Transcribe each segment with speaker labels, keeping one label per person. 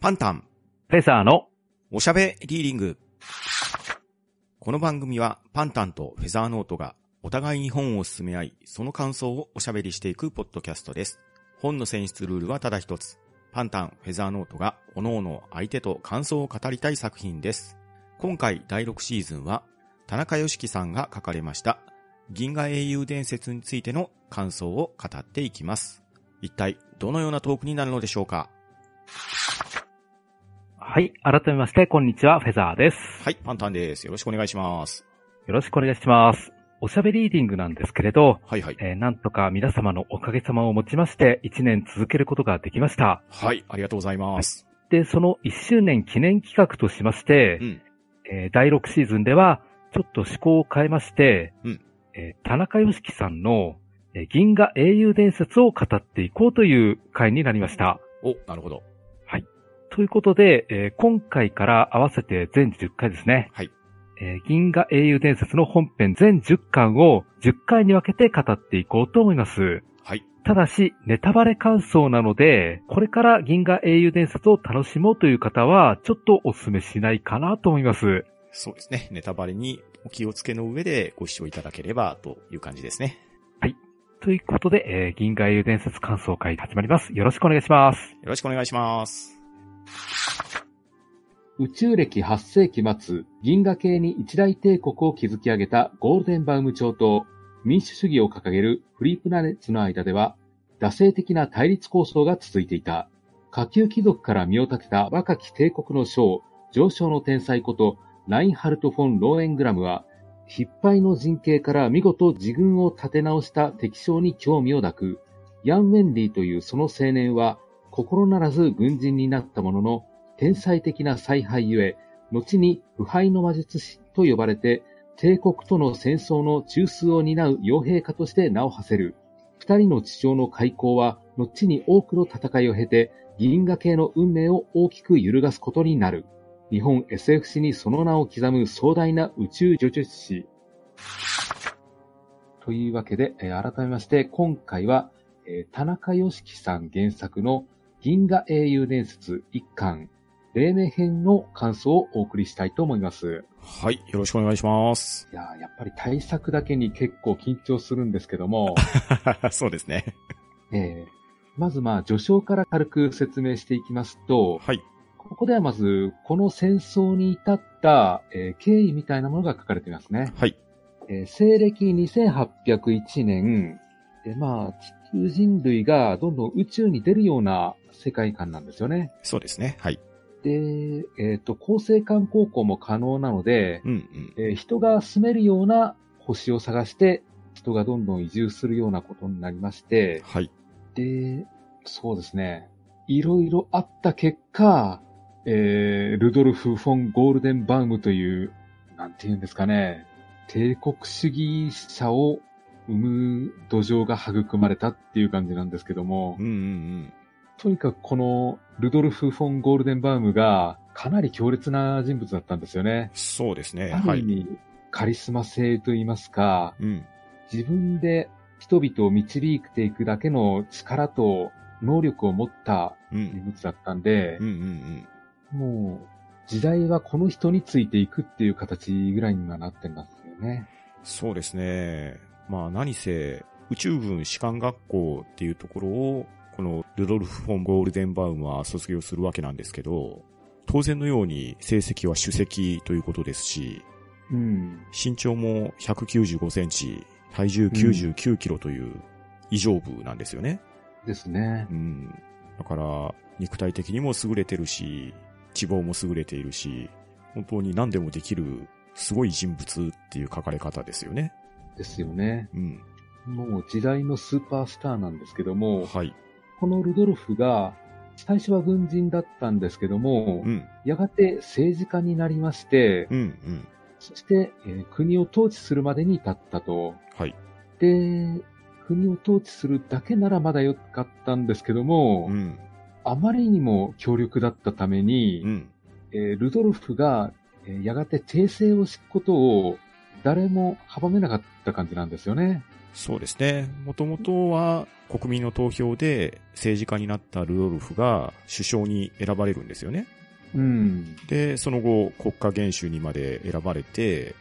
Speaker 1: パンタン、
Speaker 2: フェザーの
Speaker 1: おしゃべリーディング。この番組はパンタンとフェザーノートがお互いに本を進め合い、その感想をおしゃべりしていくポッドキャストです。本の選出ルールはただ一つ。パンタン、フェザーノートが各々相手と感想を語りたい作品です。今回第6シーズンは田中良樹さんが書かれました銀河英雄伝説についての感想を語っていきます。一体どのようなトークになるのでしょうか
Speaker 2: はい。改めまして、こんにちは、フェザーです。
Speaker 1: はい、パンタンです。よろしくお願いします。
Speaker 2: よろしくお願いします。おしゃべりーディングなんですけれど、
Speaker 1: はいはい。
Speaker 2: えーなんとか皆様のおかげさまをもちまして、1年続けることができました。
Speaker 1: はい、ありがとうございます。
Speaker 2: で、その1周年記念企画としまして、
Speaker 1: うん
Speaker 2: えー第6シーズンでは、ちょっと趣向を変えまして、
Speaker 1: うん
Speaker 2: えー田中良樹さんの、えー銀河英雄伝説を語っていこうという回になりました。
Speaker 1: お、なるほど。
Speaker 2: ということで、えー今回から合わせて全10回ですね。
Speaker 1: はい。
Speaker 2: えー銀河英雄伝説の本編全10巻を10回に分けて語っていこうと思います。
Speaker 1: はい。
Speaker 2: ただし、ネタバレ感想なので、これから銀河英雄伝説を楽しもうという方は、ちょっとお勧めしないかなと思います。
Speaker 1: そうですね。ネタバレにお気をつけの上でご視聴いただければという感じですね。
Speaker 2: ということで、えー銀河英雄伝説感想会始まります。よろしくお願いします。
Speaker 1: よろしくお願いします。
Speaker 3: 宇宙歴8世紀末、銀河系に一大帝国を築き上げたゴールデンバウム朝と民主主義を掲げるフリープナネッツの間では、惰性的な対立構想が続いていた。下級貴族から身を立てた若き帝国の将、上昇の天才こと、ラインハルト・フォン・ローエングラムは、失敗の陣形から見事自軍を立て直した敵将に興味を抱く、ヤン・ウェンリーというその青年は、心ならず軍人になったものの、天才的な采配ゆえ、後に腐敗の魔術師と呼ばれて、帝国との戦争の中枢を担う傭兵家として名を馳せる。二人の父親の開口は、後に多くの戦いを経て、銀河系の運命を大きく揺るがすことになる。日本 SF 史にその名を刻む壮大な宇宙叙述史。というわけで、えー改めまして、今回は、えー田中良樹さん原作の銀河英雄伝説1巻黎明編の感想をお送りしたいと思います。
Speaker 1: はい。よろしくお願いします。
Speaker 3: いやーやっぱり対策だけに結構緊張するんですけ ども、
Speaker 1: そうですね。
Speaker 3: えーまずまあ序章から軽く説明していきますと、
Speaker 1: はい。
Speaker 3: ここではまずこの戦争に至った、えー経緯みたいなものが書かれていますね。
Speaker 1: はい。
Speaker 3: えー西暦2801年、でまあ地球人類がどんどん宇宙に出るような世界観なんですよね。
Speaker 1: そうですね。はい。
Speaker 3: で、えっ、と、恒星間航行も可能なので、
Speaker 1: うんうん。
Speaker 3: えー人が住めるような星を探して、人がどんどん移住するようなことになりまして、
Speaker 1: はい。
Speaker 3: で、そうですね。いろいろあった結果、えー、ルドルフ・フォン・ゴールデンバウムという、なんて言うんですかね、帝国主義者を生む土壌が育まれたっていう感じなんですけども
Speaker 1: うん、うんうん。
Speaker 3: とにかくこのルドルフ・フォン・ゴールデンバウムがかなり強烈な人物だったんですよね。
Speaker 1: そうですね。
Speaker 3: あ
Speaker 1: は
Speaker 3: る
Speaker 1: い
Speaker 3: 意。味、カリスマ性といいますか、
Speaker 1: うん。
Speaker 3: 自分で人々を導いていくだけの力と能力を持った
Speaker 1: う
Speaker 3: 人
Speaker 1: ん。
Speaker 3: 物だったんで
Speaker 1: うんう、んうん。
Speaker 3: もう、時代はこの人についていくっていう形ぐらいにはなってますよね。
Speaker 1: そうですね。まあ何せ、宇宙軍士官学校っていうところを、このルドルフ・フォン・ゴールデンバウムは卒業するわけなんですけど、当然のように成績は首席ということですし、
Speaker 3: うん。
Speaker 1: 身長も195センチ、体重99キロという異常部なんですよね。
Speaker 3: ですね
Speaker 1: う。ん。だから、肉体的にも優れてるし、地貌も優れているし、本当に何でもできる、すごい人物っていう書かれ方ですよね。
Speaker 3: ですよね。
Speaker 1: うん。
Speaker 3: もう時代のスーパースターなんですけども、
Speaker 1: はい。
Speaker 3: このルドルフが、最初は軍人だったんですけども
Speaker 1: う、ん。
Speaker 3: やがて政治家になりまして、
Speaker 1: うんうん。
Speaker 3: そして、えー国を統治するまでに至ったと。
Speaker 1: はい。
Speaker 3: で、国を統治するだけならまだよかったんですけども、
Speaker 1: うん。
Speaker 3: あまりにも強力だったために、
Speaker 1: うん。
Speaker 3: えールドルフが、えーやがて帝政を敷くことを誰も阻めなかった感じなんですよね。
Speaker 1: そうですね。もともとは国民の投票で政治家になったルドルフが首相に選ばれるんですよね。
Speaker 3: うん。
Speaker 1: で、その後国家元首にまで選ばれて、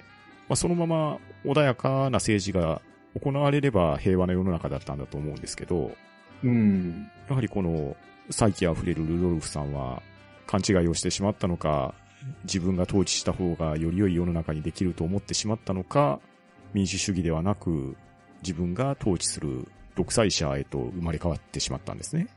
Speaker 1: まあ、そのまま穏やかな政治が行われれば平和な世の中だったんだと思うんですけど、
Speaker 3: うん。
Speaker 1: やはりこの再起あふれるルドルフさんは勘違いをしてしまったのか、自分が統治した方がより良い世の中にできると思ってしまったのか、民主主義ではなく自分が統治する独裁者へと生まれ変わってしまったんですね。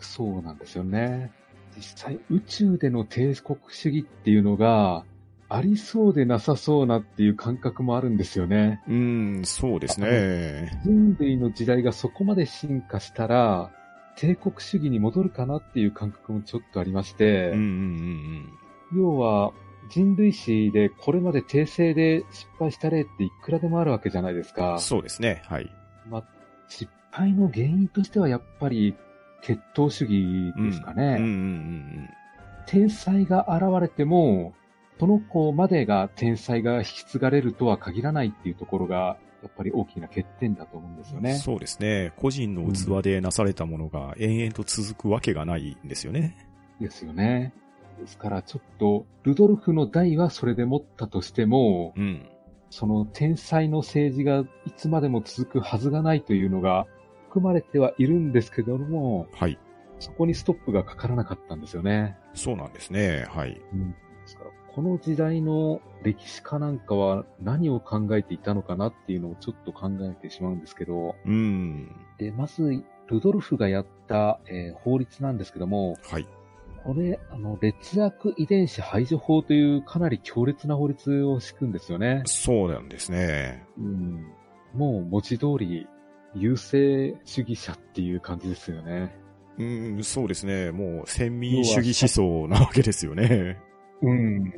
Speaker 3: そうなんですよね。実際、宇宙での帝国主義っていうのが、ありそうでなさそうなっていう感覚もあるんですよね。
Speaker 1: うん、そうですね。
Speaker 3: 人類の時代がそこまで進化したら、帝国主義に戻るかなっていう感覚もちょっとありまして、
Speaker 1: うんうんうん
Speaker 3: 要は人類史でこれまで訂正で失敗した例っていくらでもあるわけじゃないです
Speaker 1: う
Speaker 3: か
Speaker 1: ん。。そうですね。はい。
Speaker 3: まあ、失敗の原因としてはやっぱり血統主義
Speaker 1: うん
Speaker 3: ですか
Speaker 1: う
Speaker 3: ね。
Speaker 1: んうんうん
Speaker 3: 天才が現れても、その子までが天才が引き継がれるとは限らないっていうところが、やっぱり大きな欠点だと思うんです
Speaker 1: う
Speaker 3: よ
Speaker 1: ん
Speaker 3: ね。
Speaker 1: そうですね。個人の器でなされたものが延々と続くわけがないんですよね。
Speaker 3: ですよね。ですからちょっと、ルドルフの代はそれで持ったとしても、
Speaker 1: うん。
Speaker 3: その天才の政治がいつまでも続くはずがないというのが含まれてはいるんですけども、
Speaker 1: はい。
Speaker 3: そこにストップがかからなかったんですよね。
Speaker 1: そうなんですね。はい。
Speaker 3: ですから、この時代の歴史家なんかは何を考えていたのかなっていうのをちょっと考えてしまうんですけど、
Speaker 1: うん。
Speaker 3: で、まず、ルドルフがやった、えー法律なんですけども、
Speaker 1: はい。
Speaker 3: これ、あの、劣悪遺伝子排除法というかなり強烈な法律を敷くんですよね。
Speaker 1: そうなんですね。
Speaker 3: うん。もう文字通り、優勢主義者っていう感じですよね。
Speaker 1: うん、そうですね。もう、先民主義思想なわけですよね。
Speaker 3: うん。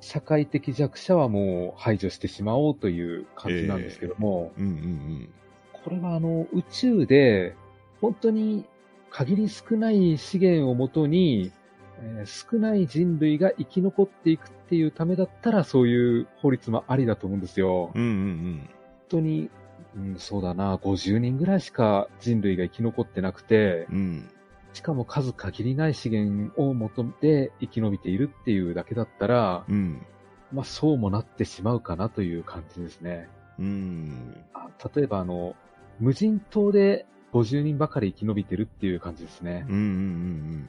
Speaker 3: 社会的弱者はもう排除してしまおうという感じなんですけども、
Speaker 1: うんうん
Speaker 3: これはあの、宇宙で、本当に限り少ない資源をもとに、えー少ない人類が生き残っていくっていうためだったら、そういう法律もありだと思うんですよ。
Speaker 1: うん。うんうん
Speaker 3: 本当に、うん、そうだな、50人ぐらいしか人類が生き残ってなくて、
Speaker 1: うん。うん。
Speaker 3: しかも数限りない資源を求めて生き延びているっていうだけだったら、
Speaker 1: うん。
Speaker 3: まあそうもなってしまうかなという感じですね。
Speaker 1: うん。
Speaker 3: あ例えばあの、無人島で50人ばかり生き延びてるっていう感じですね
Speaker 1: うん。うん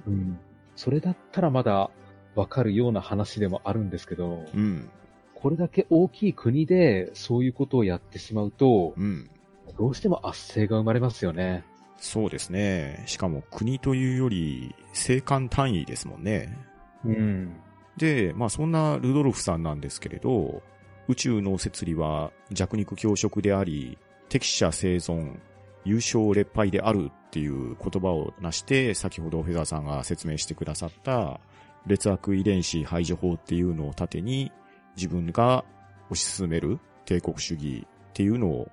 Speaker 1: うん
Speaker 3: うん。それだったらまだわかるような話でもあるんですけど、
Speaker 1: うん。うん。
Speaker 3: これだけ大きい国でそういうことをやってしまうと、
Speaker 1: うん。
Speaker 3: どうしても圧政が生まれますよね。
Speaker 1: そうですね。しかも国というより、政官単位ですもんね。
Speaker 3: うん。
Speaker 1: で、まあそんなルドルフさんなんですけれど、宇宙の摂理は弱肉強食であり、適者生存、優勝劣敗であるっていう言葉をなして、先ほどフェザーさんが説明してくださった、劣悪遺伝子排除法っていうのを盾に、自分が推し進める帝国主義っていうのを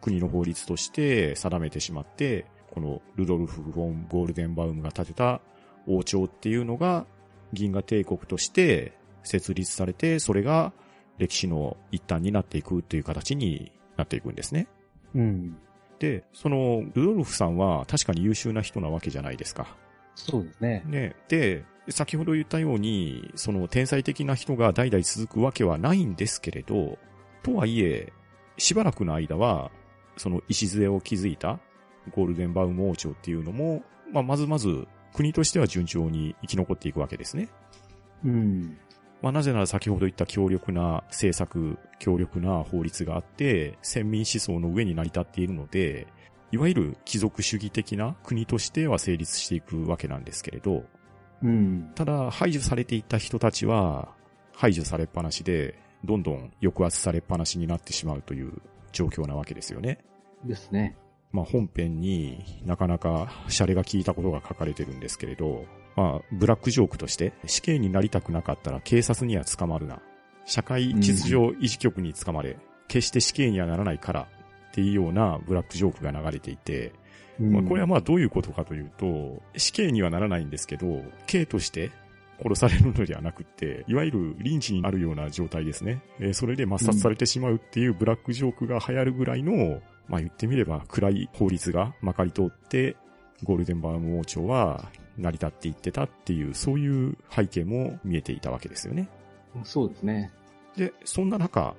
Speaker 1: 国の法律として定めてしまって、このルドルフ・フォン・ゴールデンバウムが建てた王朝っていうのが銀河帝国として設立されて、それが歴史の一端になっていくという形になっていくんですね。
Speaker 3: うん。
Speaker 1: で、その、ルドルフさんは確かに優秀な人なわけじゃないですか。
Speaker 3: そうですね。
Speaker 1: ね。で、先ほど言ったように、その天才的な人が代々続くわけはないんですけれど、とはいえ、しばらくの間は、その礎を築いたゴールデンバウム王朝っていうのも、まあ、まずまず国としては順調に生き残っていくわけですね。
Speaker 3: うん。
Speaker 1: まあ、なぜなら先ほど言った強力な政策、強力な法律があって、先民思想の上に成り立っているので、いわゆる貴族主義的な国としては成立していくわけなんですけれど、
Speaker 3: うん。
Speaker 1: ただ排除されていった人たちは、排除されっぱなしで、どんどん抑圧されっぱなしになってしまうという状況なわけですよね。
Speaker 3: ですね。
Speaker 1: まあ、本編になかなかシャレが効いたことが書かれてるんですけれど、まあ、ブラックジョークとして死刑になりたくなかったら警察には捕まるな。社会秩序維持局に捕まれ、決して死刑にはならないからっていうようなブラックジョークが流れていて、
Speaker 3: うん
Speaker 1: まあ、これはまあどういうことかというと、死刑にはならないんですけど、刑として殺されるのではなくって、いわゆるリンチになるような状態ですね。えーそれで抹殺されてしまうっていうブラックジョークが流行るぐらいの、まあ言ってみれば暗い法律がまかり通って、ゴールデンバーム王朝は成り立っていってたっていう、そういう背景も見えていたわけですよね。
Speaker 3: そうですね。
Speaker 1: で、そんな中、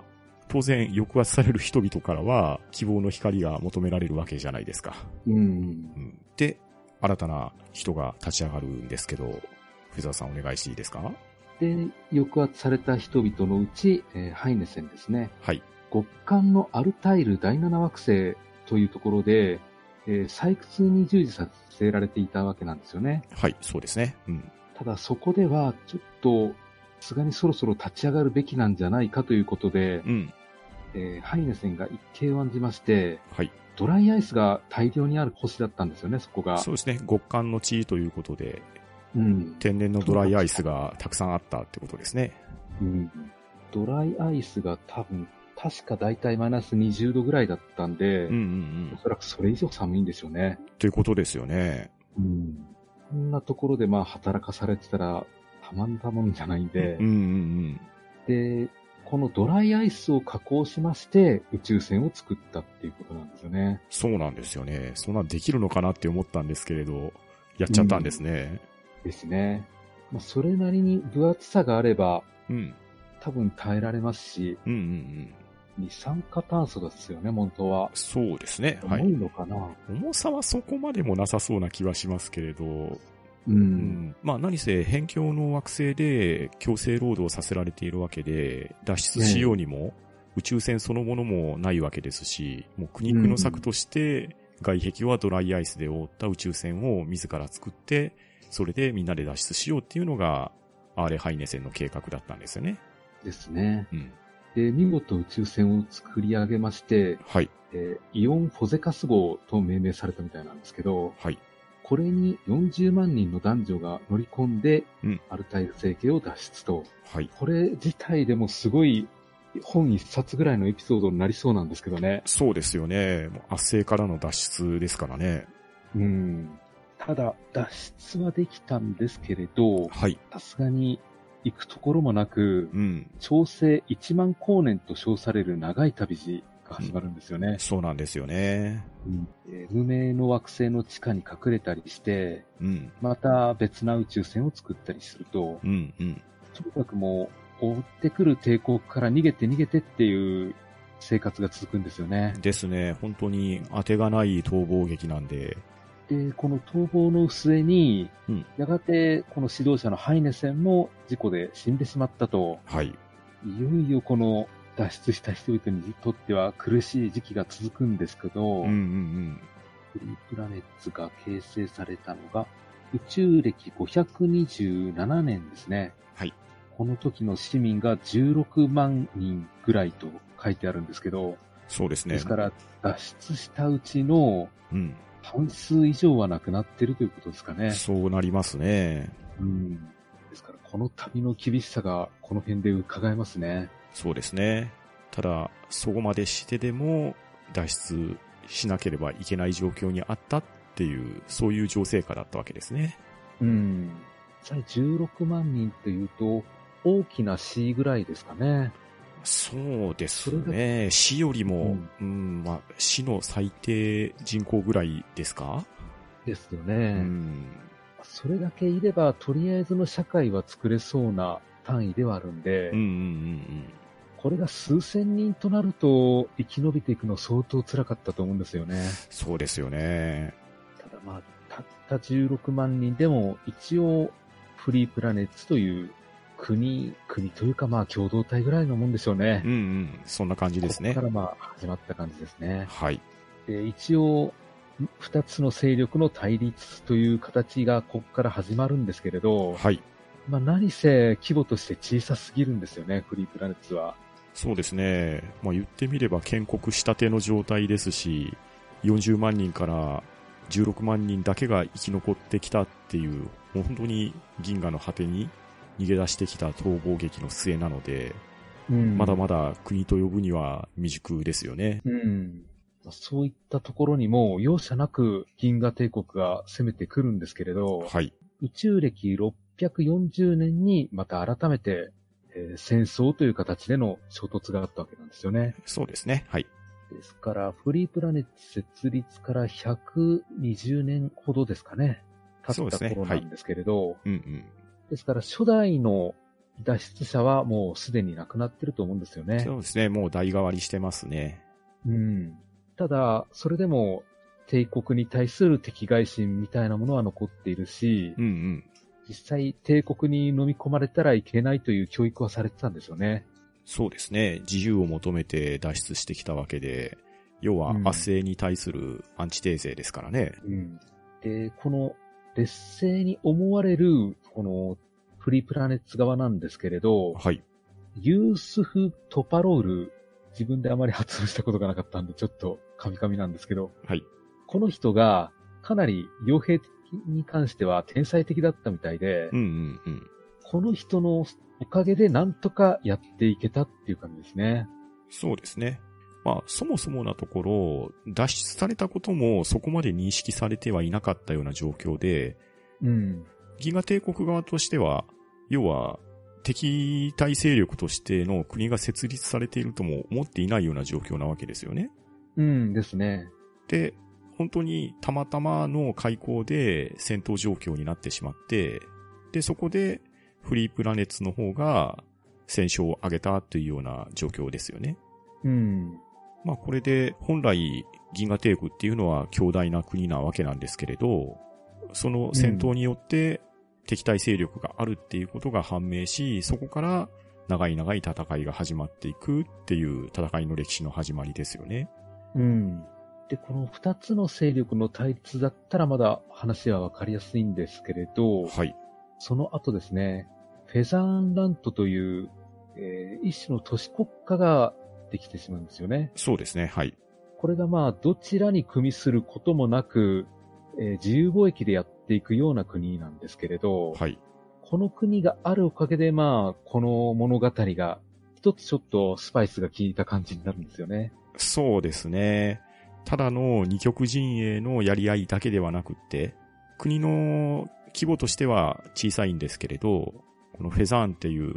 Speaker 1: 当然抑圧される人々からは希望の光が求められるわけじゃないですか。
Speaker 3: うん
Speaker 1: う。んで、新たな人が立ち上がるんですけど、フェザーさんお願いしていいですか
Speaker 3: で、抑圧された人々のうち、えーハイネセンですね。
Speaker 1: はい。
Speaker 3: 極寒のアルタイル第7惑星というところで、えー採掘に従事させられていたわけなんですよね。
Speaker 1: はい、そうですね。うん。
Speaker 3: ただそこでは、ちょっと、さすがにそろそろ立ち上がるべきなんじゃないかということで、
Speaker 1: うん。
Speaker 3: えーハイネセンが一計を案じまして、
Speaker 1: はい。
Speaker 3: ドライアイスが大量にある星だったんですよね、そこが。
Speaker 1: そうですね。極寒の地ということで、
Speaker 3: うん。
Speaker 1: 天然のドライアイスがたくさんあったってことですね。
Speaker 3: うん。ドライアイスが多分、確か大体マイナス20度ぐらいだったんで、
Speaker 1: うんうんう
Speaker 3: お
Speaker 1: ん。
Speaker 3: そらくそれ以上寒いんでしょうね。
Speaker 1: ということですよね。
Speaker 3: うん。こんなところでまあ働かされてたら、たまんだもんじゃないんで、
Speaker 1: うんうん
Speaker 3: で、このドライアイスを加工しまして、宇宙船を作ったっていうことなんですよね。
Speaker 1: そうなんですよね。そんなんできるのかなって思ったんですけれど、やっちゃったんですね。
Speaker 3: ですね。まあ、それなりに分厚さがあれば、
Speaker 1: うん。
Speaker 3: 多分耐えられますし、
Speaker 1: うんうんうん。
Speaker 3: 二酸化炭素ですよね、本当は。
Speaker 1: そうですね。は
Speaker 3: 重い
Speaker 1: い。
Speaker 3: のかな、
Speaker 1: 重さはそこまでもなさそうな気はしますけれど、
Speaker 3: う。
Speaker 1: うんん、まあ何せ、辺境の惑星で強制労働させられているわけで、脱出しようにも、宇宙船そのものもないわけですし、もう苦肉の策として、外壁はドライアイスで覆った宇宙船を自ら作って、それでみんなで脱出しようっていうのが、アーレハイネ船の計画だったんですよね。
Speaker 3: ですね。
Speaker 1: うん。
Speaker 3: で、見事宇宙船を作り上げまして、
Speaker 1: はい、
Speaker 3: えーイオンフォゼカス号と命名されたみたいなんですけど、
Speaker 1: はい。
Speaker 3: これに40万人の男女が乗り込んで、
Speaker 1: うん
Speaker 3: アルタイル星系を脱出と。
Speaker 1: はい。
Speaker 3: これ自体でもすごい本一冊ぐらいのエピソードになりそうなんですけどね。
Speaker 1: そうですよね。もう圧政からの脱出ですからね。
Speaker 3: うん。ただ、脱出はできたんですけれど、
Speaker 1: はい。
Speaker 3: さすがに行くところもなく、
Speaker 1: うん。
Speaker 3: 調整1万光年と称される長い旅路が始まるんですよね。
Speaker 1: そうなんですよね。
Speaker 3: えー無名の惑星の地下に隠れたりして、
Speaker 1: うん。
Speaker 3: また別な宇宙船を作ったりすると、
Speaker 1: うん、うん。
Speaker 3: とにかくもう、追ってくる帝国から逃げて逃げてっていう生活が続くんですよね。
Speaker 1: ですね。本当に当てがない逃亡劇なんで。
Speaker 3: で、この逃亡の末に、
Speaker 1: うん
Speaker 3: やがてこの指導者のハイネセンも事故で死んでしまったと、
Speaker 1: はい。
Speaker 3: いよいよこの脱出した人々にとっては苦しい時期が続くんですけど、
Speaker 1: うんうんうん。
Speaker 3: フリープラネッツが形成されたのが、宇宙歴527年ですね。
Speaker 1: はい。
Speaker 3: この時の市民が16万人ぐらいと書いてあるんですけど、
Speaker 1: そうですね。
Speaker 3: ですから脱出したうちの
Speaker 1: うん。
Speaker 3: 半数以上は亡くなってるということですかね。
Speaker 1: そうなりますね。
Speaker 3: うん。ですからこの旅の厳しさがこの辺で伺えますね。
Speaker 1: そうですね。ただ、そこまでしてでも脱出しなければいけない状況にあったっていう、そういう情勢下だったわけですね。
Speaker 3: うん。実際16万人というと、大きな市ぐらいですかね。
Speaker 1: そうですね。市よりも、うん、まあ、市の最低人口ぐらいですか、
Speaker 3: ですよね。
Speaker 1: うん。
Speaker 3: それだけいれば、とりあえずの社会は作れそうな単位ではあるんで、
Speaker 1: うんうんうんうん。
Speaker 3: これが数千人となると、生き延びていくの相当辛かったと思うんですよね。
Speaker 1: そうですよね。
Speaker 3: ただまあ、たった16万人でも、一応、フリープラネッツという国、国というかまあ共同体ぐらいのもんでしょうね
Speaker 1: うん。うん。そんな感じですね
Speaker 3: ここ。からまあ始まった感じですね。
Speaker 1: はい。
Speaker 3: で一応、二つの勢力の対立という形がここから始まるんですけれど、
Speaker 1: はい。
Speaker 3: まあ、何せ規模として小さすぎるんですよね、フリープラネッツは。
Speaker 1: そうですね。まあ、言ってみれば建国したての状態ですし、40万人から16万人だけが生き残ってきたっていう、本当に銀河の果てに逃げ出してきた逃亡劇の末なので、
Speaker 3: うん
Speaker 1: まだまだ国と呼ぶには未熟ですよね。
Speaker 3: うん。そういったところにも容赦なく銀河帝国が攻めてくるんですけれど、
Speaker 1: はい。
Speaker 3: 宇宙歴640年にまた改めて、えー戦争という形での衝突があったわけなんですよね。
Speaker 1: そうですね。はい。
Speaker 3: ですから、フリープラネット設立から120年ほどですかね。
Speaker 1: そう
Speaker 3: 経っ
Speaker 1: で
Speaker 3: た
Speaker 1: すね
Speaker 3: 頃なんですけれど、
Speaker 1: うんうん。
Speaker 3: ですから初代の脱出者はもうすでに亡くなってると思うんですよね。
Speaker 1: そうですね。もう代替わりしてますね。
Speaker 3: うん。ただ、それでも帝国に対する敵外心みたいなものは残っているし、
Speaker 1: うんうん。
Speaker 3: 実際帝国に飲み込まれたらいけないという教育はされてたんですよね。
Speaker 1: そうですね。自由を求めて脱出してきたわけで、要は
Speaker 3: うん
Speaker 1: 圧政に対するアンチテーゼですからね。
Speaker 3: うん。で、この劣勢に思われる、このフリープラネッツ側なんですけれど、
Speaker 1: はい。
Speaker 3: ユースフ・トパロール、自分であまり発音したことがなかったんで、ちょっとカミカミなんですけど、
Speaker 1: はい。
Speaker 3: この人がかなり傭兵に関しては天才的だったみたいで、
Speaker 1: うんうんうん。
Speaker 3: この人のおかげでなんとかやっていけたっていう感じですね。
Speaker 1: そうですね。まあ、そもそもなところ、脱出されたこともそこまで認識されてはいなかったような状況で、
Speaker 3: うん。
Speaker 1: ギガ帝国側としては、要は、敵対勢力としての国が設立されているとも思っていないような状況なわけですよね。
Speaker 3: うんですね。
Speaker 1: で、本当にたまたまの開港で戦闘状況になってしまって、で、そこでフリープラネッツの方が戦勝を上げたというような状況ですよね。
Speaker 3: うん。
Speaker 1: まあこれで本来銀河帝国っていうのは強大な国なわけなんですけれど、その戦闘によって敵対勢力があるっていうことが判明し、そこから長い長い戦いが始まっていくっていう戦いの歴史の始まりですよね。
Speaker 3: うん。で、この二つの勢力の対立だったらまだ話はわかりやすいんですけれど、
Speaker 1: はい。
Speaker 3: その後ですね、フェザーンラントという、えー一種の都市国家ができてしまうんですよね。
Speaker 1: そうですね。はい。
Speaker 3: これがまあ、どちらに組みすることもなく、えー自由貿易でやっていくような国なんですけれど、
Speaker 1: はい。
Speaker 3: この国があるおかげでまあ、この物語が、一つちょっとスパイスが効いた感じになるんですよね。
Speaker 1: そうですね。ただの二極陣営のやり合いだけではなくって、国の規模としては小さいんですけれど、このフェザーンっていう、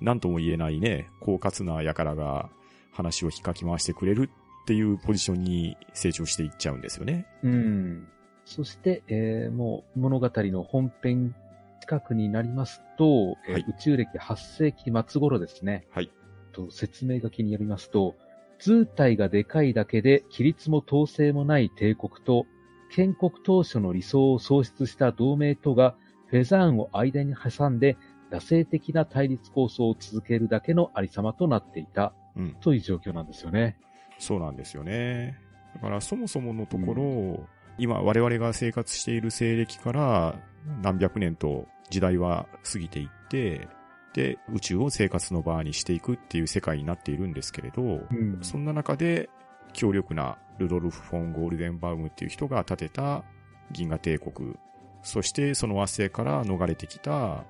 Speaker 1: なんとも言えないね、狡猾な輩が話を引っかき回してくれるっていうポジションに成長していっちゃうんですよね。
Speaker 3: うん。そして、えーもう物語の本編近くになりますと、えー
Speaker 1: はい
Speaker 3: 宇宙歴8世紀末頃ですね。
Speaker 1: はい。
Speaker 3: と説明書きによりますと、図体がでかいだけで規律も統制もない帝国と、建国当初の理想を創出した同盟とがフェザーンを間に挟んで、惰性的な対立構想を続けるだけのありさまとなっていた
Speaker 1: うん。
Speaker 3: という状況なんですよね。
Speaker 1: そうなんですよね。だからそもそものところ、今我々が生活している西暦から何百年と時代は過ぎていって、で、宇宙を生活の場にしていくっていう世界になっているんですけれど、
Speaker 3: うん
Speaker 1: そんな中で強力なルドルフ・フォン・ゴールデンバウムっていう人が建てた銀河帝国、そしてその圧政から逃れてきた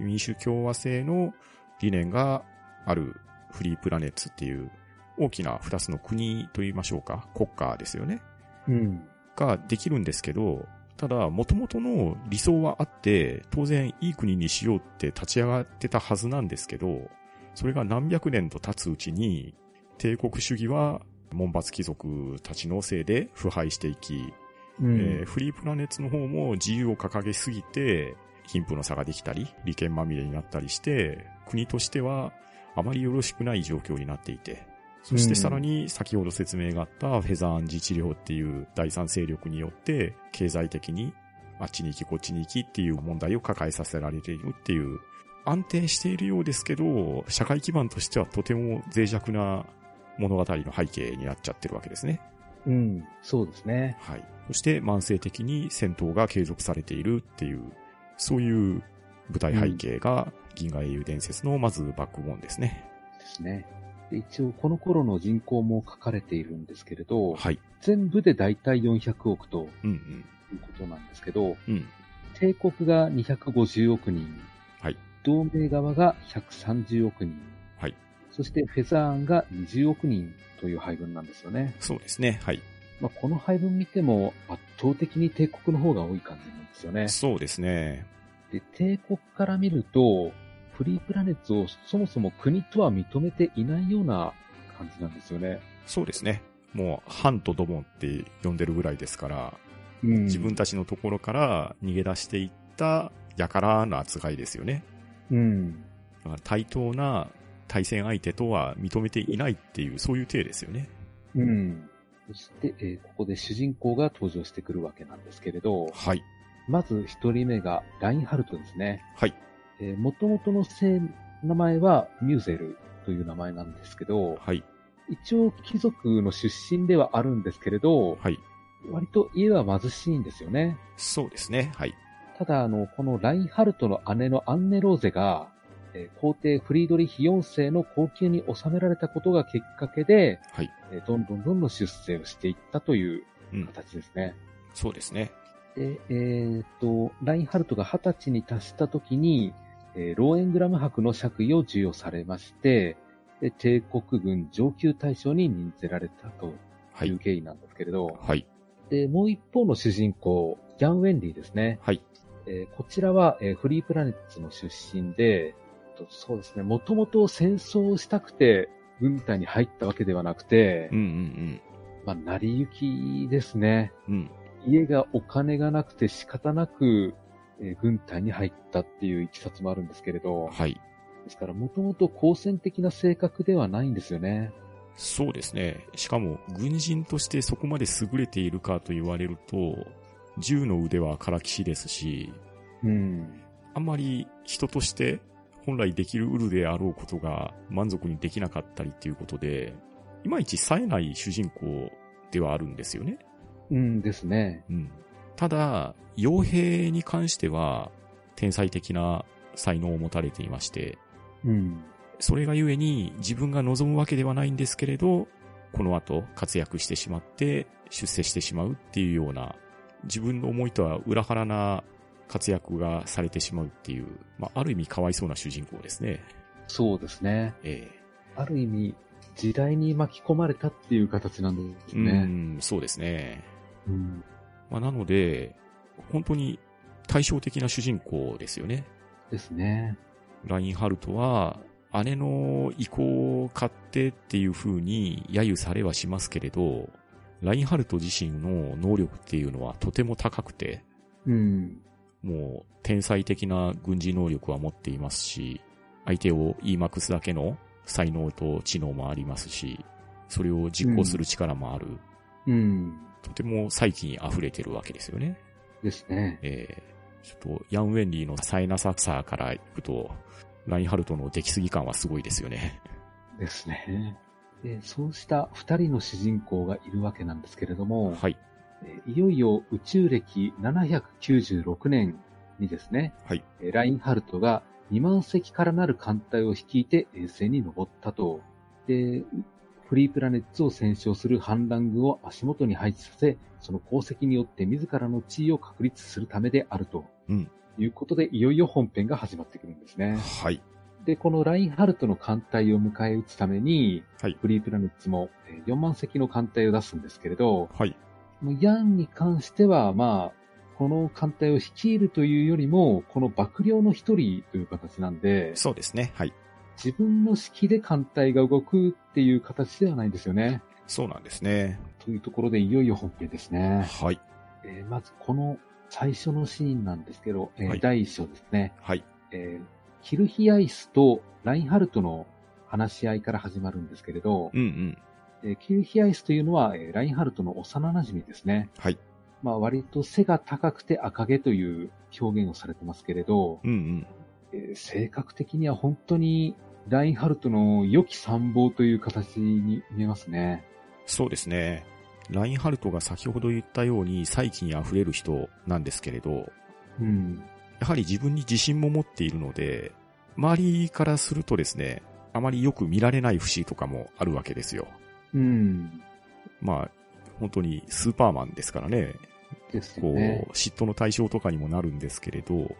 Speaker 1: 民主共和制の理念があるフリープラネッツっていう大きな二つの国と言いましょうか、国家ですよね。
Speaker 3: うん。
Speaker 1: ができるんですけど、ただ、元々の理想はあって、当然いい国にしようって立ち上がってたはずなんですけど、それが何百年と経つうちに、帝国主義は門閥貴族たちのせいで腐敗していき、
Speaker 3: うん
Speaker 1: えーフリープラネッツの方も自由を掲げすぎて、貧富の差ができたり、利権まみれになったりして、国としてはあまりよろしくない状況になっていて、そし
Speaker 3: う
Speaker 1: て
Speaker 3: ん
Speaker 1: さらに先ほど説明があったフェザーン自治療っていう第三勢力によって、経済的にあっちに行きこっちに行きっていう問題を抱えさせられているっていう、安定しているようですけど、社会基盤としてはとても脆弱な物語の背景になっちゃってるわけですね。
Speaker 3: うん。そうですね。
Speaker 1: はい。そして慢性的に戦闘が継続されているっていう、そういう舞台背景が銀河英雄伝説のまずバックボーンですね。
Speaker 3: ですね。で一応、この頃の人口も書かれているんですけれど、
Speaker 1: はい。
Speaker 3: 全部で大体400億と
Speaker 1: うん
Speaker 3: いうことなんですけど、
Speaker 1: うん。うん。
Speaker 3: 帝国が250億人、
Speaker 1: はい。
Speaker 3: 同盟側が130億人、
Speaker 1: はい。
Speaker 3: そしてフェザーンが20億人という配分なんですよね。
Speaker 1: そうですね。はい。
Speaker 3: まあ、この配分見ても圧倒的に帝国の方が多い感じなんですよね。
Speaker 1: そうですね。
Speaker 3: で、帝国から見ると、フリープラネッツをそもそも国とは認めていないような感じなんですよね。
Speaker 1: そうですね。もう、ハンとドモンって呼んでるぐらいですから、
Speaker 3: うん
Speaker 1: 自分たちのところから逃げ出していった、やからの扱いですよね。
Speaker 3: うん。
Speaker 1: だから対等な対戦相手とは認めていないっていう、そういう体ですよね。
Speaker 3: うん。そして、えーここで主人公が登場してくるわけなんですけれど、
Speaker 1: はい。
Speaker 3: まず一人目がラインハルトですね。
Speaker 1: はい。
Speaker 3: えー、元々の姓名前はミューゼルという名前なんですけど、
Speaker 1: はい。
Speaker 3: 一応貴族の出身ではあるんですけれど、
Speaker 1: はい。
Speaker 3: 割と家は貧しいんですよね。
Speaker 1: そうですね。はい。
Speaker 3: ただ、あの、このラインハルトの姉のアンネローゼが、えー皇帝フリードリヒ4世の後宮に収められたことがきっかけで、
Speaker 1: はい。
Speaker 3: えーどんどんどんどん出世をしていったという
Speaker 1: うん。
Speaker 3: 形ですね。
Speaker 1: そうですね。
Speaker 3: で、えーっと、ラインハルトが20歳に達した時に、えーローエングラム伯の爵位を授与されまして、で帝国軍上級大将に任せられたと。
Speaker 1: はいいう
Speaker 3: 経緯なんですけれど、
Speaker 1: はい。
Speaker 3: で、もう一方の主人公、ジャン・ウェンリーですね。
Speaker 1: はい。
Speaker 3: えーこちらは、えーフリープラネッツの出身で、とそうですね、もともと戦争をしたくて、軍隊に入ったわけではなくて
Speaker 1: うん、うん
Speaker 3: まあ、成り行きですね。
Speaker 1: うん。うん。
Speaker 3: 家がお金がなくて仕方なく、えー軍隊に入ったっていういきさつもあるんですけれど、
Speaker 1: はい。
Speaker 3: ですから、もともと好戦的な性格ではないんですよね。
Speaker 1: そうですね。しかも、軍人としてそこまで優れているかと言われると、銃の腕はからきしですし、
Speaker 3: うん。
Speaker 1: あんまり人として本来できるうるであろうことが満足にできなかったりっていうことで、いまいち冴えない主人公ではあるんですよね。
Speaker 3: うんですね。
Speaker 1: うん。ただ、傭兵に関しては、天才的な才能を持たれていまして、
Speaker 3: うん。
Speaker 1: それがゆえに自分が望むわけではないんですけれど、この後活躍してしまって出世してしまうっていうような、自分の思いとは裏腹な活躍がされてしまうっていう、まあ、ある意味かわいそうな主人公ですね。
Speaker 3: そうですね。
Speaker 1: え
Speaker 3: ある意味、時代に巻き込まれたっていう形なんです
Speaker 1: え。う
Speaker 3: ね。
Speaker 1: ん、そうですね。
Speaker 3: うん。
Speaker 1: まあ、なので、本当に対照的な主人公ですよね。
Speaker 3: ですね。
Speaker 1: ラインハルトは、姉の意向を買ってっていう風に揶揄されはしますけれど、ラインハルト自身の能力っていうのはとても高くて、
Speaker 3: うん。
Speaker 1: もう天才的な軍事能力は持っていますし、相手を言いまくすだけの才能と知能もありますし、それを実行する力もある。
Speaker 3: うん。
Speaker 1: とても才気に溢れてるわけですよね。
Speaker 3: ですね。
Speaker 1: えー、ちょっと、ヤン・ウェンリーの冴えなささからいくと、ラインハルトの出来すぎ感はすごいですよね。
Speaker 3: ですね。でそうした二人の主人公がいるわけなんですけれども、
Speaker 1: はい。
Speaker 3: えいよいよ宇宙歴796年にですね、
Speaker 1: はい
Speaker 3: えラインハルトが2万隻からなる艦隊を率いて衛星に登ったと。で、フリープラネッツを戦勝する反乱軍を足元に配置させ、その功績によって自らの地位を確立するためであると。
Speaker 1: うん
Speaker 3: いうことで、いよいよ本編が始まってくるんですね。
Speaker 1: はい。
Speaker 3: で、このラインハルトの艦隊を迎え撃つために、
Speaker 1: はい
Speaker 3: フリープラネッツもえー4万隻の艦隊を出すんですけれど、
Speaker 1: はい。
Speaker 3: もうヤンに関しては、まあ、この艦隊を率いるというよりも、この幕僚の一人という形なんで、
Speaker 1: そうですね。はい。
Speaker 3: 自分の指揮で艦隊が動くっていう形ではないんですよね。
Speaker 1: そうなんですね。
Speaker 3: というところで、いよいよ本編ですね。
Speaker 1: はい。
Speaker 3: えーまず、この最初のシーンなんですけど、えー
Speaker 1: はい
Speaker 3: 第一章ですね。
Speaker 1: はい。
Speaker 3: えーキルヒアイスとラインハルトの話し合いから始まるんですけれど、
Speaker 1: うんうん。
Speaker 3: えーキルヒアイスというのは、えーラインハルトの幼馴染ですね。
Speaker 1: はい。
Speaker 3: まあ、割と背が高くて赤毛という表現をされてますけれど、
Speaker 1: うんうん。
Speaker 3: えー性格的には本当にラインハルトの良き参謀という形に見えますね。
Speaker 1: そうですね。ラインハルトが先ほど言ったように、才気に溢れる人なんですけれど、
Speaker 3: うん。
Speaker 1: やはり自分に自信も持っているので、周りからするとですね、あまりよく見られない節とかもあるわけですよ。
Speaker 3: うん。
Speaker 1: まあ、本当にスーパーマンですからね。
Speaker 3: ですよ
Speaker 1: こう、
Speaker 3: ね。
Speaker 1: 嫉妬の対象とかにもなるんですけれど、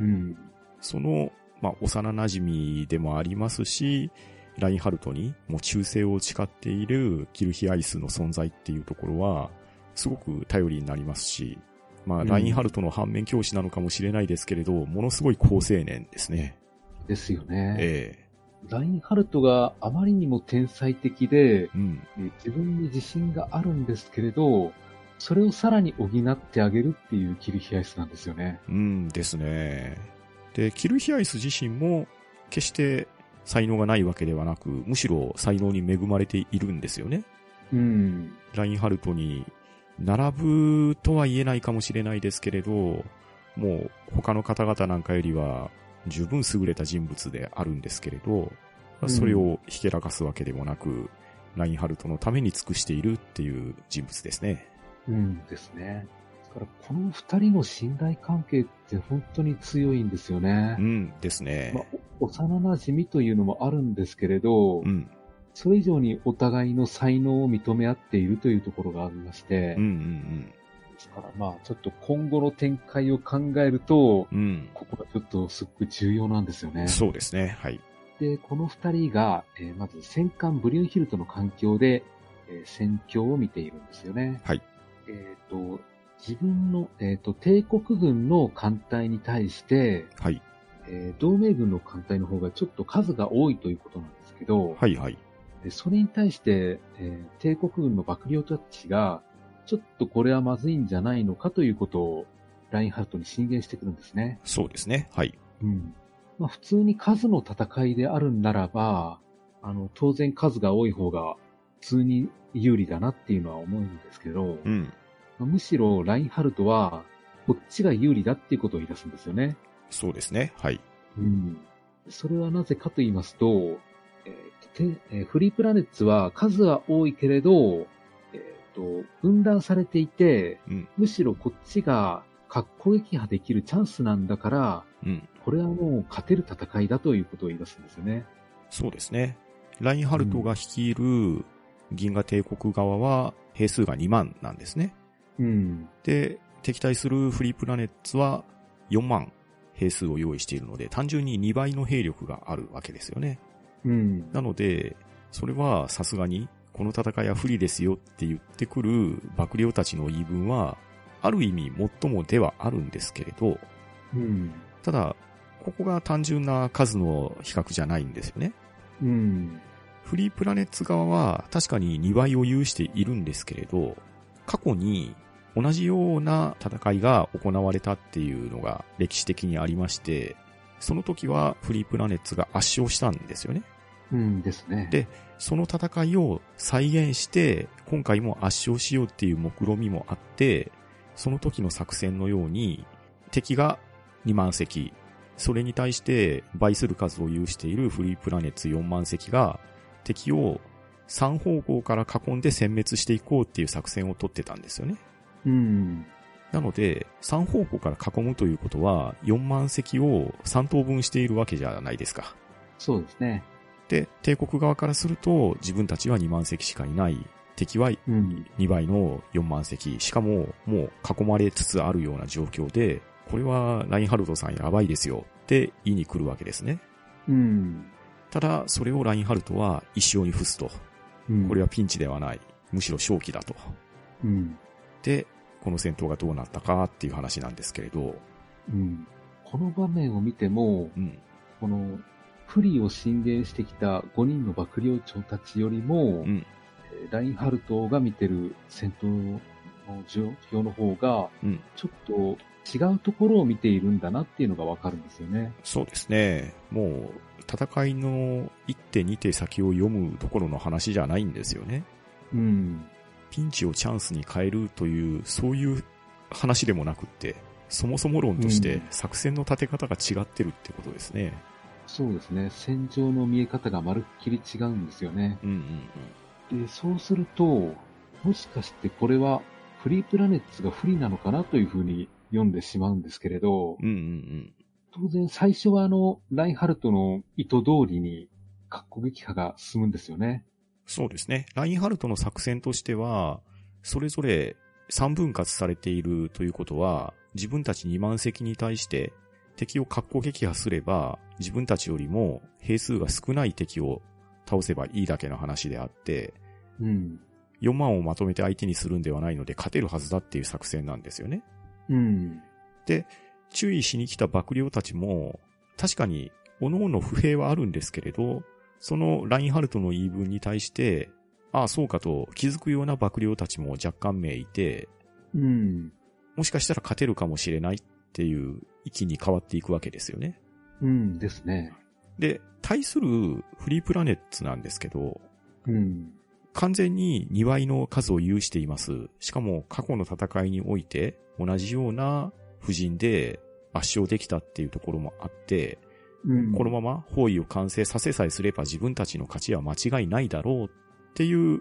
Speaker 3: うん。
Speaker 1: その、まあ、幼馴染でもありますし、ラインハルトにもう忠誠を誓っているキルヒアイスの存在っていうところは、すごく頼りになりますし、まあ、
Speaker 3: うん
Speaker 1: ラインハルトの反面教師なのかもしれないですけれど、ものすごい好青年ですね。
Speaker 3: ですよね。
Speaker 1: え
Speaker 3: ラインハルトがあまりにも天才的で、
Speaker 1: えうん。
Speaker 3: えー自分に自信があるんですけれど、それをさらに補ってあげるっていうキルヒアイスなんですよね。
Speaker 1: うんですね。で、キルヒアイス自身も、決して才能がないわけではなく、むしろ才能に恵まれているんですよね。
Speaker 3: うん。
Speaker 1: ラインハルトに並ぶとは言えないかもしれないですけれど、もう他の方々なんかよりは十分優れた人物であるんですけれど、
Speaker 3: うん
Speaker 1: それをひけらかすわけでもなく、ラインハルトのために尽くしているっていう人物ですね。
Speaker 3: うんですね。ですから、この二人の信頼関係って本当に強いんですよね
Speaker 1: う。んです
Speaker 3: まあ
Speaker 1: ね。、
Speaker 3: お幼馴染みというのもあるんですけれど、
Speaker 1: うん。
Speaker 3: それ以上にお互いの才能を認め合っているというところがありまして、
Speaker 1: うんうん
Speaker 3: ですからまあちょっと今後の展開を考えると、
Speaker 1: うん。うん。
Speaker 3: ここがちょっとすっごく重要なんですよね。
Speaker 1: そうですね。はい。
Speaker 3: で、この二人が、えーまず戦艦ブリュンヒルトの環境で、えー戦況を見ているんですよね。
Speaker 1: はい。
Speaker 3: えっ、と、自分の、えっ、と、帝国軍の艦隊に対して、
Speaker 1: はい。
Speaker 3: えー同盟軍の艦隊の方がちょっと数が多いということなんですけど、
Speaker 1: はいはい。
Speaker 3: でそれに対して、えー帝国軍の幕僚たちが、ちょっとこれはまずいんじゃないのかということを、ラインハルトに進言してくるんですね。
Speaker 1: そうですね。はい。
Speaker 3: うん。まあ普通に数の戦いであるんならば、あの、当然数が多い方が普通に有利だなっていうのは思うんですけど、
Speaker 1: うん。
Speaker 3: まあむしろラインハルトは、こっちが有利だっていうことを言い出すんですよね。
Speaker 1: そうですね。はい。
Speaker 3: うん。それはなぜかと言いますと、えーてえーフリープラネッツは数は多いけれど、えっ、と、分断されていて、
Speaker 1: うん
Speaker 3: むしろこっちが格好撃破できるチャンスなんだから、
Speaker 1: うん。
Speaker 3: これはもう勝てる戦いだということを言い出すんですよね。
Speaker 1: そうですね。ラインハルトが率いる銀河帝国側は兵数が2万なんですね。
Speaker 3: うん。
Speaker 1: で、敵対するフリープラネッツは4万兵数を用意しているので、単純に2倍の兵力があるわけですよね。
Speaker 3: うん。
Speaker 1: なので、それはさすがに、この戦いは不利ですよって言ってくる幕僚たちの言い分は、ある意味最もではあるんですけれど、
Speaker 3: うん。
Speaker 1: ただ、ここが単純な数の比較じゃないんですよね。
Speaker 3: うん。
Speaker 1: フリープラネッツ側は確かに2倍を有しているんですけれど、過去に同じような戦いが行われたっていうのが歴史的にありまして、その時はフリープラネッツが圧勝したんですよね。
Speaker 3: うんですね。
Speaker 1: でその戦いを再現して、今回も圧勝しようっていう目論みもあって、その時の作戦のように、敵が2万隻、それに対して倍する数を有しているフリープラネッツ4万隻が、敵を3方向から囲んで殲滅していこうっていう作戦を取ってたんですよね。
Speaker 3: うん。
Speaker 1: なので、3方向から囲むということは、4万隻を3等分しているわけじゃないですか。
Speaker 3: そうですね。
Speaker 1: で、帝国側からすると、自分たちは2万隻しかいない。敵は
Speaker 3: うん。
Speaker 1: 2倍の4万隻。しかも、もう囲まれつつあるような状況で、これはラインハルトさんやばいですよって言いに来るわけですね。
Speaker 3: うん。
Speaker 1: ただ、それをラインハルトは一生に付すと。
Speaker 3: うん
Speaker 1: これはピンチではない。むしろ正気だと。
Speaker 3: うん。
Speaker 1: で、この戦闘がどうなったかっていう話なんですけれど。
Speaker 3: うん。この場面を見ても、
Speaker 1: うん。
Speaker 3: この、不利を進言してきた5人の幕僚長たちよりも、
Speaker 1: うん
Speaker 3: えーラインハルトが見てる戦闘の状況の方が、
Speaker 1: うん
Speaker 3: ちょっと違うところを見ているんだなっていうのがわかるんですよね。
Speaker 1: そうですね。もう、戦いの1手2手先を読むところの話じゃないんですよね。
Speaker 3: うん。
Speaker 1: ピンチをチャンスに変えるという、そういう話でもなくって、そもそも論とし
Speaker 3: う
Speaker 1: て
Speaker 3: ん
Speaker 1: 作戦の立て方が違ってるってことですね。
Speaker 3: そうですね。戦場の見え方がまるっきり違うんですよね。
Speaker 1: うんうん
Speaker 3: で、そうすると、もしかしてこれはフリープラネッツが不利なのかなというふうに読んでしまうんですけれど、
Speaker 1: うん。うんうん
Speaker 3: 当然最初はあの、ラインハルトの意図通りに、格好撃破が進むんですよね。
Speaker 1: そうですね。ラインハルトの作戦としては、それぞれ3分割されているということは、自分たち2万隻に対して敵を格好撃破すれば、自分たちよりも兵数が少ない敵を倒せばいいだけの話であって、
Speaker 3: うん。
Speaker 1: 4万をまとめて相手にするんではないので勝てるはずだっていう作戦なんですよね。
Speaker 3: うん。
Speaker 1: 注意しに来た幕僚たちも、確かに、各々不平はあるんですけれど、そのラインハルトの言い分に対して、ああ、そうかと気づくような幕僚たちも若干名いて、
Speaker 3: うん。
Speaker 1: もしかしたら勝てるかもしれないっていう域に変わっていくわけですよね。
Speaker 3: うんですね。
Speaker 1: で、対するフリープラネッツなんですけど、
Speaker 3: うん。
Speaker 1: 完全に2倍の数を有しています。しかも過去の戦いにおいて同じような布陣で圧勝できたっていうところもあって、
Speaker 3: うん。
Speaker 1: このまま包囲を完成させさえすれば自分たちの勝ちは間違いないだろうっていう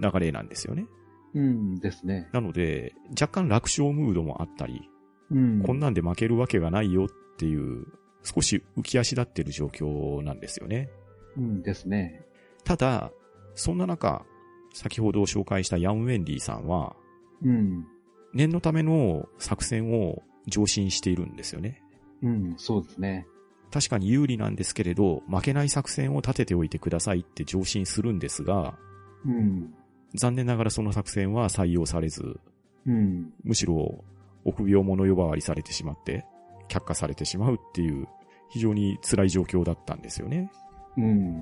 Speaker 1: 流れなんですよね。
Speaker 3: うんですね。
Speaker 1: なので、若干楽勝ムードもあったり、
Speaker 3: うん。
Speaker 1: こんなんで負けるわけがないよっていう、少し浮き足立ってる状況なんですよね。
Speaker 3: うんですね。
Speaker 1: ただ、そんな中、先ほど紹介したヤン・ウェンディさんは、
Speaker 3: うん。
Speaker 1: 念のための作戦を上申しているんですよね。
Speaker 3: うん、そうですね。
Speaker 1: 確かに有利なんですけれど、負けない作戦を立てておいてくださいって上申するんですが、
Speaker 3: うん。
Speaker 1: 残念ながらその作戦は採用されず、
Speaker 3: うん。
Speaker 1: むしろ臆病者呼ばわりされてしまって、却下されてしまうっていう、非常に辛い状況だったんですよね。
Speaker 3: うん。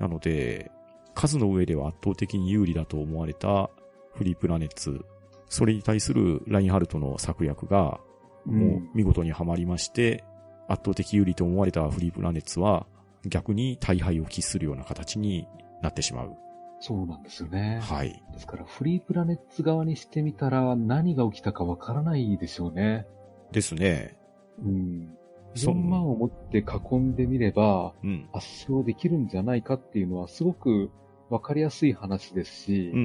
Speaker 1: なので、数の上では圧倒的に有利だと思われたフリープラネッツ、それに対するラインハルトの策略が、もう見事にはまりまして、圧倒的有利と思われたフリープラネッツは、逆に大敗を喫するような形になってしまう。
Speaker 3: そうなんですよね。
Speaker 1: はい。
Speaker 3: ですから、フリープラネッツ側にしてみたら何が起きたかわからないでしょうね。
Speaker 1: ですね。
Speaker 3: うん。
Speaker 1: そ
Speaker 3: 4
Speaker 1: う
Speaker 3: 万を持って囲んでみれば、
Speaker 1: うん。
Speaker 3: 圧勝できるんじゃないかっていうのはすごくわかりやすい話ですし、
Speaker 1: うんうんう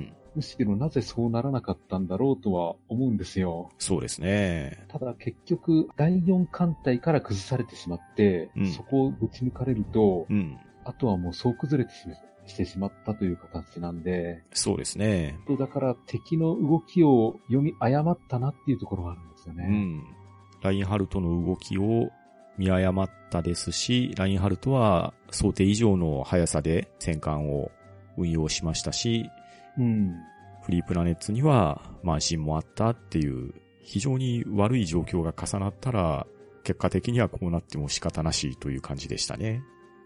Speaker 1: ん。
Speaker 3: むしろなぜそうならなかったんだろうとは思うんですよ。
Speaker 1: そうですね。
Speaker 3: ただ結局、第4艦隊から崩されてしまって、
Speaker 1: うん
Speaker 3: そこをぶち抜かれると、
Speaker 1: うん。
Speaker 3: あとはもう総崩れてしましてしまったという形なんで、
Speaker 1: そうですね。
Speaker 3: だから敵の動きを読み誤ったなっていうところがあるんですよ
Speaker 1: う
Speaker 3: ね。
Speaker 1: ん。ラインハルトの動きを見誤ったですし、ラインハルトは想定以上の速さで戦艦を運用しましたし、
Speaker 3: うん。
Speaker 1: フリープラネッツには慢心もあったっていう、非常に悪い状況が重なったら、結果的にはこうなっても仕方なしという感じでしたね。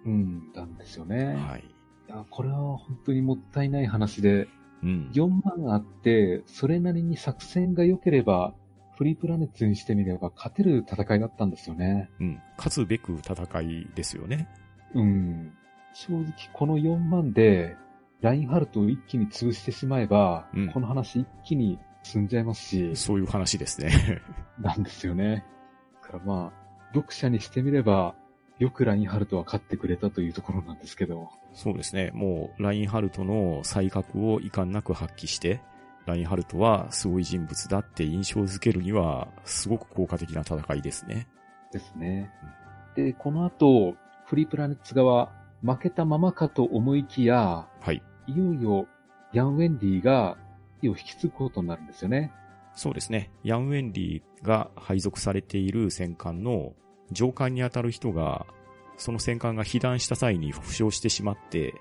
Speaker 3: うん、なんですよね。
Speaker 1: はい。
Speaker 3: いやこれは本当にもったいない話で、
Speaker 1: うん。
Speaker 3: 4万あって、それなりに作戦が良ければ、フリープラネッツにしてみれば勝てる戦いだったんですよね。
Speaker 1: うん。勝つべく戦いですよね。
Speaker 3: うん。正直この4万で、ラインハルトを一気に潰してしまえば、
Speaker 1: うん
Speaker 3: この話一気に進んじゃいますし、
Speaker 1: そういう話ですね。
Speaker 3: なんですよね。だからまあ、読者にしてみれば、よくラインハルトは勝ってくれたというところなんですけど。
Speaker 1: そうですね。もう、ラインハルトの才覚を遺憾なく発揮して、ラインハルトはすごい人物だって印象づけるには、すごく効果的な戦いですね。
Speaker 3: ですね。で、この後、フリープラネッツ側、負けたままかと思いきや、
Speaker 1: はい。
Speaker 3: いよいよ、ヤン・ウェンディが、意を引き継ぐことになるんですよね。
Speaker 1: そうですね。ヤン・ウェンリーが配属されている戦艦の上官にあたる人が、その戦艦が被弾した際に負傷してしまって、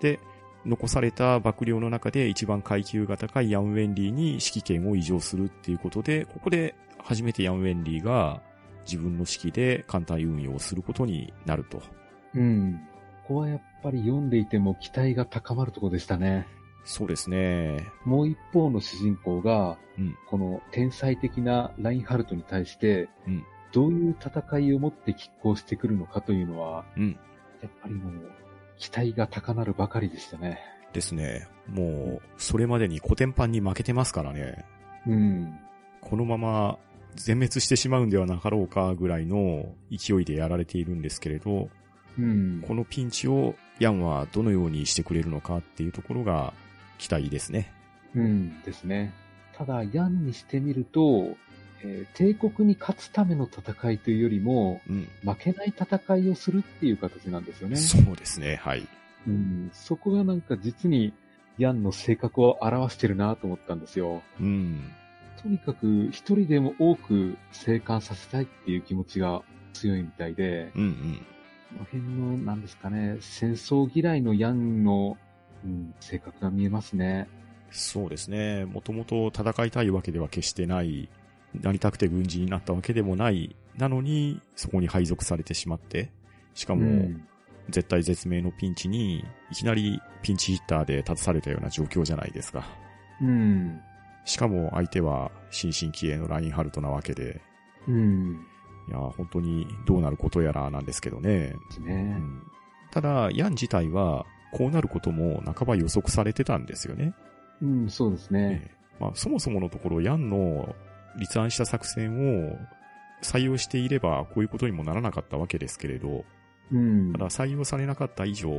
Speaker 1: で、残された幕僚の中で一番階級が高いヤン・ウェンリーに指揮権を移譲するっていうことで、ここで初めてヤン・ウェンリーが自分の指揮で艦隊運用をすることになると。
Speaker 3: うん。ここはやっぱり読んでいても期待が高まるところでしたね。
Speaker 1: そうですね。
Speaker 3: もう一方の主人公が、
Speaker 1: うん
Speaker 3: この天才的なラインハルトに対して、
Speaker 1: うん
Speaker 3: どういう戦いを持って拮抗してくるのかというのは、
Speaker 1: うん。
Speaker 3: やっぱりもう、期待が高なるばかりでしたね。
Speaker 1: ですね。もう、それまでに古典版に負けてますからね。
Speaker 3: うん。
Speaker 1: このまま全滅してしまうんではなかろうかぐらいの勢いでやられているんですけれど、
Speaker 3: うん。
Speaker 1: このピンチをヤンはどのようにしてくれるのかっていうところが期待ですね。
Speaker 3: うんですね。ただ、ヤンにしてみると、えー帝国に勝つための戦いというよりも、
Speaker 1: うん。
Speaker 3: 負けない戦いをするっていう形なんですよね。
Speaker 1: そうですね、はい。
Speaker 3: うん、そこがなんか実に、ヤンの性格を表してるなと思ったんですよ。
Speaker 1: うん。
Speaker 3: とにかく、一人でも多く生還させたいっていう気持ちが強いみたいで、
Speaker 1: うんうん。
Speaker 3: この辺の、なんですかね、戦争嫌いのヤンの、うん、性格が見えますね。
Speaker 1: そうですね。もともと戦いたいわけでは決してないなりたくて軍人になったわけでもない、なのに、そこに配属されてしまって、しか
Speaker 4: う
Speaker 1: も、
Speaker 4: ん
Speaker 1: 絶対絶命のピンチに、いきなりピンチヒッターで立たされたような状況じゃないですか。
Speaker 4: うん。
Speaker 1: しかも相手は、新進気鋭のラインハルトなわけで、
Speaker 4: うん。
Speaker 1: いや、本当にどうなることやらなんですけどね。
Speaker 4: です
Speaker 1: う
Speaker 4: ね。
Speaker 1: んただ、ヤン自体は、こうなることも半ば予測されてたんですよね。
Speaker 4: うん、そうですね。
Speaker 1: ええまあ、そもそものところ、ヤンの立案した作戦を採用していれば、こういうことにもならなかったわけですけれど、
Speaker 4: うん
Speaker 1: た。だ採用されなかった以上、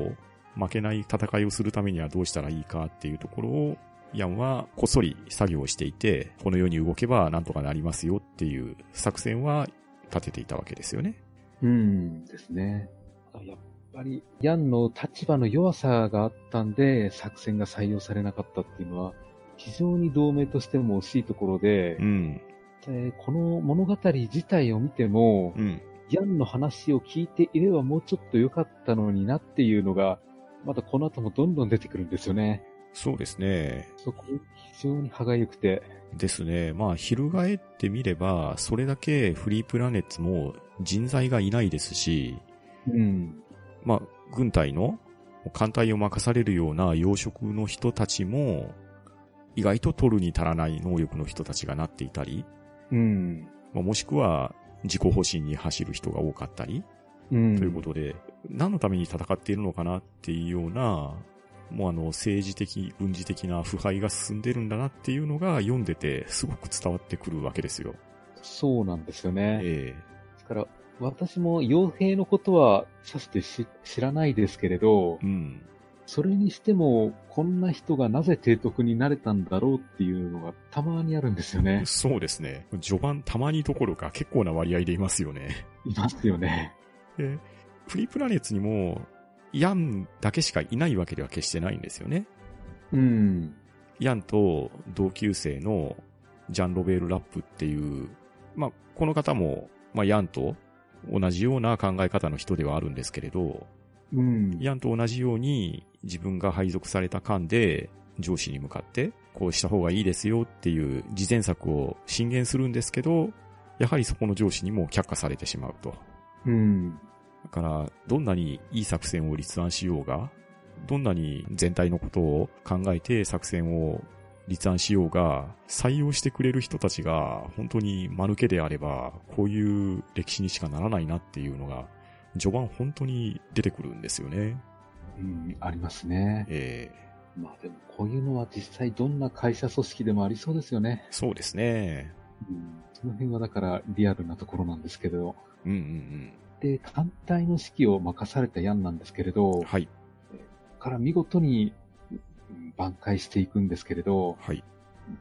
Speaker 1: 負けない戦いをするためにはどうしたらいいかっていうところを、ヤンはこっそり作業をしていて、このように動けばなんとかなりますよっていう作戦は立てていたわけですよね。
Speaker 4: うん、ですね。
Speaker 3: やっぱり、ヤンの立場の弱さがあったんで、作戦が採用されなかったっていうのは、非常に同盟としても惜しいところで、
Speaker 1: うん。
Speaker 3: えーこの物語自体を見ても、
Speaker 1: うん。
Speaker 3: ヤンの話を聞いていればもうちょっと良かったのになっていうのが、またこの後もどんどん出てくるんですよね。
Speaker 1: そうですね。
Speaker 3: そこ、非常に歯がゆくて。
Speaker 1: ですね。まあ、翻ってみれば、それだけフリープラネッツも人材がいないですし、
Speaker 3: うん。
Speaker 1: まあ、軍隊の艦隊を任されるような要職の人たちも、意外と取るに足らない能力の人たちがなっていたり、
Speaker 3: うん。
Speaker 1: まあ、もしくは自己保身に走る人が多かったり、
Speaker 3: うん。
Speaker 1: ということで、何のために戦っているのかなっていうような、もうあの、政治的、軍事的な腐敗が進んでるんだなっていうのが読んでてすごく伝わってくるわけですよ。
Speaker 3: そうなんですよね。
Speaker 1: え
Speaker 3: ですから、私も傭兵のことはさしてし知らないですけれど
Speaker 1: え、うん。
Speaker 3: それにしても、こんな人がなぜ提督になれたんだろうっていうのがたまにあるんですよね。
Speaker 1: そうですね。序盤たまにどころか結構な割合でいますよね。
Speaker 3: いますよね。
Speaker 1: で、フリープラネッツにも、ヤンだけしかいないわけでは決してないんですよね。
Speaker 3: うん。
Speaker 1: ヤンと同級生のジャン・ロベール・ラップっていう、まあ、この方も、まあ、ヤンと同じような考え方の人ではあるんですけれど、
Speaker 3: うん。
Speaker 1: ヤンと同じように自分が配属された間で上司に向かってこうした方がいいですよっていう事前策を進言するんですけど、やはりそこの上司にも却下されてしまうと。
Speaker 3: うん。
Speaker 1: だから、どんなにいい作戦を立案しようが、どんなに全体のことを考えて作戦を立案しようが、採用してくれる人たちが本当に間抜けであれば、こういう歴史にしかならないなっていうのが、序盤本当に出てくるんですよね。
Speaker 3: うん。ありますね。
Speaker 1: ええ
Speaker 3: まあでも、こういうのは実際どんな会社組織でもありそうですよね。
Speaker 1: そうですね。
Speaker 3: うん。その辺はだからリアルなところなんですけれど。
Speaker 1: うんうん
Speaker 3: で、艦隊の指揮を任されたヤンなんですけれ
Speaker 1: う
Speaker 3: ど
Speaker 1: ん。、はい、
Speaker 3: から見事にうん挽回していくんですけれど、
Speaker 1: はい。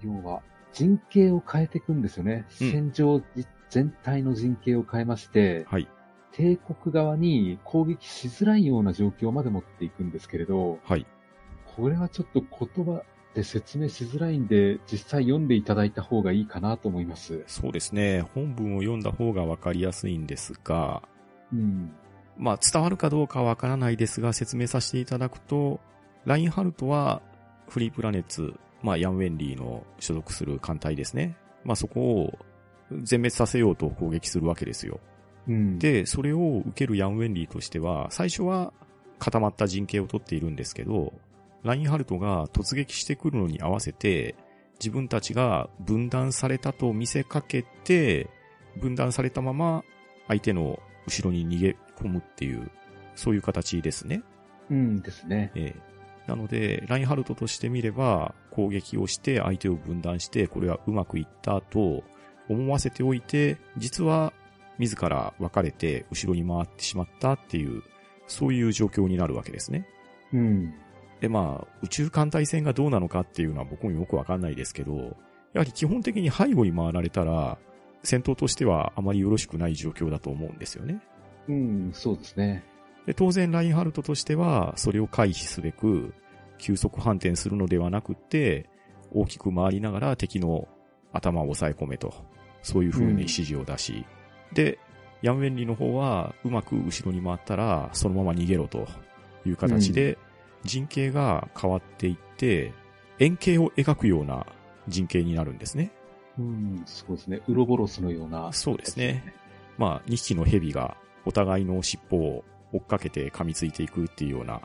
Speaker 3: 要は人形を変えていくんですよね。
Speaker 1: うん
Speaker 3: 戦場じ全体の人形を変えまして、
Speaker 1: はい、
Speaker 3: 帝国側に攻撃しづらいような状況まで持っていくんですけれど、
Speaker 1: はい。
Speaker 3: これはちょっと言葉で説明しづらいんで、実際読んでいただいた方がいいかなと思います。
Speaker 1: そうですね。本文を読んだ方がわかりやすいんですが、
Speaker 3: うん。
Speaker 1: まあ、伝わるかどうかはわからないですが、説明させていただくと、ラインハルトは、フリープラネッツ、まあ、ヤン・ウェンリーの所属する艦隊ですね。まあ、そこを全滅させようと攻撃するわけですよ。
Speaker 3: うん。、
Speaker 1: で、それを受けるヤン・ウェンリーとしては、最初は固まった陣形をとっているんですけど、ラインハルトが突撃してくるのに合わせて、自分たちが分断されたと見せかけて、分断されたまま相手の後ろに逃げ込むっていう、そういう形ですね。
Speaker 3: うんですね。
Speaker 1: ええなので、ラインハルトとしてみれば、攻撃をして相手を分断して、これがうまくいったと思わせておいて、実は自ら分かれて後ろに回ってしまったっていう、そういう状況になるわけですね。
Speaker 3: うん。
Speaker 1: で、まあ、宇宙艦隊戦がどうなのかっていうのは僕もよくわかんないですけど、やはり基本的に背後に回られたら、戦闘としてはあまりよろしくない状況だと思うんですよね。
Speaker 3: うん、そうですね。
Speaker 1: で、当然ラインハルトとしては、それを回避すべく、急速反転するのではなくって、大きく回りながら敵の頭を抑え込めと、そういう風に指示を出し、で、ヤンウェンリの方は、うまく後ろに回ったら、そのまま逃げろという形で、陣形が変わっていって、円形を描くような陣形になるんですね。
Speaker 3: ううん。
Speaker 4: そうですね。ウロボロスのような。
Speaker 1: そうですね。まあ、2匹の蛇がお互いの尻尾を追っかけて噛みついていくっていうような、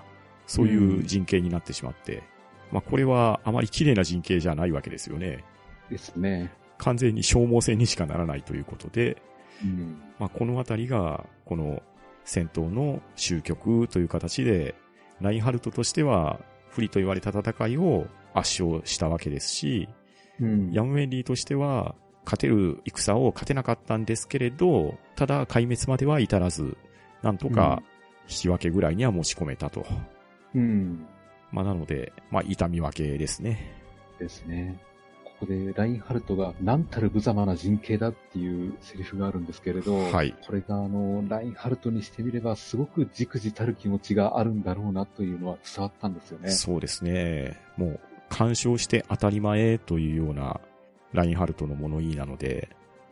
Speaker 1: そういう陣形になってしまって、まあ、これはあまり綺麗な陣形じゃないわけですよね。
Speaker 4: ですね。
Speaker 1: 完全に消耗戦にしかならないということで、
Speaker 4: うん。
Speaker 1: まあ、このあたりが、この戦闘の終局という形で、ラインハルトとしては、不利と言われた戦いを圧勝したわけですし、
Speaker 4: うん
Speaker 1: ヤムウェンリーとしては、勝てる戦を勝てなかったんですけれど、ただ壊滅までは至らず、なんとか引き分けぐらいには持ち込めたと。
Speaker 4: うん。
Speaker 1: まあなので、まあ痛み分けですね。
Speaker 4: ですね。
Speaker 3: ここでラインハルトが「なんたる無様な人形だ」っていうセリフがあるんですけれど、
Speaker 1: はい。
Speaker 3: これがあのラインハルトにしてみればすごくじくじたる気持ちがあるんだろうなというのは伝わったんですよね。
Speaker 1: そうですね。もう、干渉して当たり前というような、ラインハルトの物言いなので、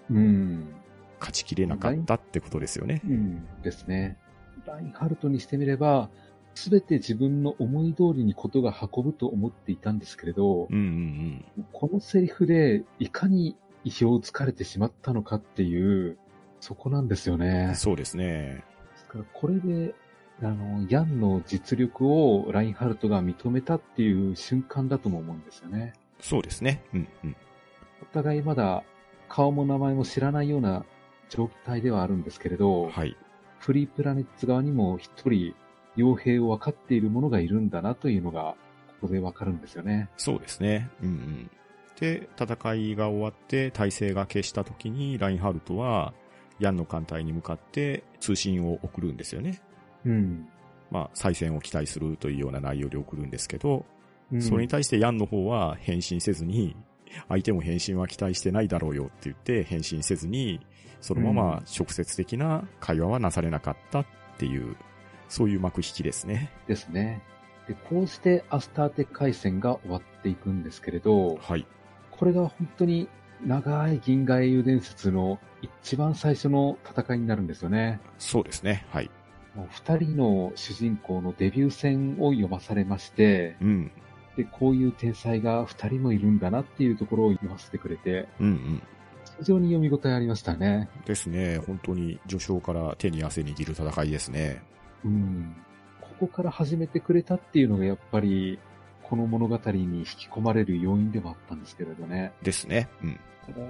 Speaker 3: うん。
Speaker 1: 勝ちきれなかったってことですよね。
Speaker 3: うんですね。ラインハルトにしてみれば、すべて自分の思い通りにことが運ぶと思っていたんですけれど、
Speaker 1: うんうん
Speaker 3: このセリフでいかに意表をつかれてしまったのかっていう、そこなんですよ
Speaker 1: う
Speaker 3: ね
Speaker 1: ん。。そうですね。
Speaker 3: ですからこれで、あの、ヤンの実力をラインハルトが認めたっていう瞬間だとも思うんですよね。
Speaker 1: そうですね。うんうん。
Speaker 3: お互いまだ顔も名前も知らないような状態ではあるんですけれど、
Speaker 1: はい。
Speaker 3: フリープラネッツ側にも一人、傭兵を分かっている者がいるんだなというのが、ここで分かるんですよね。
Speaker 1: そうですね。うんうん。で、戦いが終わって、体勢が消した時に、ラインハルトは、ヤンの艦隊に向かって通信を送るんですよね。
Speaker 3: うん。
Speaker 1: まあ、再戦を期待するというような内容で送るんですけど、
Speaker 3: うん
Speaker 1: それに対してヤンの方は返信せずに、相手も返信は期待してないだろうよって言って返信せずに、そのまま直接的な会話はなされなかったっていう、そういう幕引きですね。
Speaker 3: ですね。で、こうしてアスターテ海戦が終わっていくんですけれど、
Speaker 1: はい。
Speaker 3: これが本当に長い銀河英雄伝説の一番最初の戦いになるんですよね。
Speaker 1: そうですね。はい。
Speaker 3: もう二人の主人公のデビュー戦を読まされまして、
Speaker 1: うん。
Speaker 3: で、こういう天才が二人もいるんだなっていうところを読ませてくれて、
Speaker 1: うんうん。
Speaker 3: 非常に読み応えありましたね。
Speaker 1: ですね。本当に序章から手に汗握る戦いですね。
Speaker 3: うん。ここから始めてくれたっていうのがやっぱり、この物語に引き込まれる要因でもあったんですけれどね。
Speaker 1: ですね。うん。
Speaker 3: ただ、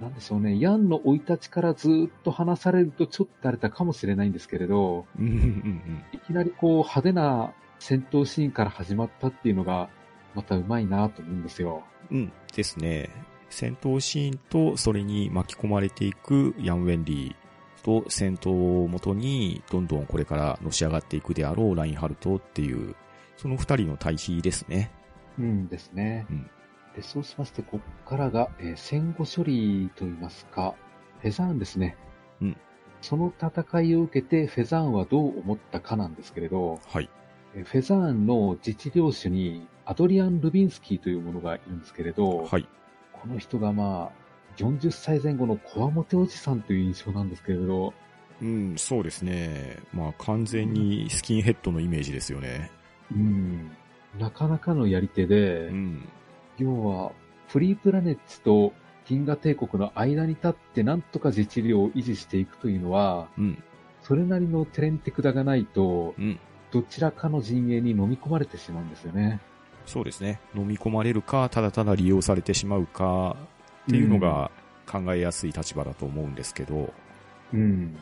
Speaker 3: なんでしょうね。ヤンの生い立ちからずーっと話されるとちょっと慣れたかもしれないんですけれど、
Speaker 1: うんうんうん
Speaker 3: いきなりこう派手な戦闘シーンから始まったっていうのが、またうまいなと思うんですよ。
Speaker 1: うん。うん。ですね。戦闘シーンとそれに巻き込まれていくヤン・ウェンリーと戦闘をもとにどんどんこれからのし上がっていくであろうラインハルトっていう、その二人の対比ですね。
Speaker 3: うんですね。
Speaker 1: うん
Speaker 3: でそうしまして、ここからが、えー戦後処理といいますか、フェザーンですね。
Speaker 1: うん
Speaker 3: その戦いを受けて、フェザーンはどう思ったかなんですけれど、
Speaker 1: はい。
Speaker 3: えーフェザーンの自治領主に、アドリアン・ルビンスキーというものがいるんですけれど、
Speaker 1: はい。
Speaker 3: この人がまあ、40歳前後のこわもておじさんという印象なんですけれど、
Speaker 1: うん、そうですね。まあ完全にスキンヘッドのイメージですよね。
Speaker 3: うん、なかなかのやり手で、
Speaker 1: うん。
Speaker 3: 要は、フリープラネッツと銀河帝国の間に立ってなんとか自治量を維持していくというのは、
Speaker 1: うん。
Speaker 3: それなりのテレンテクダがないと、
Speaker 1: うん。
Speaker 3: どちらかの陣営に飲み込まれてしまうんですよね。
Speaker 1: そうですね。飲み込まれるか、ただただ利用されてしまうか、っていうのが考えやすい立場だと思うんですけど、
Speaker 3: うん。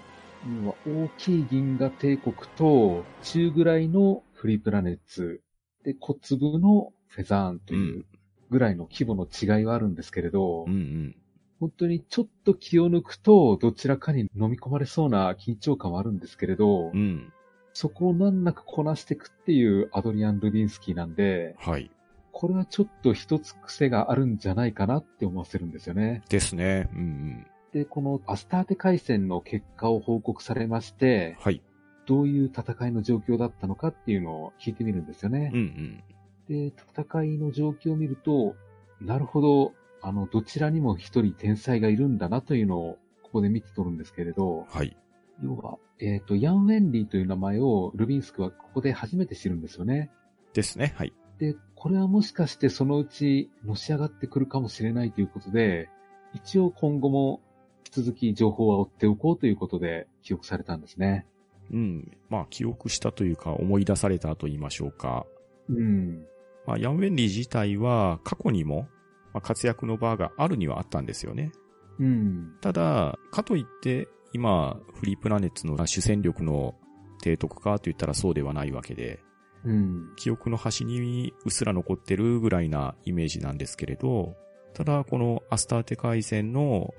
Speaker 3: 要は、大きい銀河帝国と、中ぐらいのフリープラネッツ、で、小粒のフェザーンというぐらいの規模の違いはあるんですけれど、
Speaker 1: うんうん。
Speaker 3: 本当にちょっと気を抜くと、どちらかに飲み込まれそうな緊張感はあるんですけれど、
Speaker 1: うん。
Speaker 3: そこを難なくこなしていくっていうアドリアン・ルビンスキーなんで、
Speaker 1: はい。
Speaker 3: これはちょっと一つ癖があるんじゃないかなって思わせるんですよね。
Speaker 1: ですね。うんうん。
Speaker 3: で、このアスターテ海戦の結果を報告されまして、
Speaker 1: はい。
Speaker 3: どういう戦いの状況だったのかっていうのを聞いてみるんですよね
Speaker 1: うんう。ん。
Speaker 3: で、戦いの状況を見ると、なるほど、あの、どちらにも一人天才がいるんだなというのを、ここで見て取るんですけれど、
Speaker 1: はい。
Speaker 3: 要は、えっ、と、ヤン・ウェンリーという名前をルビンスクはここで初めて知るんですよね。
Speaker 1: ですね。はい。
Speaker 3: で、これはもしかしてそのうちのし上がってくるかもしれないということで、一応今後も引き続き情報は追っておこうということで記憶されたんですね。
Speaker 1: うん。まあ、記憶したというか思い出されたと言いましょうか。
Speaker 3: うん。
Speaker 1: まあ、ヤンウェンリー自体は過去にも、まあ、活躍の場があるにはあったんですよね。
Speaker 3: うん。
Speaker 1: ただ、かといって、今、フリープラネッツの主戦力の提督かと言ったらそうではないわけで、
Speaker 3: うん。
Speaker 1: 記憶の端にうっすら残ってるぐらいなイメージなんですけれど、ただこのアスターテ海戦の、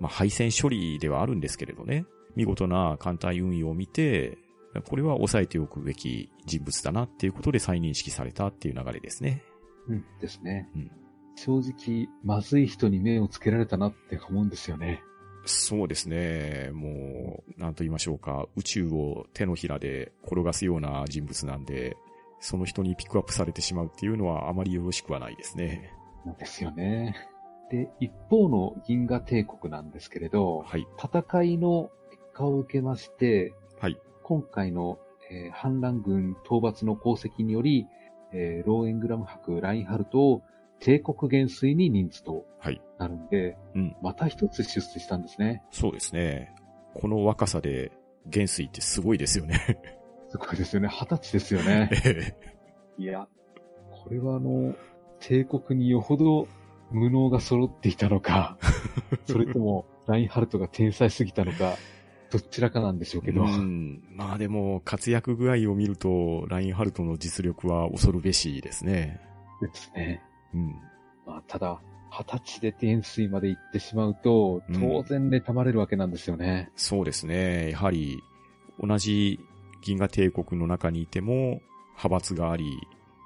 Speaker 1: まあ、敗戦処理ではあるんですけれどね、見事な艦隊運用を見て、これは抑えておくべき人物だなっていうことで再認識されたっていう流れですね。
Speaker 3: うん。ですね。
Speaker 1: うん
Speaker 3: 正直、まずい人に目をつけられたなって思うんですよね。
Speaker 1: そうですね。もう、なんと言いましょうか。宇宙を手のひらで転がすような人物なんで、その人にピックアップされてしまうっていうのはあまりよろしくはないですね。
Speaker 3: なんですよね。で、一方の銀河帝国なんですけれど、
Speaker 1: はい。
Speaker 3: 戦いの結果を受けまして、
Speaker 1: はい。
Speaker 3: 今回の、えー反乱軍討伐の功績により、えーローエングラム伯ラインハルトを帝国元帥に任ずと
Speaker 1: はい。
Speaker 3: なるんで、
Speaker 1: うん
Speaker 3: また一つ出世したんですね。
Speaker 1: そうですね。この若さで、元帥ってすごいですよね。
Speaker 3: すごいですよね。二十歳ですよ ね。いや、これはあの、帝国によほど無能が揃っていたのか、それともラインハルトが天才すぎたのか、どちらかなんでしょうけど。
Speaker 1: うん。まあでも、活躍具合を見ると、ラインハルトの実力は恐るべしですね。
Speaker 3: ですね。
Speaker 1: うん。
Speaker 3: まあ、ただ、二十歳で天水まで行ってしまうと
Speaker 1: うん、
Speaker 3: 当然妬まれるわけなんですよね。
Speaker 1: そうですね。やはり、同じ銀河帝国の中にいても、派閥があり、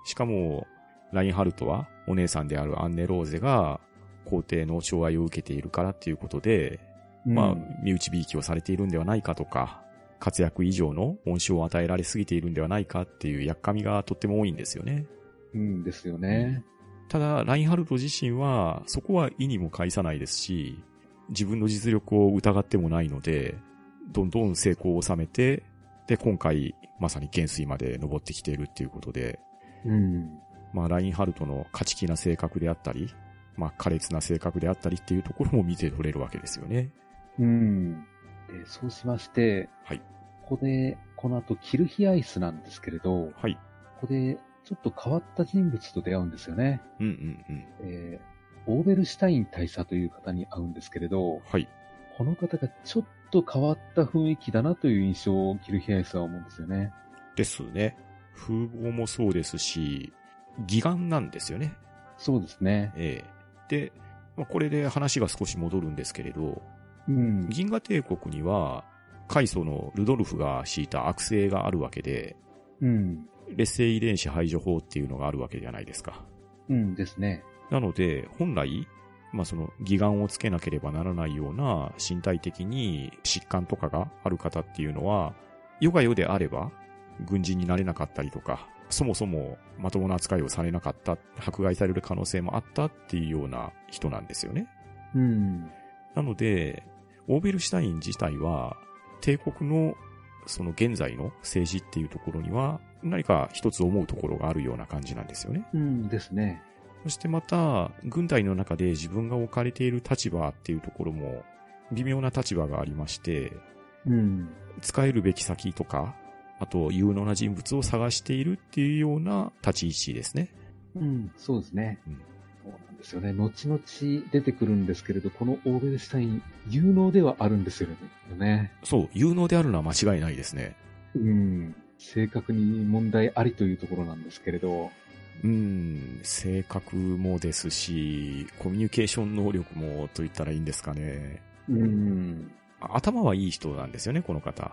Speaker 1: しかも、ラインハルトは、お姉さんであるアンネ・ローゼが、皇帝の寵愛を受けているからっていうことで、まあ、身内びいきをされているんではないかとか、活躍以上の恩賞を与えられすぎているんではないかっていうやっかみがとっても多いんですよね。
Speaker 3: うんですよね。
Speaker 1: ただ、ラインハルト自身は、そこは意にも介さないですし、自分の実力を疑ってもないので、どんどん成功を収めて、で、今回、まさに元帥まで登ってきているっていうことで、
Speaker 3: うん。
Speaker 1: まあ、ラインハルトの勝ち気な性格であったり、まあ、苛烈な性格であったりっていうところも見て取れるわけですよね。
Speaker 3: うん。で、そうしまして、
Speaker 1: はい
Speaker 3: ここで、この後、キルヒアイスなんですけれど、
Speaker 1: はい。
Speaker 3: ここで、ちょっと変わった人物と出会うんですよね。
Speaker 1: うんうんうん。
Speaker 3: えーオーベルシュタイン大佐という方に会うんですけれど、
Speaker 1: はい。
Speaker 3: この方がちょっと変わった雰囲気だなという印象をキルヒアイスは思うんですよね。
Speaker 1: ですね。風貌もそうですし、義眼なんですよね。
Speaker 3: そうですね。
Speaker 1: ええで、まあ、これで話が少し戻るんですけれど、
Speaker 3: うん。
Speaker 1: 銀河帝国には、海祖のルドルフが敷いた悪性があるわけで、
Speaker 3: うん。
Speaker 1: 劣勢遺伝子排除法っていうのがあるわけじゃないですか。
Speaker 3: うんですね。
Speaker 1: なので、本来、まあ、その、義眼をつけなければならないような身体的に疾患とかがある方っていうのは、世が世であれば、軍人になれなかったりとか、そもそもまともな扱いをされなかった、迫害される可能性もあったっていうような人なんですよね。
Speaker 3: うん。
Speaker 1: なので、オーベルシュタイン自体は、帝国の、その現在の政治っていうところには、何か一つ思うところがあるような感じなんですよね。
Speaker 3: うんですね。
Speaker 1: そしてまた、軍隊の中で自分が置かれている立場っていうところも、微妙な立場がありまして、
Speaker 3: うん。
Speaker 1: 使えるべき先とか、あと有能な人物を探しているっていうような立ち位置ですね。
Speaker 3: うん。そうですね。
Speaker 1: うん
Speaker 3: そうなんですよね。後々出てくるんですけれど、このオーベルシュタイン、有能ではあるんですよね。
Speaker 1: そう、有能であるのは間違いないですね。
Speaker 3: うん。正確に問題ありというところなんですけれど。
Speaker 1: うん、性格もですし、コミュニケーション能力もと言ったらいいんですかね。
Speaker 3: うん。
Speaker 1: あ頭はいい人なんですよね、この方。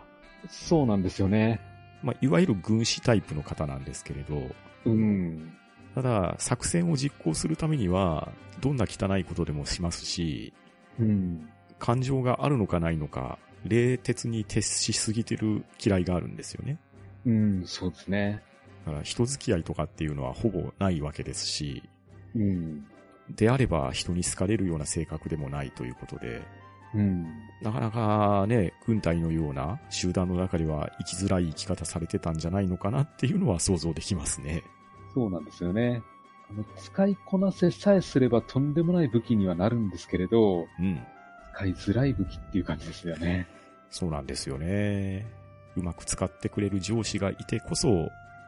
Speaker 3: そうなんですよね。
Speaker 1: まあ、いわゆる軍師タイプの方なんですけれど、
Speaker 3: うん。
Speaker 1: ただ、作戦を実行するためには、どんな汚いことでもしますし、
Speaker 3: うん。
Speaker 1: 感情があるのかないのか、冷徹に徹しすぎてる嫌いがあるんですよね。
Speaker 3: うん、そうですね。
Speaker 1: だから、人付き合いとかっていうのはほぼないわけですし、
Speaker 3: うん。
Speaker 1: であれば人に好かれるような性格でもないということで、
Speaker 3: うん。
Speaker 1: なかなかね、軍隊のような集団の中では生きづらい生き方されてたんじゃないのかなっていうのは想像できますね。
Speaker 3: そうなんですよね。あの使いこなせさえすればとんでもない武器にはなるんですけれど、
Speaker 1: うん。
Speaker 3: 使いづらい武器っていう感じですよね。
Speaker 1: そうなんですよね。うまく使ってくれる上司がいてこそ、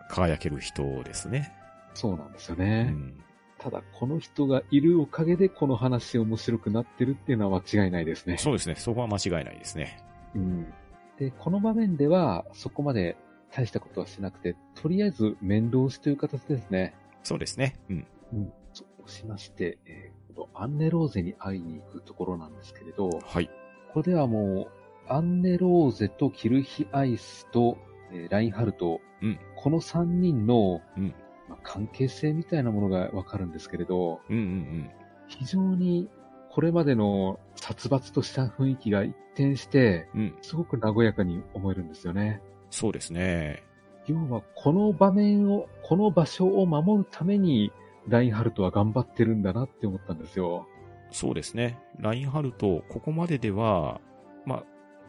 Speaker 1: 輝ける人ですね。
Speaker 3: そうなんですよ
Speaker 1: う
Speaker 3: ね。
Speaker 1: ん。
Speaker 3: ただ、この人がいるおかげでこの話面白くなってるっていうのは間違いないですね。
Speaker 1: そうですね。そこは間違いないですね。
Speaker 3: うん。で、この場面ではそこまで大したことはしなくて、とりあえず面倒しという形ですね。
Speaker 1: そうですね。うん。
Speaker 3: うん。そうしまして、えーこのアンネローゼに会いに行くところなんですけれど、
Speaker 1: はい。
Speaker 3: ここではもう、アンネローゼとキルヒアイスと、えーラインハルト、
Speaker 1: うん
Speaker 3: この3人の、
Speaker 1: うん
Speaker 3: まあ関係性みたいなものがわかるんですけれど、
Speaker 1: うんうん
Speaker 3: 非常にこれまでの殺伐とした雰囲気が一転して、
Speaker 1: うん。うん。
Speaker 3: すごく和やかに思えるんですよね。
Speaker 1: そうですね。
Speaker 3: 要は、この場面を、この場所を守るために、ラインハルトは頑張ってるんだなって思ったんですよ。
Speaker 1: そうですね。ラインハルト、ここまででは、まあ、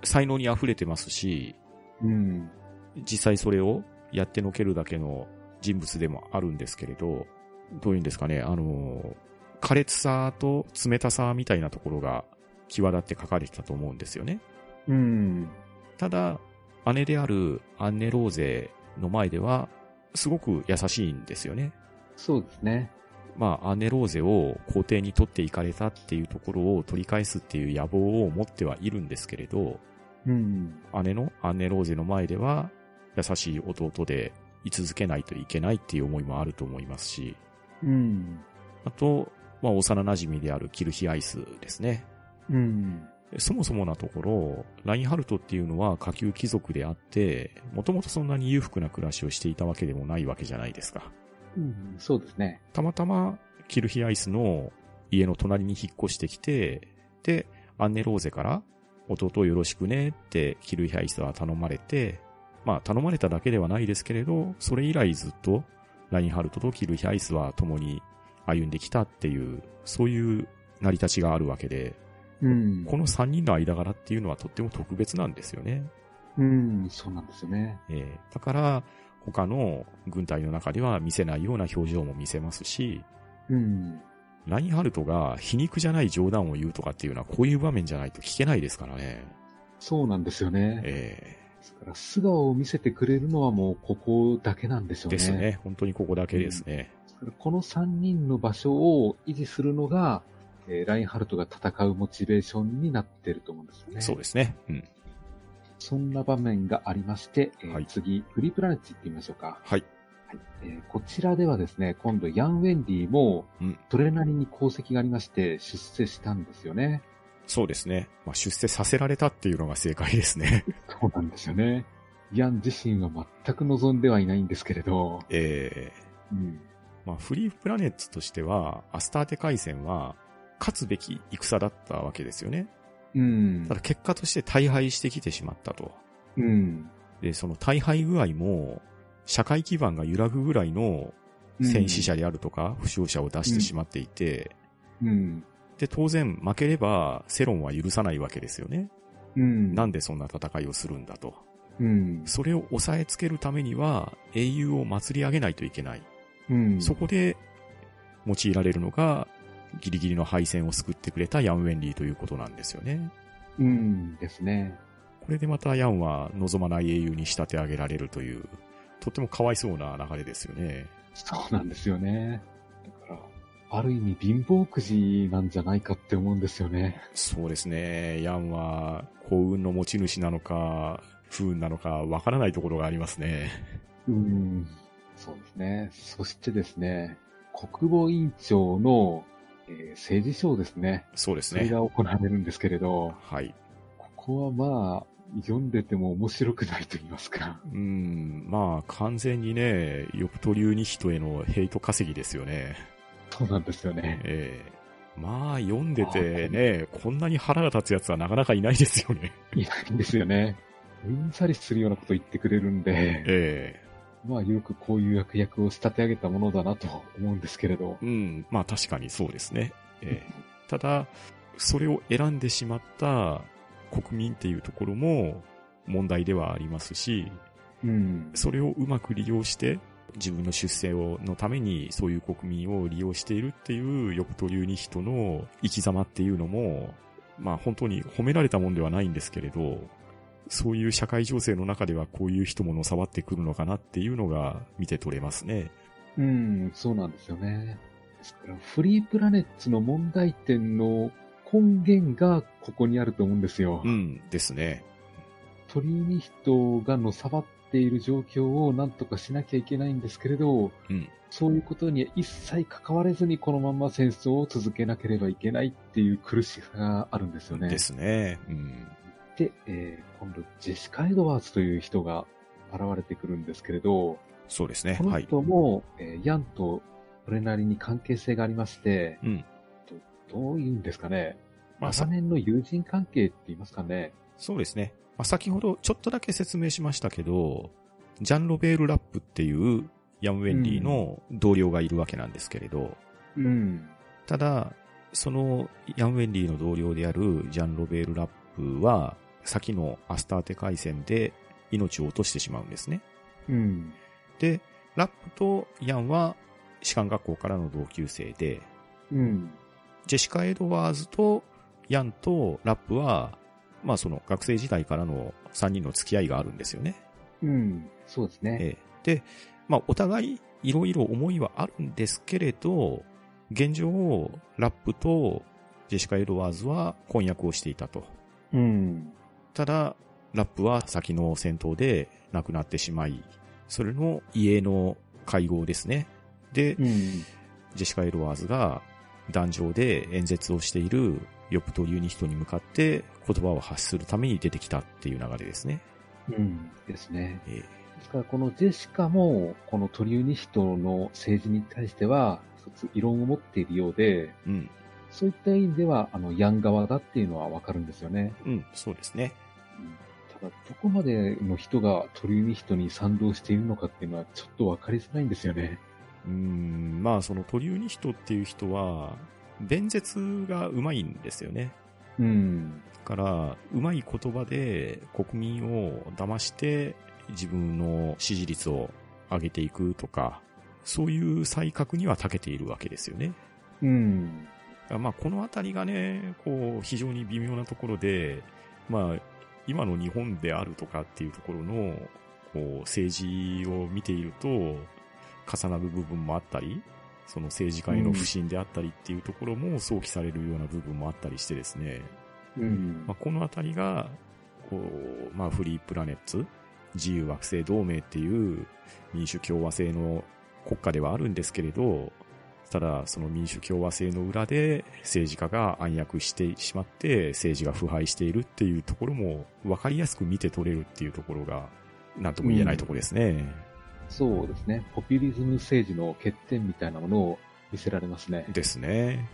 Speaker 1: 才能に溢れてますし、
Speaker 3: うん。
Speaker 1: 実際それをやってのけるだけの人物でもあるんですけれど、どういうんですかね、あの、苛烈さと冷たさみたいなところが際立って書かれてたと思うんですよね。
Speaker 3: うん。
Speaker 1: ただ、姉であるアンネローゼの前では、すごく優しいんですよね。
Speaker 3: そうですね。
Speaker 1: まあ、アンネローゼを皇帝に取っていかれたっていうところを取り返すっていう野望を持ってはいるんですけれど、
Speaker 3: うん。
Speaker 1: 姉のアンネローゼの前では、優しい弟で居続けないといけないっていう思いもあると思いますし、
Speaker 3: うん。
Speaker 1: あと、まあ、幼馴染であるキルヒアイスですね。
Speaker 3: うん。
Speaker 1: そもそもなところ、ラインハルトっていうのは下級貴族であって、もともとそんなに裕福な暮らしをしていたわけでもないわけじゃないですか。
Speaker 3: うん、そうですね。
Speaker 1: たまたま、キルヒアイスの家の隣に引っ越してきて、で、アンネローゼから、弟をよろしくねって、キルヒアイスは頼まれて、まあ、頼まれただけではないですけれど、それ以来ずっと、ラインハルトとキルヒアイスは共に歩んできたっていう、そういう成り立ちがあるわけで、
Speaker 3: うん
Speaker 1: この3人の間柄っていうのはとっても特別なんですよね。
Speaker 3: うん、そうなんですよね。
Speaker 1: えーだから、他の軍隊の中では見せないような表情も見せますし、
Speaker 3: うん。
Speaker 1: ラインハルトが皮肉じゃない冗談を言うとかっていうのはこういう場面じゃないと聞けないですからね。
Speaker 3: そうなんですよね。
Speaker 1: え
Speaker 3: ですから、素顔を見せてくれるのはもうここだけなんで
Speaker 1: え
Speaker 3: すよね。
Speaker 1: ですね。本当にここだけですね。
Speaker 3: ですから。この3人の場所を維持するのが、えーラインハルトが戦うモチベーションになってると思うんですよね。
Speaker 1: そうですね。うん。
Speaker 3: そんな場面がありまして、えー
Speaker 1: はい
Speaker 3: 次、フリープラネット行ってみましょうか。
Speaker 1: はい。
Speaker 3: えーこちらではですね、今度ヤン・ウェンディも
Speaker 1: うん、
Speaker 3: それなりに功績がありまして、出世したんですよね。
Speaker 1: そうですね。まあ、出世させられたっていうのが正解です ね。
Speaker 3: そうなんですよね。ヤン自身は全く望んではいないんですけれど、
Speaker 1: ええ
Speaker 3: うん、
Speaker 1: まあ、フリープラネッツとしては、アスターテ海戦は、勝つべき戦だったわけですよね。
Speaker 3: うん
Speaker 1: ただ結果として大敗してきてしまったと。
Speaker 3: うん、
Speaker 1: で、その大敗具合も、社会基盤が揺らぐぐらいの戦死者であるとか、負傷者を出してしまっていて、
Speaker 3: うん、
Speaker 1: で、当然負ければ世論は許さないわけですよね。
Speaker 3: うん、
Speaker 1: なんでそんな戦いをするんだと。
Speaker 3: うん、
Speaker 1: それを抑えつけるためには英雄を祭り上げないといけない。
Speaker 3: うん、
Speaker 1: そこで用いられるのがギリギリの敗戦を救ってくれたヤン・ウェンリーということなんですよね。
Speaker 3: うんですね。
Speaker 1: これでまたヤンは望まない英雄に仕立て上げられるという、とってもかわいそうな流れですよね。
Speaker 3: そうなんですよね。だから、ある意味貧乏くじなんじゃないかって思うんですよね。
Speaker 1: そうですね。ヤンは幸運の持ち主なのか、不運なのかわからないところがありますね。
Speaker 3: うん、そうですね。そしてですね、国防委員長の、えー政治賞ですね。
Speaker 1: そうです
Speaker 3: それ
Speaker 1: ね
Speaker 3: が。行われるんですけれど、
Speaker 1: はい。
Speaker 3: ここはまあ、読んでても面白くないと言いますか。
Speaker 1: うん、まあ完全にね、ヨプト流ニヒトへのヘイト稼ぎですよね。
Speaker 3: そうなんですよね。
Speaker 1: ええまあ読んでてね、こんなに腹が立つやつはなかなかいないですよね。
Speaker 3: いないんですよね。うんざりするようなこと言ってくれるんで、
Speaker 1: え
Speaker 3: まあよくこういう悪役を仕立て上げたものだなと思うんですけれど
Speaker 1: え。うん、まあ確かにそうですね。ええただ、それを選んでしまった国民っていうところも問題ではありますし、
Speaker 3: うん。
Speaker 1: それをうまく利用して自分の出世を、のためにそういう国民を利用しているっていう、ヨプト流ニヒトの生き様っていうのも、まあ本当に褒められたもんではないんですけれど、そういう社会情勢の中ではこういう人ものさばってくるのかなっていうのが見て取れますね。
Speaker 4: うん、そうなんですよね。
Speaker 3: ですから、フリープラネッツの問題点の根源がここにあると思うんですよ。
Speaker 1: うんですね。
Speaker 3: 鳥海人がのさばっている状況をなんとかしなきゃいけないんですけれど、
Speaker 1: うん
Speaker 3: そういうことには一切関われずにこのまま戦争を続けなければいけないっていう苦しさがあるんですよね。
Speaker 1: ですね。うん。
Speaker 3: で、えー今度、ジェシカ・エドワーズという人が現れてくるんですけれど、
Speaker 1: そうですね。
Speaker 3: この
Speaker 1: はい。
Speaker 3: 人も、えーヤンとそれなりに関係性がありまして、
Speaker 1: うん
Speaker 3: どういうんですかね、
Speaker 1: まあさ
Speaker 3: 長年の友人関係って言いますかね。
Speaker 1: そうですね。まあ、先ほどちょっとだけ説明しましたけど、ジャン・ロベール・ラップっていうヤン・ウェンリーの同僚がいるわけなんですけれど、
Speaker 3: うん。
Speaker 1: ただ、そのヤン・ウェンリーの同僚であるジャン・ロベール・ラップは、先のアスターテ海戦で命を落としてしまうんですね。
Speaker 3: うん。
Speaker 1: で、ラップとヤンは士官学校からの同級生で、
Speaker 3: うん。
Speaker 1: ジェシカ・エドワーズとヤンとラップは、まあその学生時代からの3人の付き合いがあるんですよね。
Speaker 3: うん。そうですね。
Speaker 1: ええで、まあ、お互いいろいろ思いはあるんですけれど、現状、ラップとジェシカ・エドワーズは婚約をしていたと。
Speaker 3: うん。
Speaker 1: ただ、ラップは先の戦闘で亡くなってしまい、それの家の会合ですね。で、
Speaker 3: うん。
Speaker 1: ジェシカ・エドワーズが壇上で演説をしているヨプト・ユニヒトに向かって言葉を発するために出てきたっていう流れですね。
Speaker 3: うん。ですね。
Speaker 1: ええ
Speaker 3: ですから、このジェシカも、このトリュニヒトの政治に対しては、一つ異論を持っているようで、
Speaker 1: うん、
Speaker 3: そういった意味では、あの、ヤン側だっていうのはわかるんですよね。
Speaker 1: うん、そうですね。
Speaker 3: ただ、どこまでの人がトリュニヒトに賛同しているのかっていうのは、ちょっとわかりづらいんですよね。
Speaker 1: うーん、まあそのトリューニヒトっていう人は、弁舌がうまいんですよね。
Speaker 3: うん。
Speaker 1: だから、うまい言葉で国民を騙して自分の支持率を上げていくとか、そういう才覚には長けているわけですよね。
Speaker 3: うん。
Speaker 1: だからまあこのあたりがね、こう非常に微妙なところで、まあ今の日本であるとかっていうところの、こう政治を見ていると重なる部分もあったり、その政治家への不信であったりっていうところも想起されるような部分もあったりしてですね、
Speaker 3: うん
Speaker 1: まあ、このあたりが、こう、まあフリープラネッツ、自由惑星同盟っていう民主共和制の国家ではあるんですけれど、ただその民主共和制の裏で政治家が暗躍してしまって政治が腐敗しているっていうところも分かりやすく見て取れるっていうところが、なんとも言えないところですね。
Speaker 3: そうですね。ポピュリズム政治の欠点みたいなものを見せられますね。
Speaker 1: ですね。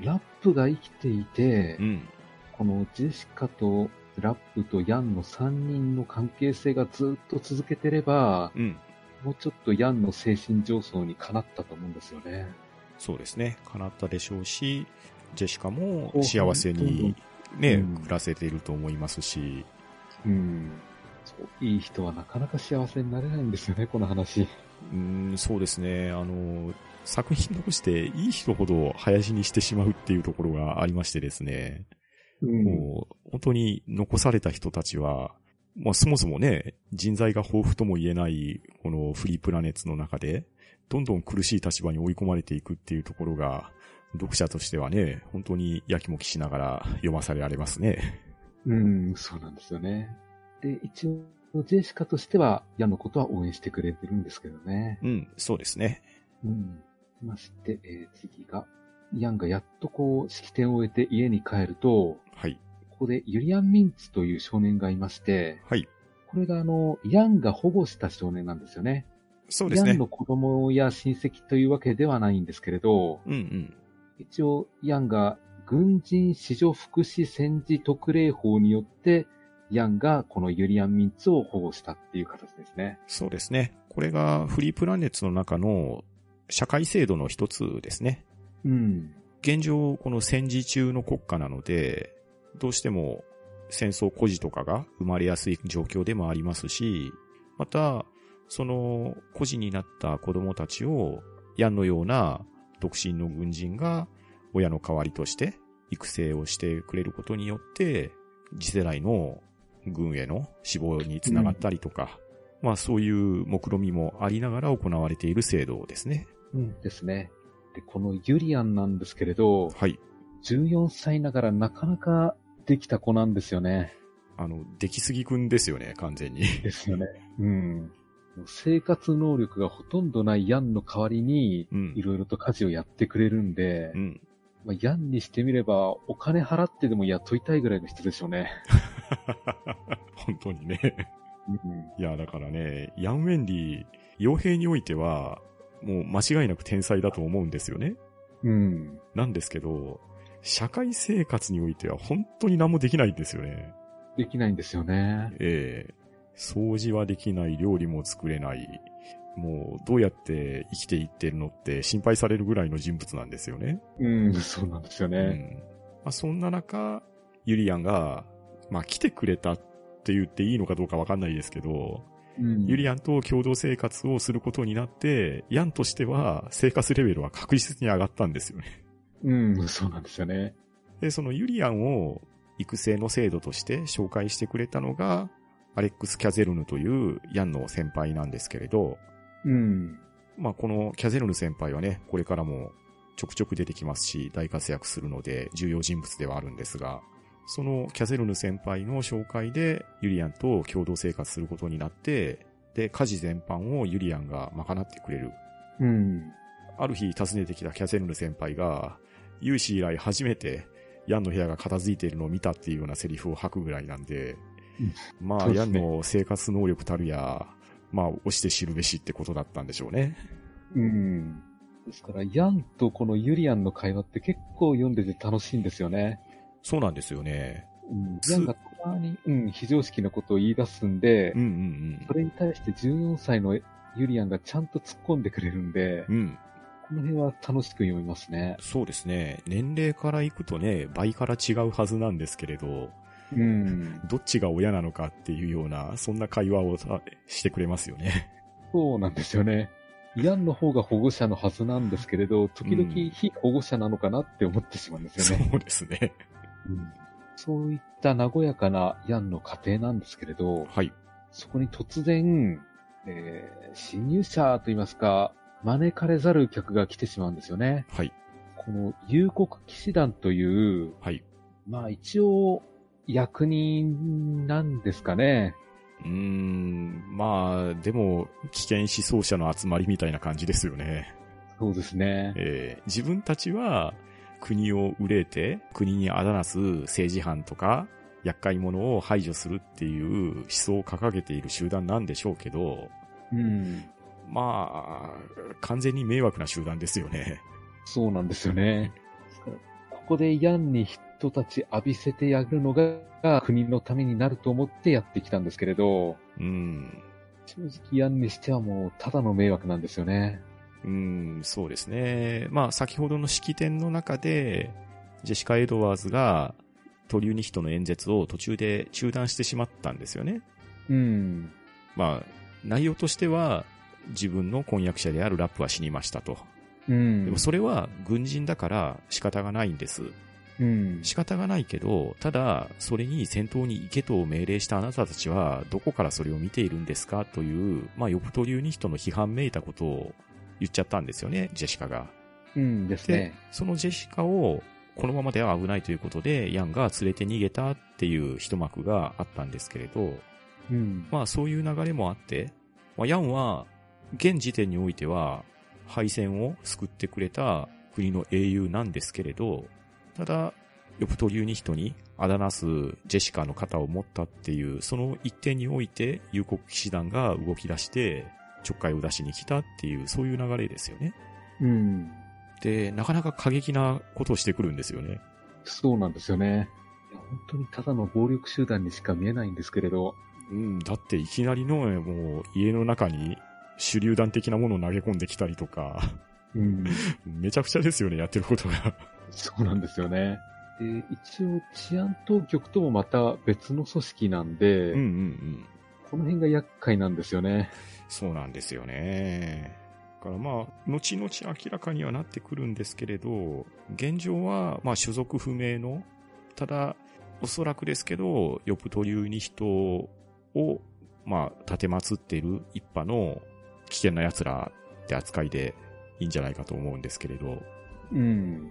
Speaker 3: ラップが生きていて、
Speaker 1: うん。
Speaker 3: このジェシカとラップとヤンの3人の関係性がずっと続けてれば、
Speaker 1: うん。
Speaker 3: もうちょっとヤンの精神上層にかなったと思うんですよね。
Speaker 1: そうですね。叶ったでしょうし、ジェシカも幸せにね、
Speaker 3: うん
Speaker 1: 暮らせていると思いますし、
Speaker 3: うん。そういい人はなかなか幸せになれないんですよね、この話。
Speaker 1: うーん、そうですね。あの、作品としていい人ほど林にしてしまうっていうところがありましてですね。
Speaker 3: うん。
Speaker 1: もう、本当に残された人たちは、まあそもそもね、人材が豊富とも言えない、このフリープラネッツの中で、どんどん苦しい立場に追い込まれていくっていうところが、読者としてはね、本当にやきもきしながら読まされられますね。
Speaker 3: うん、そうなんですよね。で、一応、ジェシカとしては、ヤンのことは応援してくれてるんですけどね。
Speaker 1: うん、そうですね。
Speaker 3: うん。まして、えー次が、ヤンがやっとこう、式典を終えて家に帰ると、
Speaker 1: はい。
Speaker 3: ここでユリアン・ミンツという少年がいまして、
Speaker 1: はい。
Speaker 3: これがあの、ヤンが保護した少年なんですよね。
Speaker 1: そうです
Speaker 3: ヤ
Speaker 1: ね
Speaker 3: ン。の子供や親戚というわけではないんですけれど、
Speaker 1: うんうん。
Speaker 3: 一応、ヤンが軍人史上福祉戦時特例法によって、ヤンがこのユリアン・ミンツを保護したっていう形ですね。
Speaker 1: そうですね。これがフリープラネッツの中の社会制度の一つですね。
Speaker 3: うん。
Speaker 1: 現状、この戦時中の国家なので、どうしても戦争孤児とかが生まれやすい状況でもありますし、また、その、孤児になった子供たちを、ヤンのような独身の軍人が、親の代わりとして、育成をしてくれることによって、次世代の軍への死亡につながったりとか、まあそういう目論みもありながら行われている制度ですね。
Speaker 5: うん。
Speaker 3: ですね。で、このユリアンなんですけれど、
Speaker 1: はい。
Speaker 3: 14歳ながらなかなかできた子なんですよね。
Speaker 1: あの、出来すぎくんですよね、完全に。
Speaker 3: ですよね。うん。もう生活能力がほとんどないヤンの代わりに、
Speaker 1: うん
Speaker 3: い。ろいろと家事をやってくれるんで
Speaker 1: う、ん。
Speaker 3: まあ、ヤンにしてみれば、お金払ってでも雇いたいぐらいの人でしょうね。
Speaker 1: 本当にね。
Speaker 3: うん。
Speaker 1: いや、だからね、ヤン・ウェンディ、傭兵においては、もう間違いなく天才だと思うんですよね。
Speaker 3: うん。
Speaker 1: なんですけど、社会生活においては本当に何もできないんですよね。
Speaker 3: できないんですよね。
Speaker 1: ええ掃除はできない、料理も作れない。もう、どうやって生きていってるのって心配されるぐらいの人物なんですよね。
Speaker 3: うん、そうなんですよ
Speaker 1: う
Speaker 3: ね。
Speaker 1: ん。まあ、そんな中、ユリアンが、まあ、来てくれたって言っていいのかどうかわかんないですけど、
Speaker 3: うん。
Speaker 1: ユリアンと共同生活をすることになって、ヤンとしては生活レベルは確実に上がったんですよね。
Speaker 3: うん、そうなんですよね。
Speaker 1: で、そのユリアンを育成の制度として紹介してくれたのが、アレックス・キャゼルヌというヤンの先輩なんですけれど、
Speaker 3: うん。
Speaker 1: まあこのキャゼルヌ先輩はね、これからもちょくちょく出てきますし、大活躍するので重要人物ではあるんですが、そのキャゼルヌ先輩の紹介でユリアンと共同生活することになって、で、家事全般をユリアンが賄ってくれる
Speaker 3: うん。
Speaker 1: ある日訪ねてきたキャセルヌ先輩が、ユーシー以来初めて、ヤンの部屋が片付いているのを見たっていうようなセリフを吐くぐらいなんで、まあ、
Speaker 3: そうで
Speaker 1: ヤ
Speaker 3: す
Speaker 1: ン
Speaker 3: ね
Speaker 1: の生活能力たるや、まあ、押して知るべしってことだったんでしょうね。
Speaker 3: うん。ですから、ヤンとこのユリアンの会話って結構読んでて楽しいんですよね。
Speaker 1: そうなんですよね。
Speaker 3: うん。
Speaker 1: す
Speaker 3: ヤンがたまに、うん、非常識なことを言い出すんで
Speaker 1: うん、うん
Speaker 3: それに対して14歳のユリアンがちゃんと突っ込んでくれるんで、
Speaker 1: うん。うん。
Speaker 3: この辺は楽しく読みますね。
Speaker 1: そうですね。年齢からいくとね、倍から違うはずなんですけれど、
Speaker 3: うん。
Speaker 1: どっちが親なのかっていうような、そんな会話をさしてくれますよね。
Speaker 3: そうなんですよね。ヤンの方が保護者のはずなんですけれど、時々
Speaker 1: うん
Speaker 3: 非保護者なのかなって思ってしまうんで す
Speaker 1: そ
Speaker 3: よね。
Speaker 1: うですね。
Speaker 3: うんそういった和やかなヤンの家庭なんですけれど、
Speaker 1: はい。
Speaker 3: そこに突然、えー侵入者といいますか、招かれざる客が来てしまうんですよね。
Speaker 1: はい。
Speaker 3: この、遊国騎士団という、
Speaker 1: はい。
Speaker 3: まあ一応、役人なんですかね。
Speaker 1: うーん、まあ、でも、危険思想者の集まりみたいな感じですよね。
Speaker 3: そうですね。
Speaker 1: えー自分たちは国を憂えて、国にあだなす政治犯とか、厄介者を排除するっていう思想を掲げている集団なんでしょうけど、
Speaker 3: うん。
Speaker 1: まあ、完全に迷惑な集団ですよね。
Speaker 3: そうなんですよね。ここでヤンに人たち浴びせてやるのが国のためになると思ってやってきたんですけれど、
Speaker 1: うん。
Speaker 3: 正直ヤンにしてはもうただの迷惑なんですよね。
Speaker 1: うん、そうですね。まあ、先ほどの式典の中で、ジェシカ・エドワーズが、トリュニヒトの演説を途中で中断してしまったんですよね。
Speaker 3: うん。
Speaker 1: まあ、内容としては、自分の婚約者であるラップは死にましたと。
Speaker 3: う
Speaker 1: で
Speaker 3: ん
Speaker 1: も。それは軍人だから仕方がないんです。
Speaker 3: うん。
Speaker 1: 仕方がないけど、ただ、それに戦闘に行けと命令したあなたたちは、どこからそれを見ているんですかという、まあ、ヨプトリューニヒトの批判めいたことを言っちゃったんですよね、ジェシカが。
Speaker 3: うんです
Speaker 1: で、
Speaker 3: ね。
Speaker 1: そのジェシカを、このままでは危ないということで、ヤンが連れて逃げたっていう一幕があったんですけれど、
Speaker 3: うん。
Speaker 1: まあそういう流れもあって、まあ、ヤンは、現時点においては、敗戦を救ってくれた国の英雄なんですけれど、ただ、ヨプトリューニヒトにあだなすジェシカの肩を持ったっていう、その一点において、有国騎士団が動き出して、ちょっかいを出しに来たっていう、そういう流れですよね。
Speaker 3: うん。
Speaker 1: で、なかなか過激なことをしてくるんですよね。
Speaker 3: そうなんですよね。いや本当にただの暴力集団にしか見えないんですけれど。
Speaker 1: うん、だっていきなりの、もう、家の中に、手榴弾的なものを投げ込んできたりとか、
Speaker 3: うん。
Speaker 1: めちゃくちゃですよね、やってることが。
Speaker 3: そうなんですよね。で、一応治安当局ともまた別の組織なんで、
Speaker 1: うんうんうん。
Speaker 3: この辺が厄介なんですよね。
Speaker 1: そうなんですよね。だからまあ、後々明らかにはなってくるんですけれど、現状はまあ所属不明の、ただ、おそらくですけど、ヨプト流に人を、まあ、立てまつっている一派の危険な奴らって扱いでいいんじゃないかと思うんですけれど。
Speaker 4: うん。
Speaker 3: で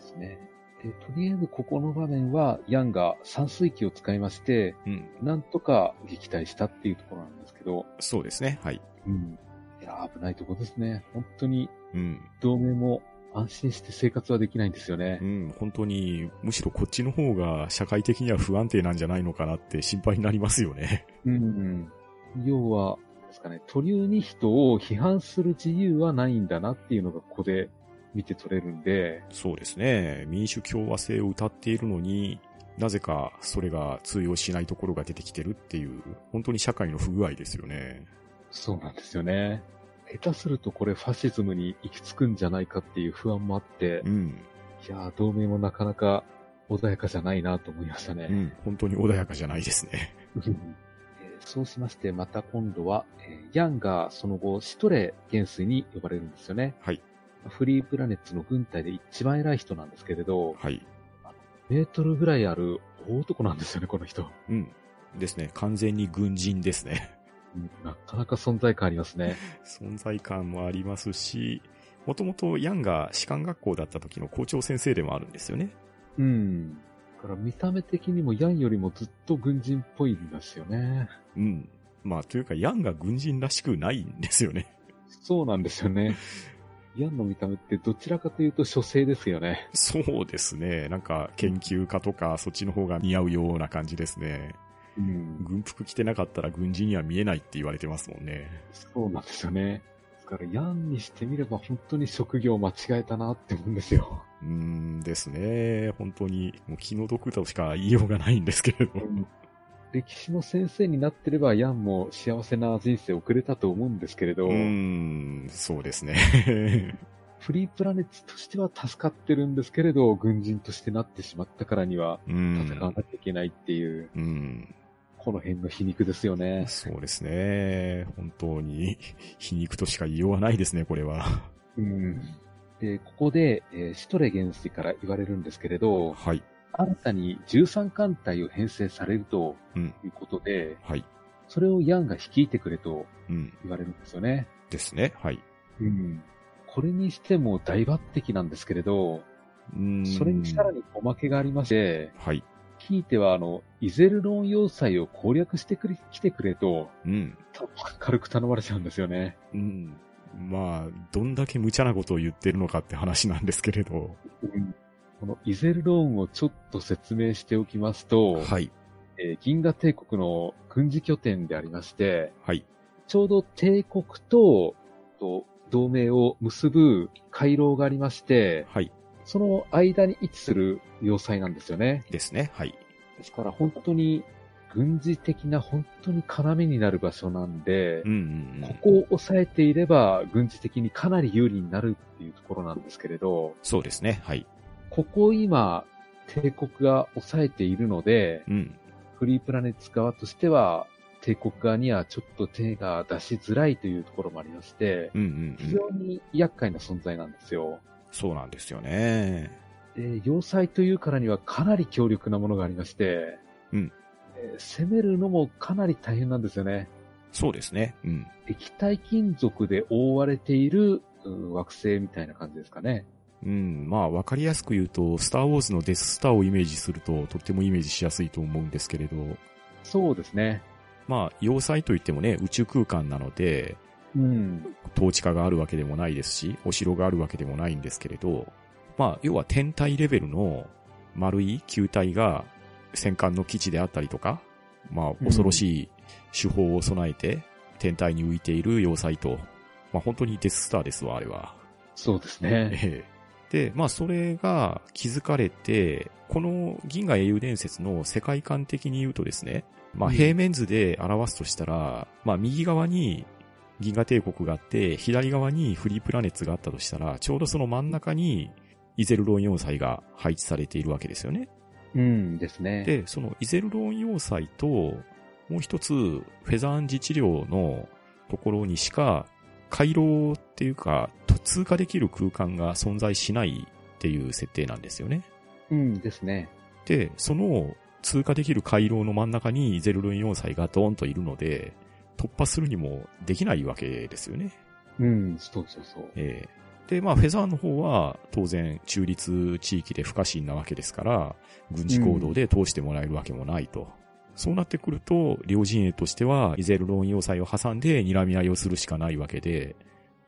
Speaker 3: すね。で、とりあえずここの場面は、ヤンが散水器を使いまして、
Speaker 1: うん。
Speaker 3: なんとか撃退したっていうところなんですけど、
Speaker 1: そうですね。はい。
Speaker 3: うん。いやー、危ないとこですね。本当に、
Speaker 1: うん。
Speaker 3: 同盟も安心して生活はできないんですよね
Speaker 1: う。ん、本当に、むしろこっちの方が社会的には不安定なんじゃないのかなって心配になりますよね。
Speaker 3: うん、うん。要は、ですかね、トリューに人を批判する自由はないんだなっていうのがここで見て取れるんで、
Speaker 1: そうですね。民主共和制を謳っているのに、なぜかそれが通用しないところが出てきてるっていう、本当に社会の不具合ですよね。
Speaker 3: そうなんですよね。下手するとこれファシズムに行き着くんじゃないかっていう不安もあって
Speaker 1: う、ん。
Speaker 3: いやー、同盟もなかなか穏やかじゃないなと思いました
Speaker 1: う
Speaker 3: ね。
Speaker 1: ん、本当に穏やかじゃないですね。
Speaker 3: えーそうしまして、また今度は、えーヤンがその後、シトレ元帥に呼ばれるんですよね。
Speaker 1: はい。
Speaker 3: フリープラネッツの軍隊で一番偉い人なんですけれど、
Speaker 1: はい。
Speaker 3: メートルぐらいある大男なんですよね、この人。
Speaker 1: うん。ですね。完全に軍人ですね。
Speaker 3: うんなかなか存在感ありますね。
Speaker 1: 存在感もありますし、もともとヤンが士官学校だった時の校長先生でもあるんですよね。
Speaker 3: うん。だから見た目的にもヤンよりもずっと軍人っぽいんですよね。
Speaker 1: うん。まあ、というか、ヤンが軍人らしくないんです よね。
Speaker 3: そうなんですよね。ヤンの見た目ってどちらかというと書生ですよね。
Speaker 1: そうですね。なんか、研究家とか、そっちの方が似合うような感じですね。
Speaker 3: うん。
Speaker 1: 軍服着てなかったら軍人には見えないって言われてますもんね。
Speaker 3: そうなんですよね。ですから、ヤンにしてみれば本当に職業間違えたなって思うんですよ。
Speaker 1: うーんですね。本当に、もう気の毒としか言いようがないんですけれど。
Speaker 3: 歴史の先生になってれば、ヤンも幸せな人生を送れたと思うんですけれど、
Speaker 1: うーん、そうですね。
Speaker 3: フリープラネッツとしては助かってるんですけれど、軍人としてなってしまったからには、
Speaker 1: う
Speaker 3: 戦わ
Speaker 1: ん。
Speaker 3: なきゃいけないっていう、
Speaker 1: うん。
Speaker 3: この辺の皮肉ですよね。
Speaker 1: そうですね。本当に、皮肉としか言いようがないですね、これは。
Speaker 3: うん。で、ここで、えーシトレ元帥から言われるんですけれど、
Speaker 1: はい。
Speaker 3: 新たに13艦隊を編成されると
Speaker 1: うん。
Speaker 3: いうことで、
Speaker 1: はい。
Speaker 3: それをヤンが率いてくれと
Speaker 1: うん。
Speaker 3: 言われるんですよね。
Speaker 1: ですね。はい。
Speaker 3: うん。これにしても大抜擢なんですけれど、
Speaker 1: うーん
Speaker 3: それにさらにおまけがありまして、
Speaker 1: はい。
Speaker 3: 聞いてはあの、イゼルロン要塞を攻略してくれ、来てくれと、
Speaker 1: うん。
Speaker 3: 軽く頼まれちゃうんですよね。
Speaker 1: うん。まあ、どんだけ無茶なことを言ってるのかって話なんですけれど。
Speaker 3: うん。このイゼルローンをちょっと説明しておきますと、
Speaker 1: はい。
Speaker 3: えー銀河帝国の軍事拠点でありまして、
Speaker 1: はい。
Speaker 3: ちょうど帝国とと同盟を結ぶ回廊がありまして、
Speaker 1: はい。
Speaker 3: その間に位置する要塞なんですよね。
Speaker 1: ですね。はい。
Speaker 3: ですから本当に軍事的な本当に要になる場所なんで
Speaker 1: う、ん、うん。
Speaker 3: ここを抑えていれば軍事的にかなり有利になるっていうところなんですけれど、
Speaker 1: そうですね。はい。
Speaker 3: ここを今帝国が抑えているので、
Speaker 1: うん。
Speaker 3: フリープラネッツ側としては帝国側にはちょっと手が出しづらいというところもありまして、
Speaker 1: うんうん、
Speaker 3: 非
Speaker 1: うん。
Speaker 3: 常に厄介な存在なんですよ。
Speaker 1: そうなんですよね。
Speaker 3: で、要塞というからにはかなり強力なものがありまして、
Speaker 1: うん
Speaker 3: えー攻めるのもかなり大変なんですよね。
Speaker 1: そうですね。うん。
Speaker 3: 液体金属で覆われているうん惑星みたいな感じですかね。
Speaker 1: うん。まあ、わかりやすく言うと、スターウォーズのデススターをイメージすると、とってもイメージしやすいと思うんですけれど、
Speaker 3: そうですね。
Speaker 1: まあ、要塞といってもね、宇宙空間なので、
Speaker 3: うん。
Speaker 1: 統治下があるわけでもないですし、お城があるわけでもないんですけれど、まあ、要は天体レベルの丸い球体が戦艦の基地であったりとか、まあ、恐ろしい手法を備えて天体に浮いている要塞と、まあ、本当にデススターですわ、あれは。
Speaker 3: そうですね。
Speaker 1: ええで、まあ、それが気づかれて、この銀河英雄伝説の世界観的に言うとですね、まあ、
Speaker 3: うん
Speaker 1: 平面図で表すとしたら、まあ、右側に銀河帝国があって、左側にフリープラネッツがあったとしたら、ちょうどその真ん中にイゼルロン要塞が配置されているわけですよね。
Speaker 3: うんですね。
Speaker 1: で、そのイゼルロン要塞と、もう一つ、フェザーン自治領のところにしか、回廊っていうか、と通過できる空間が存在しないっていう設定なんですよね。
Speaker 3: うんですね。
Speaker 1: で、その通過できる回廊の真ん中にゼルロン要塞がドーンといるので、突破するにもできないわけですよね。
Speaker 3: うん、そうそうそう。
Speaker 1: ええで、まあ、フェザーの方は、当然、中立地域で不可侵なわけですから、軍事行動で通してもらえるわけもないと。そうなってくると、両陣営としては、イゼルロン要塞を挟んで睨み合いをするしかないわけで、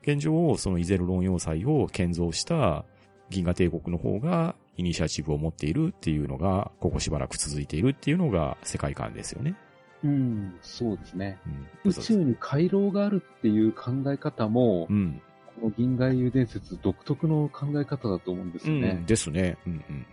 Speaker 1: 現状、そのイゼルロン要塞を建造した銀河帝国の方が、イニシアチブを持っているっていうのが、ここしばらく続いているっていうのが世界観ですよね。
Speaker 3: うん、そうですね。
Speaker 1: うん。
Speaker 3: 宇宙に回廊があるっていう考え方も、
Speaker 1: うん。
Speaker 3: この銀河英雄伝説独特の考え方だと思うんです
Speaker 1: う
Speaker 3: よね。
Speaker 1: ん。ですね。うんうん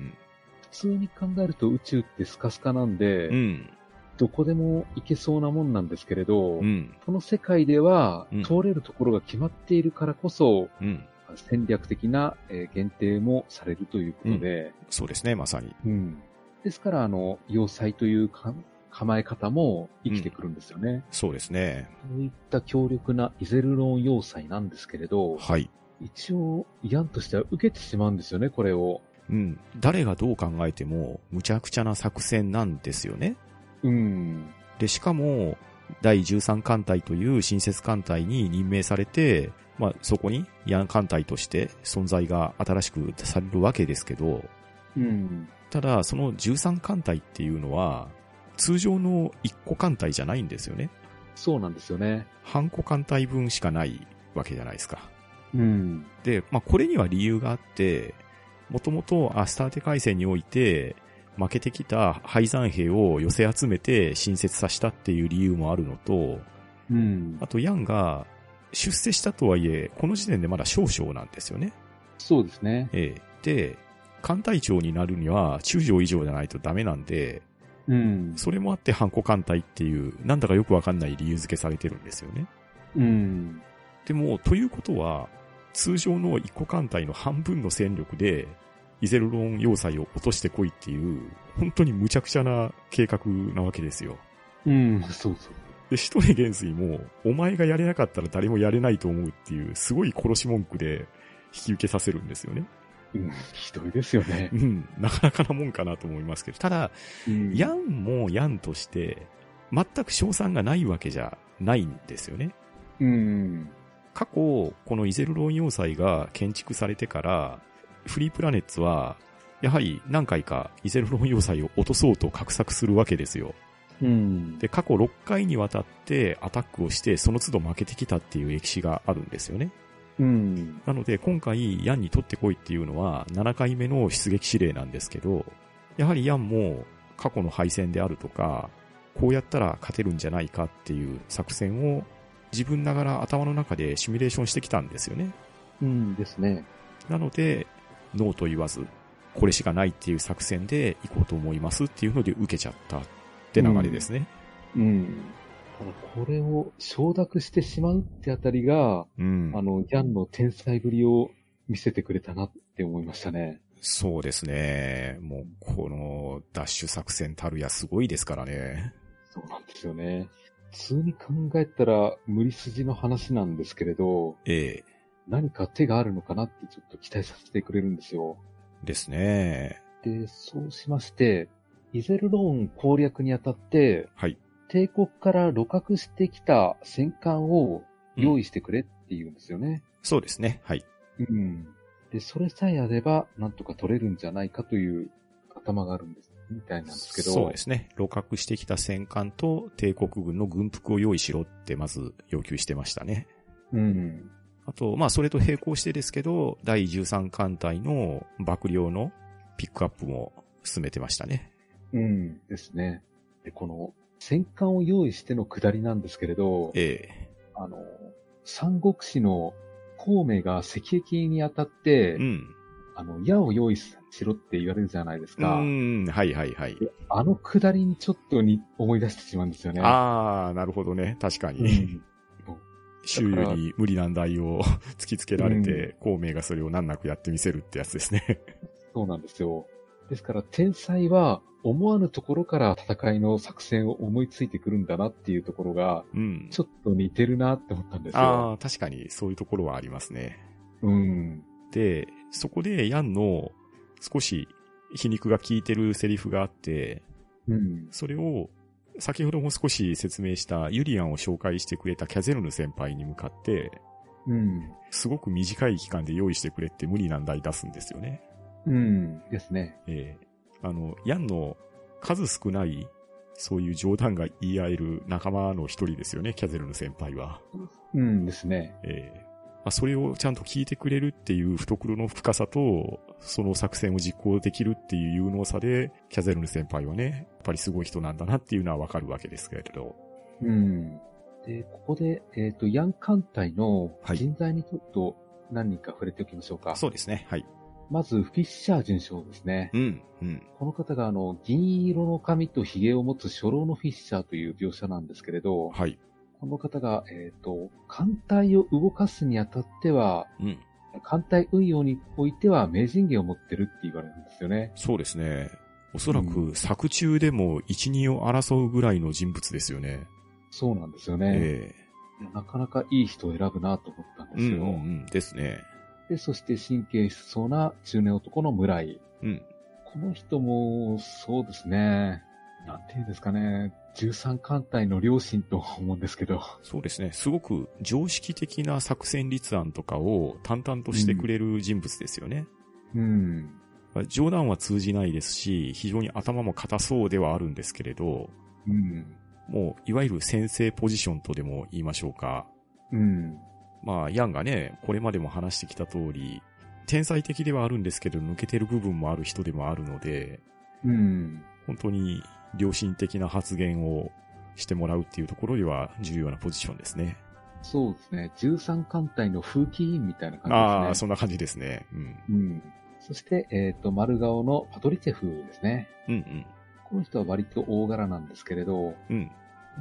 Speaker 3: 普通に考えると宇宙ってスカスカなんで、
Speaker 1: うん。うん。
Speaker 3: どこでも行けそうなもんなんですけれど、
Speaker 1: うん。
Speaker 3: この世界では
Speaker 1: うん
Speaker 3: 通れるところが決まっているからこそ、
Speaker 1: うん。
Speaker 3: 戦略的なえー限定もされるということで、
Speaker 1: そうですね、まさに。
Speaker 3: うんですから、あの、要塞というか構え方も生きてくるんですよね。
Speaker 1: そうですね。
Speaker 3: そういった強力なイゼルロン要塞なんですけれど、
Speaker 1: はい。
Speaker 3: 一応、イアンとしては受けてしまうんですよね、これを。
Speaker 1: うん。誰がどう考えても、むちゃくちゃな作戦なんですよね。
Speaker 3: うん。
Speaker 1: で、しかも、第13艦隊という新設艦隊に任命されて、まあ、そこに慰安艦隊として存在が新しくされるわけですけど、
Speaker 3: うん。
Speaker 1: ただ、その13艦隊っていうのは、通常の1個艦隊じゃないんですよね。
Speaker 3: そうなんですよね。
Speaker 1: 半個艦隊分しかないわけじゃないですか。
Speaker 3: うん。
Speaker 1: で、まあ、これには理由があって、もともとアスターテ海戦において、負けてきた敗残兵を寄せ集めて新設させたっていう理由もあるのと、
Speaker 3: うん。
Speaker 1: あとヤンが出世したとはいえ、この時点でまだ少々なんですよね。
Speaker 3: そうですね。
Speaker 1: ええ。で、艦隊長になるには中将以上じゃないとダメなんで、
Speaker 3: うん。
Speaker 1: それもあって反抗艦隊っていう、なんだかよくわかんない理由付けされてるんですよね。
Speaker 3: うん。
Speaker 1: でも、ということは、通常の一個艦隊の半分の戦力で、イゼルロン要塞を落としてこいっていう、本当に無茶苦茶な計画なわけですよ。
Speaker 3: うん。そうそう。
Speaker 1: で、シトレ元帥も、お前がやれなかったら誰もやれないと思うっていう、すごい殺し文句で引き受けさせるんですよね。
Speaker 3: うん、ひどいですよね
Speaker 1: う。ん、なかなかなもんかなと思いますけど。ただ、ヤンもヤンとして、全く賞賛がないわけじゃないんですよね。
Speaker 3: うん。
Speaker 1: 過去、このイゼルロン要塞が建築されてから、フリープラネッツは、やはり何回かイゼルロン要塞を落とそうと画策するわけですよ。
Speaker 3: うん。
Speaker 1: で、過去6回にわたってアタックをして、その都度負けてきたっていう歴史があるんですよね。
Speaker 3: うん。
Speaker 1: なので、今回、ヤンに取ってこいっていうのは、7回目の出撃指令なんですけど、やはりヤンも過去の敗戦であるとか、こうやったら勝てるんじゃないかっていう作戦を自分ながら頭の中でシミュレーションしてきたんですよね。
Speaker 3: うんですね。
Speaker 1: なので、ノーと言わず、これしかないっていう作戦で行こうと思いますっていうので受けちゃったって流れですね。
Speaker 3: うん。ただ、これを承諾してしまうってあたりが、
Speaker 1: うん。
Speaker 3: あの、ギャンの天才ぶりを見せてくれたなって思いましたね。
Speaker 1: そうですね。もう、このダッシュ作戦たるやすごいですからね。
Speaker 3: そうなんですよね。普通に考えたら無理筋の話なんですけれど、
Speaker 1: ええ
Speaker 3: 何か手があるのかなってちょっと期待させてくれるんですよ。
Speaker 1: ですね。
Speaker 3: で、そうしまして、イゼルローン攻略にあたって、
Speaker 1: はい。
Speaker 3: 帝国から露獲してきた戦艦を用意してくれって言うんですよね。
Speaker 1: そうですね。はい。
Speaker 3: うん。で、それさえあれば、なんとか取れるんじゃないかという頭があるんです、みたいなんですけど。
Speaker 1: そうですね。露獲してきた戦艦と帝国軍の軍服を用意しろってまず要求してましたね。
Speaker 3: うん。
Speaker 1: あと、まあ、それと並行してですけど、第13艦隊の幕僚のピックアップも進めてましたね。
Speaker 3: うん。ですね。で、この、戦艦を用意しての下りなんですけれど、
Speaker 1: え
Speaker 3: あの、三国志の孔明が石壁にあたっ
Speaker 1: え
Speaker 3: て、
Speaker 1: うん。
Speaker 3: あの、矢を用意しろって言われるじゃないです
Speaker 1: う
Speaker 3: か。
Speaker 1: ん、はいはいはい。
Speaker 3: あの下りにちょっとに思い出してしまうんですよね。
Speaker 1: あー、なるほどね。確か
Speaker 3: う
Speaker 1: に。
Speaker 3: ん、
Speaker 1: 周囲に無理難題を 突きつけられて、孔明がそれを難なくやってみせるってやつですね。
Speaker 3: そうなんですよ。
Speaker 6: ですから、天才は思わぬところから戦いの作戦を思いついてくるんだなっていうところが、
Speaker 1: うん。
Speaker 6: ちょっと似てるなって思ったんですよ。
Speaker 1: ああ、確かにそういうところはありますね。
Speaker 6: うん。
Speaker 1: で、そこでヤンの少し皮肉が効いてるセリフがあって、
Speaker 6: うん。
Speaker 1: それを先ほども少し説明したユリアンを紹介してくれたキャゼルヌ先輩に向かって、
Speaker 6: うん。
Speaker 1: すごく短い期間で用意してくれって無理難題出すんですよね。
Speaker 6: うん。
Speaker 3: ですね。
Speaker 1: ええあの、ヤンの数少ない、そういう冗談が言い合える仲間の一人ですよね、キャゼルヌ先輩は。
Speaker 6: うんですね。
Speaker 1: ええまあ、それをちゃんと聞いてくれるっていう懐の深さと、その作戦を実行できるっていう有能さで、キャゼルヌ先輩はね、やっぱりすごい人なんだなっていうのはわかるわけですけれど。
Speaker 6: うん。
Speaker 3: で、ここで、えっ、と、ヤン艦隊の
Speaker 1: はい
Speaker 3: 人材にちょっと何人か触れておきましょうか。
Speaker 1: そうですね、はい。
Speaker 3: まず、フィッシャー准将ですね。
Speaker 1: うん、うん。
Speaker 3: この方が、あの、銀色の髪と髭を持つ初老のフィッシャーという描写なんですけれど、
Speaker 1: はい。
Speaker 3: この方が、えっ、と、艦隊を動かすにあたっては、
Speaker 1: うん。
Speaker 3: 艦隊運用においては名人芸を持ってるって言われるんですよね。
Speaker 1: そうですね。おそらく作中でも一二を争うぐらいの人物ですよね。
Speaker 3: そうなんですよね。
Speaker 1: え
Speaker 3: いやなかなかいい人を選ぶなと思ったん
Speaker 1: え
Speaker 3: ですよ。
Speaker 1: うんうんうん。ですね。
Speaker 3: で、そして神経質そうな中年男の村井。
Speaker 1: うん。
Speaker 3: この人も、そうですね。なんていうんですかね。13艦隊の両親と思うんですけど。
Speaker 1: そうですね。すごく常識的な作戦立案とかを淡々としてくれる人物ですよね。
Speaker 3: うん。
Speaker 1: 冗談は通じないですし、非常に頭も硬そうではあるんですけれど、
Speaker 3: うん。
Speaker 1: もう、いわゆる先生ポジションとでも言いましょうか。
Speaker 3: うん。
Speaker 1: まあ、ヤンがね、これまでも話してきた通り、天才的ではあるんですけど、抜けてる部分もある人でもあるので、
Speaker 3: うん。
Speaker 1: 本当に良心的な発言をしてもらうっていうところでは重要なポジションですね。
Speaker 3: そうですね。13艦隊の風紀委員みたいな感
Speaker 1: ああ、
Speaker 3: じですね。
Speaker 1: そんな感じですね。うん。
Speaker 3: うん。そして、えっ、と、丸顔のパトリチェフですね。
Speaker 1: うん
Speaker 3: この人は割と大柄なんですけれど、
Speaker 1: うん。うん。
Speaker 3: こ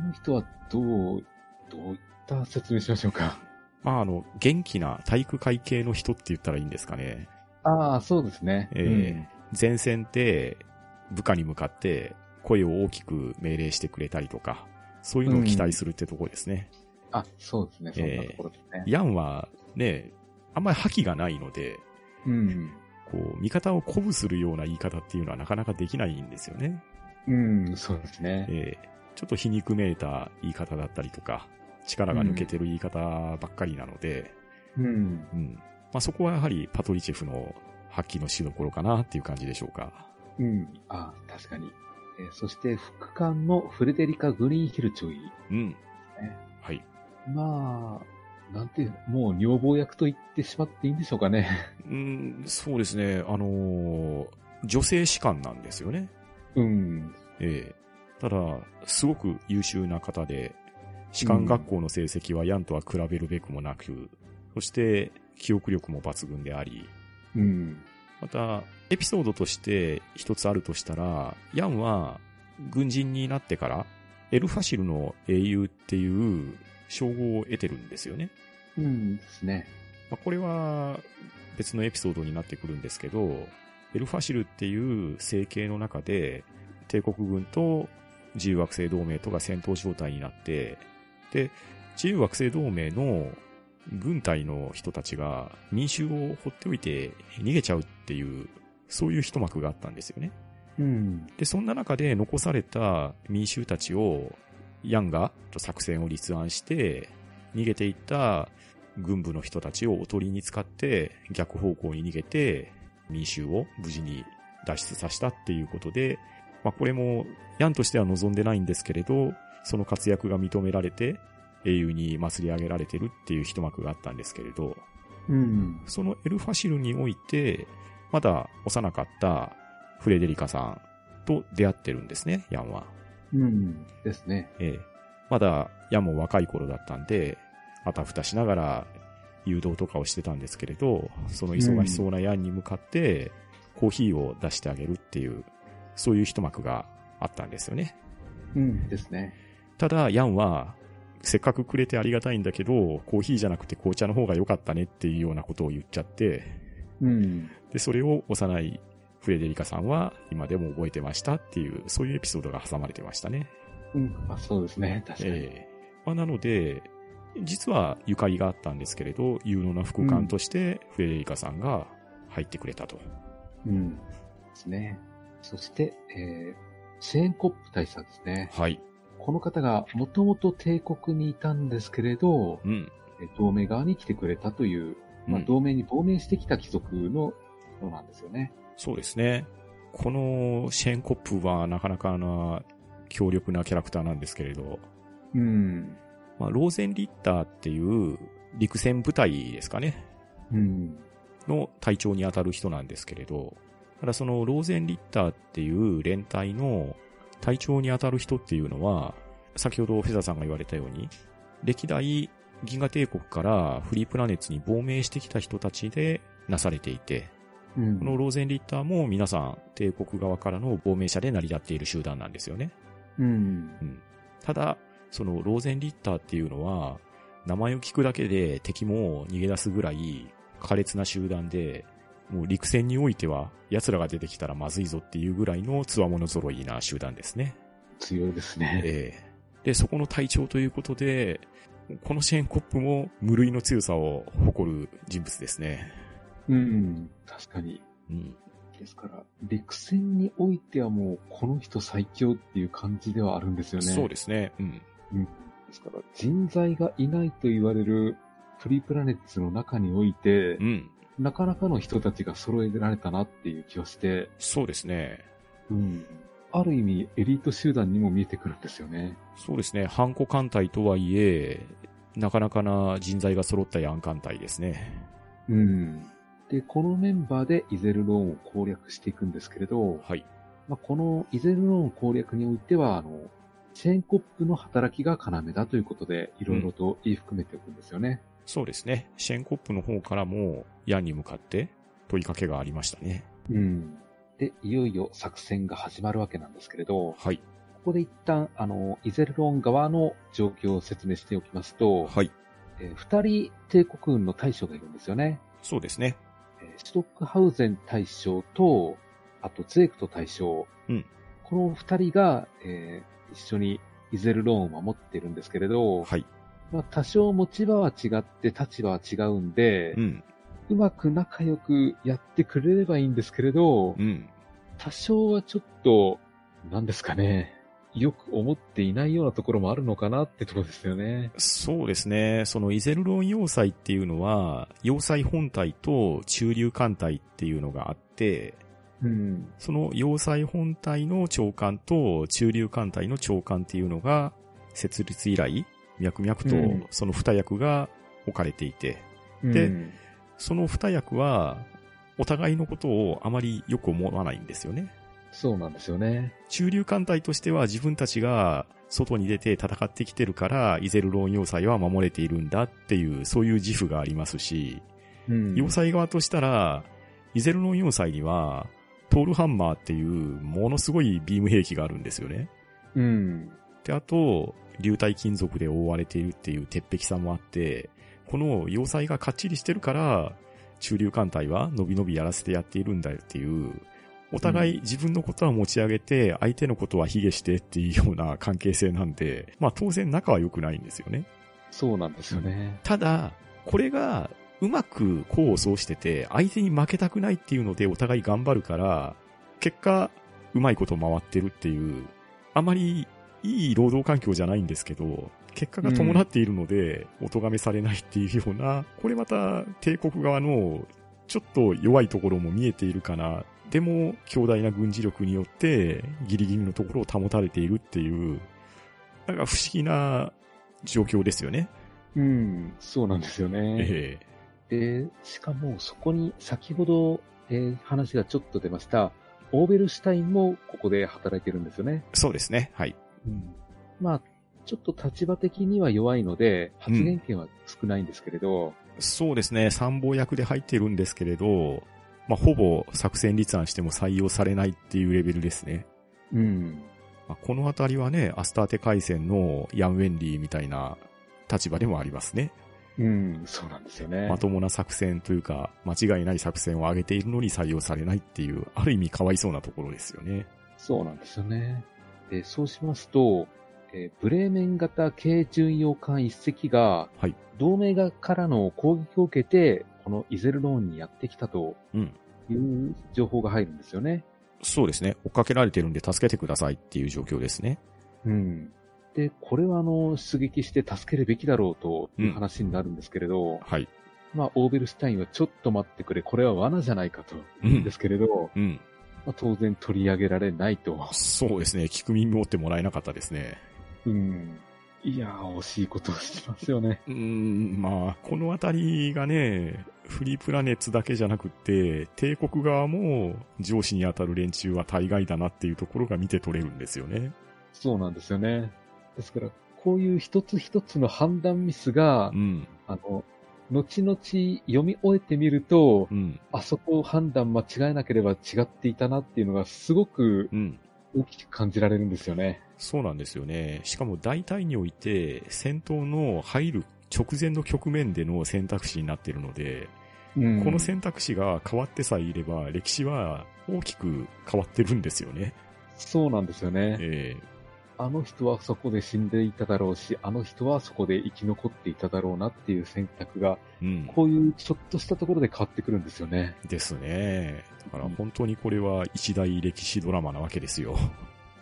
Speaker 3: の人はどう、どういった説明しましょうか。
Speaker 1: まあ、あの、元気な体育会系の人って言ったらいいんですかね。
Speaker 3: ああ、そうですね。
Speaker 1: え前線って部下に向かって声を大きく命令してくれたりとか、そういうのを期待するってところですね。
Speaker 3: うんあ、そうですね。そんなところですね。
Speaker 1: ヤンはね、あんまり覇気がないので、
Speaker 3: うん。
Speaker 1: こう、味方を鼓舞するような言い方っていうのはなかなかできないんですよね。
Speaker 3: うん、そうですね。
Speaker 1: えーちょっと皮肉めいた言い方だったりとか、力が抜けてる言い方ばっかりなので、
Speaker 3: うん。
Speaker 1: うん。まあ、そこはやはりパトリチェフの発揮のしどころかなっていう感じでしょうか。
Speaker 3: うん。あ、確かに。えーそして、副官のフレデリカ・グリーンヒル中尉。
Speaker 1: うん。はい。
Speaker 3: まあ、なんて、もう女房役と言ってしまっていいんでしょうかね。
Speaker 1: うん、そうですね。あのー女性士官なんですよね。
Speaker 3: うん。
Speaker 1: ええただ、すごく優秀な方で、士官学校の成績はヤンとは比べるべくもなく、そして、記憶力も抜群であり、
Speaker 3: うん。
Speaker 1: また、エピソードとして一つあるとしたら、ヤンは軍人になってから、エルファシルの英雄っていう称号を得てるんですよね。
Speaker 3: うんですね。
Speaker 1: まあ、これは別のエピソードになってくるんですけど、エルファシルっていう政系の中で、帝国軍と自由惑星同盟とが戦闘状態になって、で、自由惑星同盟の軍隊の人たちが民衆を放っておいて逃げちゃうっていう、そういう一幕があったんですよね。
Speaker 3: うん。
Speaker 1: で、そんな中で残された民衆たちを、ヤンが作戦を立案して、逃げていった軍部の人たちをおとりに使って、逆方向に逃げて、民衆を無事に脱出させたっていうことで、まあこれも、ヤンとしては望んでないんですけれど、その活躍が認められて、英雄に祭り上げられてるっていう一幕があったんですけれど、
Speaker 3: うん。
Speaker 1: そのエルファシルにおいて、まだ幼かったフレデリカさんと出会ってるんですね、ヤンは。
Speaker 3: うん。ですね。
Speaker 1: ええ。まだヤンも若い頃だったんで、あたふたしながら誘導とかをしてたんですけれど、その忙しそうなヤンに向かって、コーヒーを出してあげるっていう、そういう一幕があったんですよね。
Speaker 3: うん。ですね。
Speaker 1: ただ、ヤンは、せっかくくれてありがたいんだけど、コーヒーじゃなくて紅茶の方が良かったねっていうようなことを言っちゃって、
Speaker 3: うん。
Speaker 1: で、それを幼いフレデリカさんは今でも覚えてましたっていう、そういうエピソードが挟まれてましたね。
Speaker 4: うん。あそうですね。確かに。
Speaker 1: ええまあ、なので、実はゆかりがあったんですけれど、有能な副官としてフレデリカさんが入ってくれたと。
Speaker 4: うん。
Speaker 3: ですね。そして、えー、シェーンコップ大佐ですね。
Speaker 1: はい。
Speaker 3: この方がもともと帝国にいたんですけれど、
Speaker 1: うん。
Speaker 3: えー同盟側に来てくれたという、まあ、
Speaker 1: うん
Speaker 3: 同盟に亡命してきた貴族の人なんですよね。
Speaker 1: そうですね。このシェーンコップはなかなかな強力なキャラクターなんですけれど、
Speaker 3: うん。
Speaker 1: まあ、ローゼンリッターっていう陸戦部隊ですかね。
Speaker 3: うん。
Speaker 1: の隊長に当たる人なんですけれど、ただそのローゼンリッターっていう連隊の隊長に当たる人っていうのは、先ほどフェザーさんが言われたように、歴代銀河帝国からフリープラネッツに亡命してきた人たちでなされていて、
Speaker 3: うん
Speaker 1: このローゼンリッターも皆さん帝国側からの亡命者で成り立っている集団なんですよね。
Speaker 3: うん。
Speaker 1: ただ、そのローゼンリッターっていうのは、名前を聞くだけで敵も逃げ出すぐらい苛烈な集団で、もう陸戦においては奴らが出てきたらまずいぞっていうぐらいの強者揃いな集団ですね。
Speaker 3: 強いですね。
Speaker 1: ええで、そこの隊長ということで、このシェーンコップも無類の強さを誇る人物ですね。
Speaker 3: うん。確かに。
Speaker 1: うん。
Speaker 3: ですから、陸戦においてはもう、この人最強っていう感じではあるんですよね。
Speaker 1: そう
Speaker 3: で
Speaker 1: ですね。うん。
Speaker 3: すから、人材がいないと言われるフリープラネッツの中において
Speaker 1: う、ん。
Speaker 3: なかなかの人たちが揃えられたなっていう気はして、
Speaker 1: そうですね。
Speaker 3: うん。ある意味、エリート集団にも見えてくるんですよね。
Speaker 1: そうですね。ハンコ艦隊とはいえ、なかなかな人材が揃ったヤン艦隊ですね。
Speaker 3: うん。で、このメンバーでイゼルローンを攻略していくんですけれど、
Speaker 1: はい。
Speaker 3: まあ、このイゼルローン攻略においては、あの、シェーンコップの働きが要だということで、いろいろと言い含めておくんですよね。
Speaker 1: そうですね。シェンコップの方からも、ヤンに向かって問いかけがありましたね。
Speaker 3: うん。で、いよいよ作戦が始まるわけなんですけれど、こ
Speaker 1: はい。
Speaker 3: こで一旦、あの、イゼルローン側の状況を説明しておきますと、
Speaker 1: はい。
Speaker 3: えー二人帝国軍の大将がいるんですよね。
Speaker 1: そうですね。
Speaker 3: えーシュトックハウゼン大将と、あとゼークト大将。
Speaker 1: うん
Speaker 3: この二人が、えー一緒にイゼルローンを守ってるんですけれど、
Speaker 1: はい。
Speaker 3: まあ、多少持ち場は違って立場は違うんで、
Speaker 1: う。
Speaker 3: うんまく仲良くやってくれればいいんですけれど、
Speaker 1: うん。
Speaker 3: 多少はちょっと、なんですかね、よく思っていないようなところもあるのかなってところですよね。
Speaker 1: そうですね。そのイゼルロン要塞っていうのは、要塞本体と中流艦隊っていうのがあって、
Speaker 3: うん。
Speaker 1: その要塞本体の長官と中流艦隊の長官っていうのが、設立以来、脈々と
Speaker 3: うん
Speaker 1: その二役が置かれていて、
Speaker 3: う
Speaker 1: で
Speaker 3: ん、
Speaker 1: その二役は、お互いのことをあまりよく思わないんですよね。
Speaker 3: そうなんですよね。
Speaker 1: 中流艦隊としては自分たちが外に出て戦ってきてるから、イゼルローン要塞は守れているんだっていう、そういう自負がありますし、
Speaker 3: うん。
Speaker 1: 要塞側としたら、イゼルロン要塞には、トールハンマーっていうものすごいビーム兵器があるんですよね。
Speaker 3: うん。
Speaker 1: で、あと、流体金属で覆われているっていう鉄壁さもあって、この要塞がかっちりしてるから、中流艦隊はのびのびやらせてやっているんだよっていう、お互い自分のことは持ち上げて、相手のことは卑下してっていうような関係性なんで、まあ当然仲は良くないんですよね。
Speaker 3: そうなんですよね。
Speaker 1: ただ、これが、うまく功を奏してて、相手に負けたくないっていうのでお互い頑張るから、結果、うまいこと回ってるっていう、あまりいい労働環境じゃないんですけど、結果が伴っているので、お咎めされないっていうような、これまた帝国側のちょっと弱いところも見えているかな。でも、強大な軍事力によって、ギリギリのところを保たれているっていう、なんか不思議な状況ですよね。
Speaker 3: うん。そうなんですよね。
Speaker 1: ええ
Speaker 3: で、しかもそこに先ほど、えー話がちょっと出ました、オーベルシュタインもここで働いてるんですよね。
Speaker 1: そうですね。はい。
Speaker 3: まあ、ちょっと立場的には弱いので、発言権は少ないんですけれど、
Speaker 1: そうですね。参謀役で入っているんですけれど、まあ、ほぼ作戦立案しても採用されないっていうレベルですね。
Speaker 3: うん。
Speaker 1: まあ、このあたりはね、アスターテ海戦のヤン・ウェンリーみたいな立場でもありますね。
Speaker 7: うん、そうなんですよね。
Speaker 1: まともな作戦というか、間違いない作戦を上げているのに採用されないっていう、ある意味かわいそうなところですよね。
Speaker 7: そうなんですよね。
Speaker 3: でそうしますと、えーブレーメン型軽巡洋艦1隻が、
Speaker 1: はい
Speaker 3: 同盟側からの攻撃を受けて、このイゼルローンにやってきたと
Speaker 1: うん。
Speaker 3: いう情報が入るんですよね。
Speaker 1: そうですね。追っかけられてるんで助けてくださいっていう状況ですね。
Speaker 3: うん、で、これはあの出撃して助けるべきだろうという話になるんですけれど、
Speaker 1: はい。
Speaker 3: まあ、オーベルスタインはちょっと待ってくれ、これは罠じゃないかと、
Speaker 1: う
Speaker 3: で
Speaker 1: ん。
Speaker 3: すけれど、
Speaker 1: うん。
Speaker 3: まあ、当然取り上げられないと。
Speaker 1: そうですね。聞く耳持ってもらえなかったですね。
Speaker 3: うん、いやー、惜しいことをしますよね。
Speaker 1: うーん、まあ、このあたりがね、フリープラネッツだけじゃなくて、帝国側も上司に当たる連中は大概だなっていうところが見て取れるんですよね。
Speaker 3: そうなんですよね。
Speaker 7: ですから、こういう一つ一つの判断ミスが
Speaker 1: う、ん、
Speaker 7: あの、後々読み終えてみると
Speaker 1: う、ん、
Speaker 7: あそこを判断間違えなければ違っていたなっていうのがすごく
Speaker 1: うん。
Speaker 7: 大きく感じられるんですよね。
Speaker 1: そうなんですよね。しかも大体において、戦闘の入る直前の局面での選択肢になっているので、
Speaker 7: うん
Speaker 1: この選択肢が変わってさえいれば、歴史は大きく変わってるんですよね。
Speaker 7: そうなんですよね。
Speaker 1: ええ
Speaker 7: あの人はそこで死んでいただろうし、あの人はそこで生き残っていただろうなっていう選択が、
Speaker 1: うん。
Speaker 7: こういうちょっとしたところで変わってくるんですよね。
Speaker 1: ですね。だから本当にこれは一大歴史ドラマなわけですよ。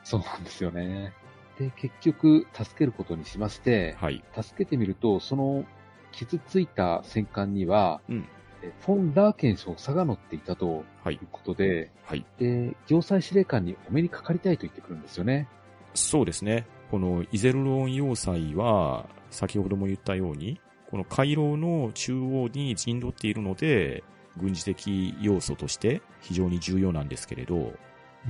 Speaker 7: そうなんですよね。
Speaker 3: で、結局、助けることにしまし て、
Speaker 1: はい。
Speaker 3: 助けてみると、その傷ついた戦艦には、
Speaker 1: うん
Speaker 3: えフォン・ラーケン少佐が乗っていたと
Speaker 1: はい
Speaker 3: いう。ことで、
Speaker 1: はい。
Speaker 3: で、要塞司令官にお目にかかりたいと言ってくるんですよね。
Speaker 1: そうですね。このイゼルロン要塞は、先ほども言ったように、この回廊の中央に陣取っているので、軍事的要素として非常に重要なんですけれど、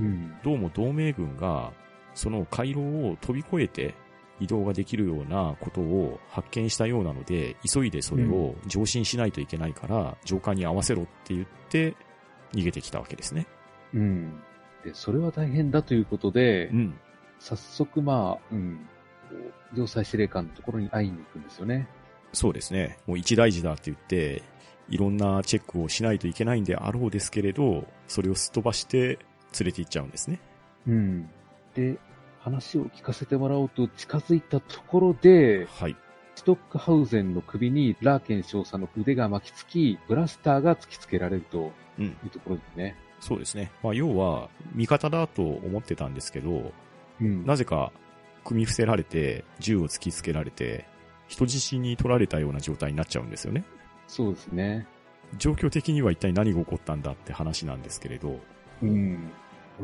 Speaker 3: うん。
Speaker 1: どうも同盟軍が、その回廊を飛び越えて移動ができるようなことを発見したようなので、急いでそれを上進しないといけないから、上官に合わせろって言って、逃げてきたわけですね。
Speaker 3: うん。で、それは大変だということで、
Speaker 1: うん。
Speaker 3: 早速、まあ、うん、要塞司令官のところに会いに行くんですよね。
Speaker 1: そうですね。もう一大事だって言って、いろんなチェックをしないといけないんであろうですけれど、それをすっ飛ばして連れて行っちゃうんですね。
Speaker 3: うん。で、話を聞かせてもらおうと近づいたところで、
Speaker 1: はい。
Speaker 3: ストックハウゼンの首にラーケン少佐の腕が巻きつき、ブラスターが突きつけられると
Speaker 1: うん。
Speaker 3: いうところですね。
Speaker 1: そうですね。まあ、要は、味方だと思ってたんですけど、
Speaker 3: うん。
Speaker 1: なぜか、組み伏せられて、銃を突きつけられて、人質に取られたような状態になっちゃうんですよね。
Speaker 3: そうですね。
Speaker 1: 状況的には一体何が起こったんだって話なんですけれど、
Speaker 3: うん。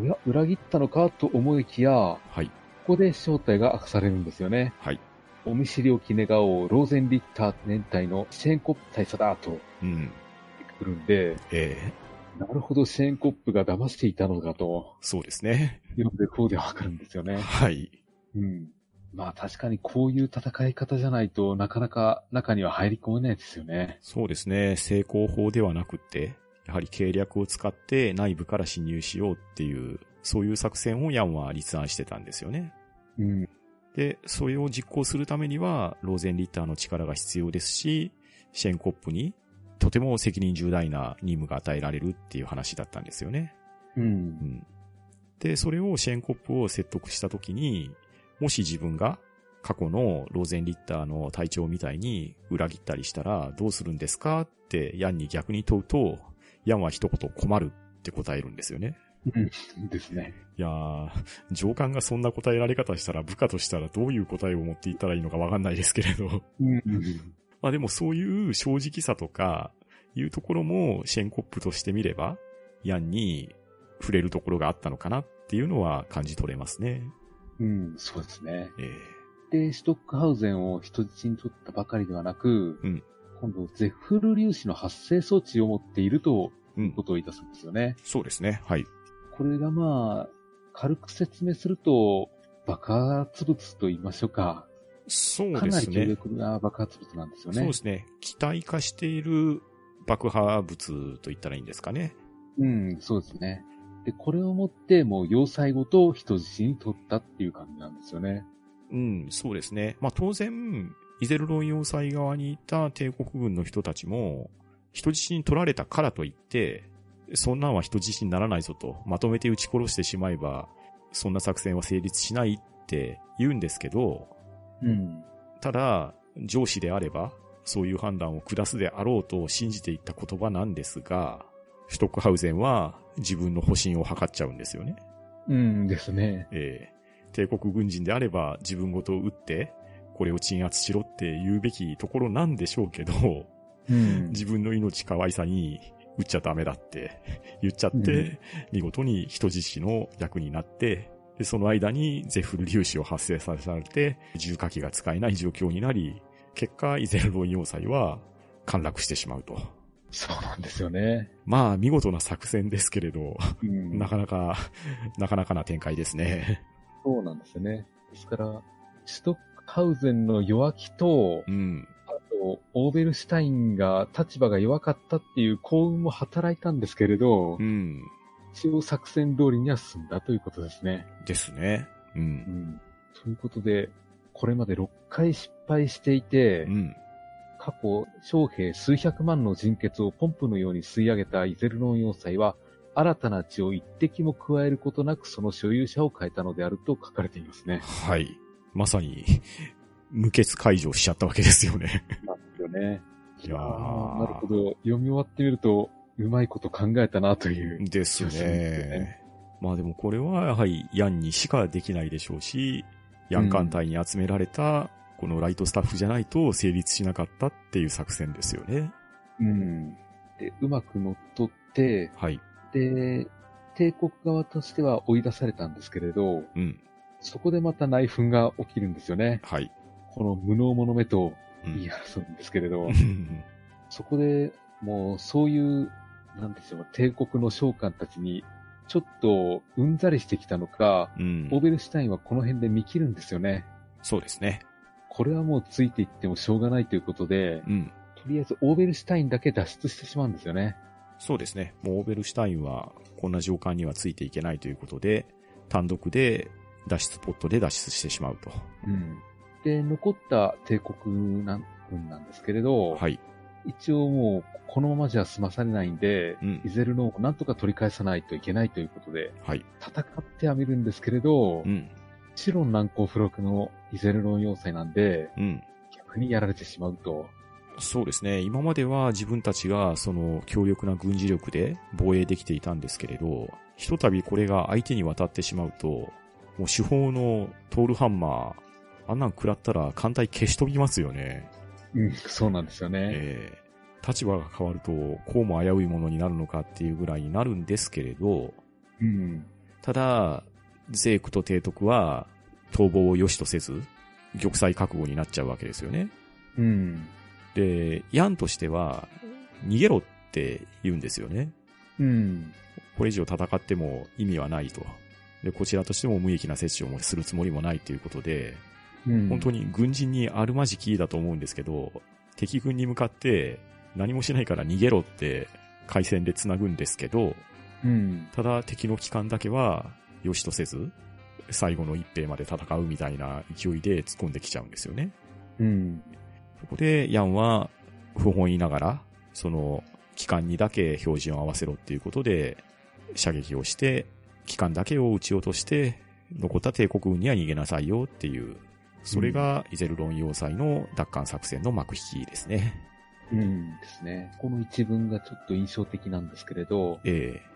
Speaker 3: おや裏切ったのかと思いきや、こ
Speaker 1: はい、
Speaker 3: こで正体が明かされるんですよね。
Speaker 1: はい。
Speaker 3: お見知りおき願おう、ローゼンリッター年代のシェーンコップ大佐だと言っ
Speaker 1: うん、
Speaker 3: てくるんで、
Speaker 1: ええ
Speaker 3: なるほどシェーンコップが騙していたのかと、
Speaker 1: そうですね。
Speaker 3: 読んでこうでわかるんですよね。
Speaker 1: はい。
Speaker 3: うん。まあ確かにこういう戦い方じゃないとなかなか中には入り込めないですよね。
Speaker 1: そうですね。成功法ではなくって、やはり計略を使って内部から侵入しようっていう、そういう作戦をヤンは立案してたんですよね。
Speaker 3: うん。
Speaker 1: で、それを実行するためには、ローゼンリッターの力が必要ですし、シェンコップにとても責任重大な任務が与えられるっていう話だったんですよね。
Speaker 3: う。
Speaker 1: うんん。で、それをシェーンコップを説得したときに、もし自分が過去のローゼンリッターの隊長みたいに裏切ったりしたらどうするんですかってヤンに逆に問うと、ヤンは一言困るって答えるんですよね。
Speaker 3: ですね。
Speaker 1: いやー、上官がそんな答えられ方したら部下としたらどういう答えを持っていったらいいのかわかんないですけれど。
Speaker 3: うん。
Speaker 1: まあでもそういう正直さとか、いうところもシェンコップとしてみれば、ヤンに触れるところがあったのかなっていうのは感じ取れますね。
Speaker 3: うん、そうですね。
Speaker 1: ええ
Speaker 3: で、ストックハウゼンを人質に取ったばかりではなく、
Speaker 1: うん
Speaker 3: 今度、ゼッフル粒子の発生装置を持っていると
Speaker 1: う
Speaker 3: いうこ
Speaker 1: ん。
Speaker 3: とを言い出すんですよね。
Speaker 1: そうですね。はい。
Speaker 3: これがまあ、軽く説明すると、爆発物と言いましょうか。
Speaker 1: そう
Speaker 3: か
Speaker 1: で
Speaker 3: なり
Speaker 1: す
Speaker 3: 強
Speaker 1: ね。
Speaker 3: 力な爆発物なんですよ
Speaker 1: そう
Speaker 3: ね
Speaker 1: で。すね。機体化している爆破物と言ったらいいんですかね。
Speaker 3: うん、そうですね。で、これを持って、もう要塞ごと人質に取ったっていう感じなんですよね。
Speaker 1: うん、そうですね。まあ当然、イゼルロン要塞側にいた帝国軍の人たちも、人質に取られたからといって、そんなんは人質にならないぞと、まとめて撃ち殺してしまえば、そんな作戦は成立しないって言うんですけど、
Speaker 3: うん。
Speaker 1: ただ、上司であれば、そういう判断を下すであろうと信じていった言葉なんですが、シュトックハウゼンは自分の保身を図っちゃうんですよね。
Speaker 3: うんですね。
Speaker 1: えー帝国軍人であれば自分ごと撃って、これを鎮圧しろって言うべきところなんでしょうけど、
Speaker 3: うん。
Speaker 1: 自分の命可愛さに撃っちゃダメだって言っちゃって、
Speaker 3: うん
Speaker 1: 見事に人質の役になって、でその間にゼフル粒子を発生させられて、重火器が使えない状況になり、結果、イゼルロン要塞は陥落してしまうと。
Speaker 3: そうなんですよね。
Speaker 1: まあ、見事な作戦ですけれど、
Speaker 3: うん
Speaker 1: なかなか、なかなかな展開ですね。
Speaker 3: そうなんですよね。ですから、シュトックハウゼンの弱気と
Speaker 1: う、ん。
Speaker 3: あと、オーベルシュタインが立場が弱かったっていう幸運も働いたんですけれど
Speaker 1: う、ん。
Speaker 3: 一応作戦通りには進んだということですね。
Speaker 1: ですね。う。
Speaker 3: うんん。ということで、これまで6回失敗していて、
Speaker 1: うん。
Speaker 3: 過去、将兵数百万の人血をポンプのように吸い上げたイゼルロン要塞は、新たな血を一滴も加えることなくその所有者を変えたのであると書かれていますね。
Speaker 1: はい。まさに、 無血解除しちゃったわけですよね。
Speaker 3: なんですよね。
Speaker 1: いやー
Speaker 3: あーなるほど。読み終わってみると、うまいこと考えたなという。
Speaker 1: です
Speaker 3: そうですね
Speaker 1: ね。まあでもこれはやはりヤンにしかできないでしょうし、ヤン艦隊に集められたこのライトスタッフじゃないと成立しなかったっていう作戦ですよね。
Speaker 3: うん。で、うまく乗っ取って、
Speaker 1: はい。
Speaker 3: で、帝国側としては追い出されたんですけれど、
Speaker 1: うん。
Speaker 3: そこでまた内紛が起きるんですよね。
Speaker 1: はい。
Speaker 3: この無能者めと
Speaker 1: うん
Speaker 3: 言い争うんですけれど、
Speaker 1: うん
Speaker 3: そこでもうそういう、なんでしょう、帝国の将官たちに、ちょっとうんざりしてきたのか、
Speaker 1: うん
Speaker 3: オーベルシュタインはこの辺で見切るんですよね。
Speaker 1: そうですね。
Speaker 3: これはもうついていってもしょうがないということで、
Speaker 1: うん。
Speaker 3: とりあえずオーベルシュタインだけ脱出してしまうんですよね。
Speaker 1: そうですね。もうオーベルシュタインはこんな上官にはついていけないということで、単独で脱出ポットで脱出してしまうと。
Speaker 3: うん。で、残った帝国なん軍なんですけれど、
Speaker 1: はい。
Speaker 3: 一応もうこのままじゃ済まされないんで、
Speaker 1: うん
Speaker 3: イゼルノーをなんとか取り返さないといけないということで、
Speaker 1: はい。
Speaker 3: 戦ってはみるんですけれど
Speaker 1: う、ん。
Speaker 3: 白難攻不落のイゼルノー要塞なんで、
Speaker 1: うん。
Speaker 3: 逆にやられてしまうと。
Speaker 1: そうですね。今までは自分たちがその強力な軍事力で防衛できていたんですけれど、ひとたびこれが相手に渡ってしまうと、もう手法のトールハンマー、あんなん食らったら艦隊消し飛びますよね。
Speaker 3: うん、そうなんですよね。
Speaker 1: ええ立場が変わると、こうも危ういものになるのかっていうぐらいになるんですけれど、
Speaker 3: うん。
Speaker 1: ただ、ゼークと提督は逃亡を良しとせず、玉砕覚悟になっちゃうわけですよね。
Speaker 3: うん。
Speaker 1: で、ヤンとしては、逃げろって言うんですよね。
Speaker 3: うん。
Speaker 1: これ以上戦っても意味はないと。で、こちらとしても無益な接種をするつもりもないということで、
Speaker 3: うん。
Speaker 1: 本当に軍人にあるまじきだと思うんですけど、敵軍に向かって何もしないから逃げろって回線で繋ぐんですけど、
Speaker 3: うん。
Speaker 1: ただ敵の機関だけは良しとせず、最後の一兵まで戦うみたいな勢いで突っ込んできちゃうんですよね。
Speaker 3: うん。
Speaker 1: そこで、ヤンは、不本意ながら、その、機関にだけ標準を合わせろっていうことで、射撃をして、機関だけを撃ち落として、残った帝国軍には逃げなさいよっていう、それがイゼルロン要塞の奪還作戦の幕引きですね。
Speaker 3: うんですね。この一文がちょっと印象的なんですけれど、
Speaker 1: え
Speaker 3: えー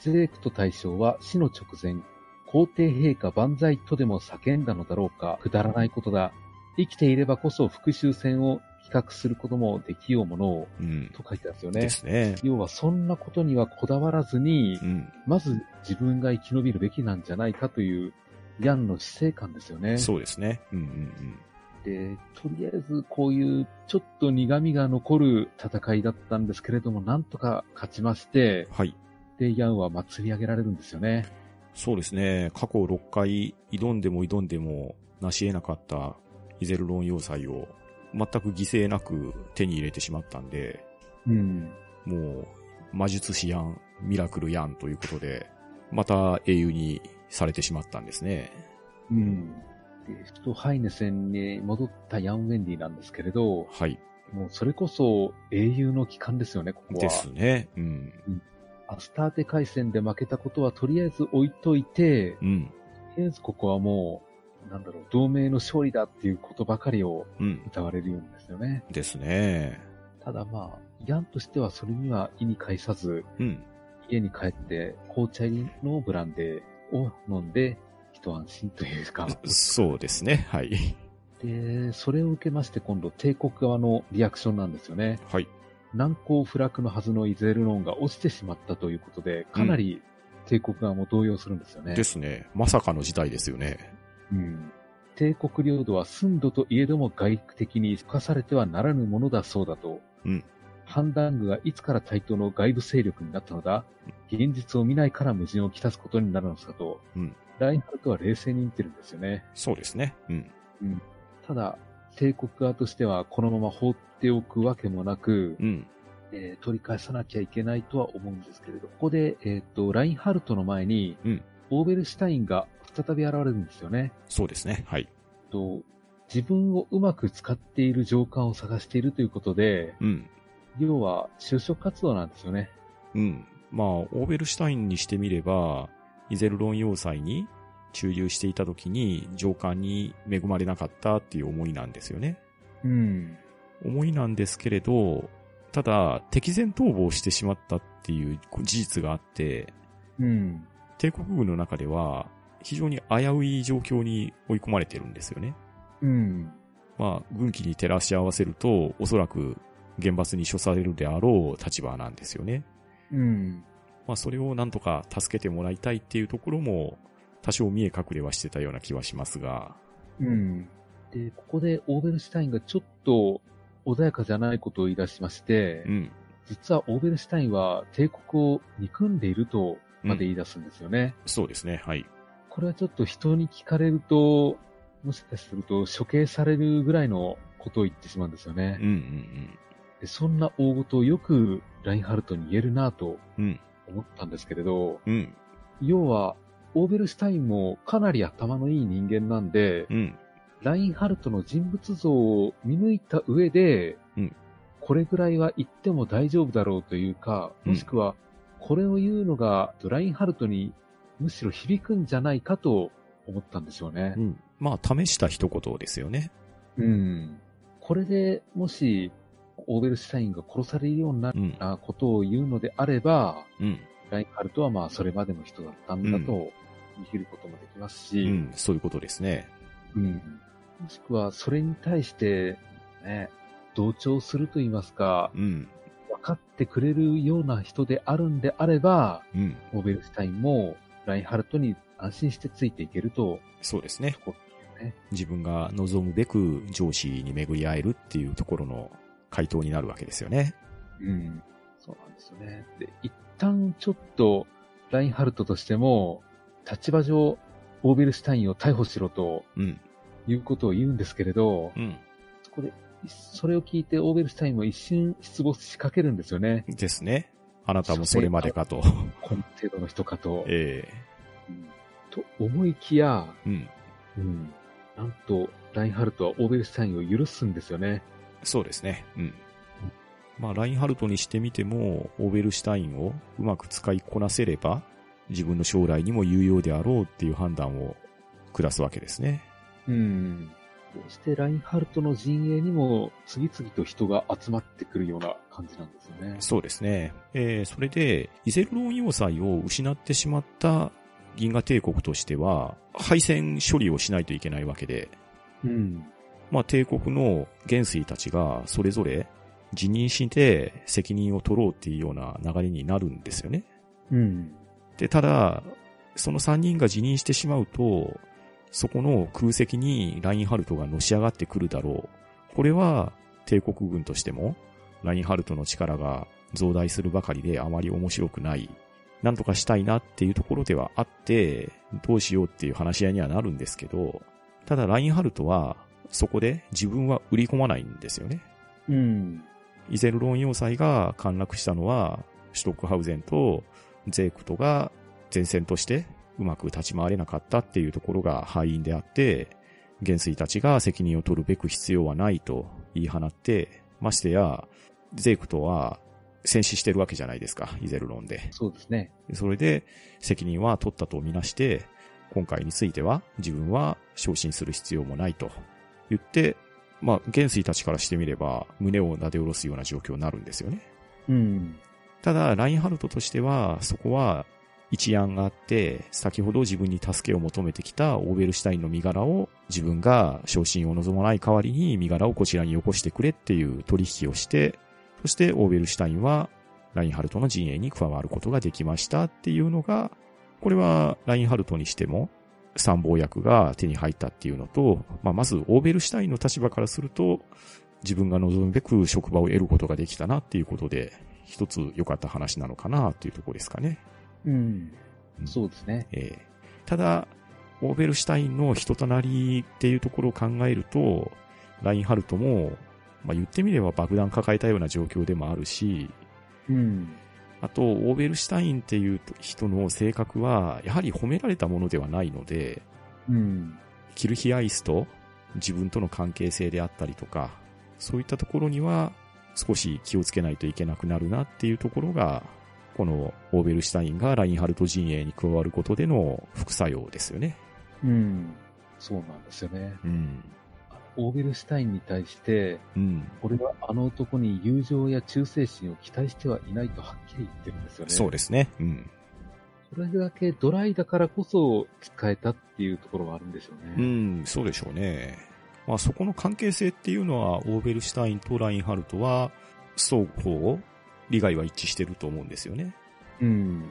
Speaker 3: ゼレークと大将は死の直前、皇帝陛下万歳とでも叫んだのだろうか、くだらないことだ。生きていればこそ復讐戦を比較することもできようものを、
Speaker 1: えうん。
Speaker 3: と書いてあるんですよ
Speaker 1: で
Speaker 3: ね。
Speaker 1: すね。
Speaker 3: 要はそんなことにはこだわらずに
Speaker 1: う、ん。
Speaker 3: まず自分が生き延びるべきなんじゃないかという、ヤンの死生観ですよね。
Speaker 1: そうですね。うんうん
Speaker 3: で、とりあえずこういうちょっと苦味が残る戦いだったんですけれども、なんとか勝ちまして
Speaker 1: うん。、はい。
Speaker 3: で、ヤンは祭り上げられるんですよね。
Speaker 1: そうですね。過去6回挑んでも挑んでも成し得なかったイゼルロン要塞を全く犠牲なく手に入れてしまったんで、
Speaker 3: うん。
Speaker 1: もう魔術師やん、ミラクルやんということで、また英雄にされてしまったんですね。
Speaker 3: うん。で、ちょっとハイネ戦に戻ったヤン・ウェンディなんですけれど、
Speaker 1: はい。
Speaker 3: もうそれこそ英雄の帰還ですよね、ここは。
Speaker 1: ですね。うん。
Speaker 3: アスターテ海戦で負けたことはとりあえず置いといて、
Speaker 1: うん。
Speaker 3: とりあえずここはもう、なんだろう、同盟の勝利だっていうことばかりを
Speaker 1: うん。
Speaker 3: 歌われるようなんですよね。
Speaker 1: ですね。
Speaker 3: ただまあ、ヤンとしてはそれには意に介さず、
Speaker 1: うん。
Speaker 3: 家に帰って紅茶入りのブランデーを飲んで、一安心というか、
Speaker 1: そうですね。はい。
Speaker 3: で、それを受けまして今度帝国側のリアクションなんですよね。
Speaker 1: はい。
Speaker 3: 難攻不落のはずのイゼルノンが落ちてしまったということで、かなり帝国側も動揺するんですよね。
Speaker 1: ですね。まさかの事態ですよね。
Speaker 3: うん帝国領土は寸土といえども外国的に侵されてはならぬものだそうだと。
Speaker 1: うん
Speaker 3: 判断具がいつから対等の外部勢力になったのだ現実を見ないから無人をきたすことになるのさと。
Speaker 1: うん
Speaker 3: ラインハルトは冷静に言ってるんですよね。
Speaker 1: そうですね。うん。
Speaker 3: ただ、帝国側としてはこのまま放っておくわけもなく、
Speaker 1: うん。
Speaker 3: えー取り返さなきゃいけないとは思うんですけれど、ここで、えっ、と、ラインハルトの前に、
Speaker 1: うん
Speaker 3: オーベルシュタインが再び現れるんですよね。
Speaker 1: そうですね。はい。
Speaker 3: えっと、自分をうまく使っている上官を探しているということで、
Speaker 1: うん。
Speaker 3: 要は就職活動なんですよね。
Speaker 1: うん。まあ、オーベルシュタインにしてみれば、イゼルロン要塞に駐留していた時に上官に恵まれなかったっていう思いなんですよね。
Speaker 3: うん。
Speaker 1: 思いなんですけれど、ただ、敵前逃亡してしまったっていう事実があって、
Speaker 3: うん。
Speaker 1: 帝国軍の中では非常に危うい状況に追い込まれてるんですよね。
Speaker 3: うん。
Speaker 1: まあ、軍機に照らし合わせると、おそらく厳罰に処されるであろう立場なんですよね。
Speaker 3: うん。
Speaker 1: まあ、それをなんとか助けてもらいたいっていうところも、多少見え隠れはしてたような気はしますが、
Speaker 3: うん。で、ここでオーベルシュタインがちょっと穏やかじゃないことを言い出しまして、
Speaker 1: うん。
Speaker 3: 実はオーベルシュタインは帝国を憎んでいるとまで言い出すんですよね。
Speaker 1: そうですね、はい。
Speaker 3: これはちょっと人に聞かれると、もしかすると処刑されるぐらいのことを言ってしまうんですよね。
Speaker 1: うんうん
Speaker 3: でそんな大事をよくラインハルトに言えるなと
Speaker 1: うん
Speaker 3: 思ったんですけれど、
Speaker 1: うん。うん。
Speaker 3: 要は、オーベルシュタインもかなり頭のいい人間なんで、
Speaker 1: うん。
Speaker 3: ラインハルトの人物像を見抜いた上で、
Speaker 1: うん
Speaker 3: これぐらいは言っても大丈夫だろうというか、
Speaker 1: うん
Speaker 3: もしくは、これを言うのがラインハルトにむしろ響くんじゃないかと思ったんでしょうね
Speaker 1: う。ん。まあ、試した一言ですよね。
Speaker 3: うん。これでもし、オーベルシュタインが殺されるようになる
Speaker 1: うん。
Speaker 3: なことを言うのであれば、
Speaker 1: うん。
Speaker 3: ラインハルトはまあそれまでの人だったんだと見切ることもできます
Speaker 1: う
Speaker 3: し、
Speaker 1: ん。そういうことですね。
Speaker 3: うんもしくはそれに対して、ね、同調すると言いますか、
Speaker 1: うん。
Speaker 3: 分かってくれるような人であるんであれば、
Speaker 1: うん。
Speaker 3: オーベルシュタインもラインハルトに安心してついていけると、
Speaker 1: そうですね
Speaker 3: そ。こ
Speaker 1: 自分が望むべく上司に巡り会えるっていうところの回答になるわけですよね。
Speaker 3: うん、そうなんですよね。で、一旦ちょっとラインハルトとしても、立場上、オーベルシュタインを逮捕しろと
Speaker 1: うん。
Speaker 3: いうことを言うんですけれど、
Speaker 1: うん。
Speaker 3: そこで、それを聞いてオーベルシュタインも一瞬出没しかけるんですよね。
Speaker 1: ですね。あなたもそれまでかと。
Speaker 3: この程度の人かと。
Speaker 1: え
Speaker 3: うんと思いきや、
Speaker 1: えうん。
Speaker 3: うんなんと、ラインハルトはオーベルシュタインを許すんですよね。
Speaker 1: そうですね。うん。まあ、ラインハルトにしてみても、オーベルシュタインをうまく使いこなせれば、自分の将来にも有用であろうっていう判断を下すわけですね。
Speaker 3: うん。そしてラインハルトの陣営にも次々と人が集まってくるような感じなんですよね。
Speaker 1: そうですね。えーそれで、イゼルロン要塞を失ってしまった銀河帝国としては、敗戦処理をしないといけないわけで、
Speaker 3: うん。
Speaker 1: まあ、帝国の元帥たちがそれぞれ辞任して責任を取ろうっていうような流れになるんですよね。
Speaker 3: うん。
Speaker 1: で、ただ、その3人が辞任してしまうと、そこの空席にラインハルトがのし上がってくるだろう。これは帝国軍としても、ラインハルトの力が増大するばかりであまり面白くない。なんとかしたいなっていうところではあって、どうしようっていう話し合いにはなるんですけど、ただラインハルトは、そこで自分は売り込まないんですよね。
Speaker 3: うん。
Speaker 1: イゼルロン要塞が陥落したのは、シュトックハウゼンとゼークトが前線としてうまく立ち回れなかったっていうところが敗因であって、元帥たちが責任を取るべく必要はないと言い放って、ましてや、ゼイクとは戦死してるわけじゃないですか、イゼルロンで。
Speaker 3: そうですね。
Speaker 1: それで責任は取ったとみなして、今回については自分は昇進する必要もないと言って、まあ、元帥たちからしてみれば胸を撫で下ろすような状況になるんですよね。
Speaker 3: うん。
Speaker 1: ただ、ラインハルトとしては、そこは一案があって、先ほど自分に助けを求めてきたオーベルシュタインの身柄を自分が昇進を望まない代わりに身柄をこちらによこしてくれっていう取引をして、そしてオーベルシュタインはラインハルトの陣営に加わることができましたっていうのが、これはラインハルトにしても参謀役が手に入ったっていうのと、まあ、まずオーベルシュタインの立場からすると、自分が望むべく職場を得ることができたなっていうことで、一つ良かった話なのかなっていうところですかね。
Speaker 3: うん
Speaker 1: う。ん
Speaker 3: そうですね。
Speaker 1: ええただ、オーベルシュタインの人となりっていうところを考えると、ラインハルトも、まあ、言ってみれば爆弾抱えたような状況でもあるし、
Speaker 3: うん。
Speaker 1: あと、オーベルシュタインっていう人の性格は、やはり褒められたものではないので、
Speaker 3: うん。
Speaker 1: キルヒアイスと自分との関係性であったりとか、そういったところには少し気をつけないといけなくなるなっていうところが、このオーベルシュタインがラインハルト陣営に加わることでの副作用ですよね。
Speaker 3: うん。そうなんですよね。
Speaker 1: うん。
Speaker 3: オーベルシュタインに対して、
Speaker 1: うん。
Speaker 3: 俺はあの男に友情や忠誠心を期待してはいないとはっきり言ってるんですよね。
Speaker 1: そうですね。うん。
Speaker 3: それだけドライだからこそ使えたっていうところはあるんでしょう
Speaker 1: う
Speaker 3: ね。
Speaker 1: ん、そうでしょうね。まあそこの関係性っていうのは、オーベルシュタインとラインハルトは、双方、利害は一致してると思うんですよね。
Speaker 3: うん。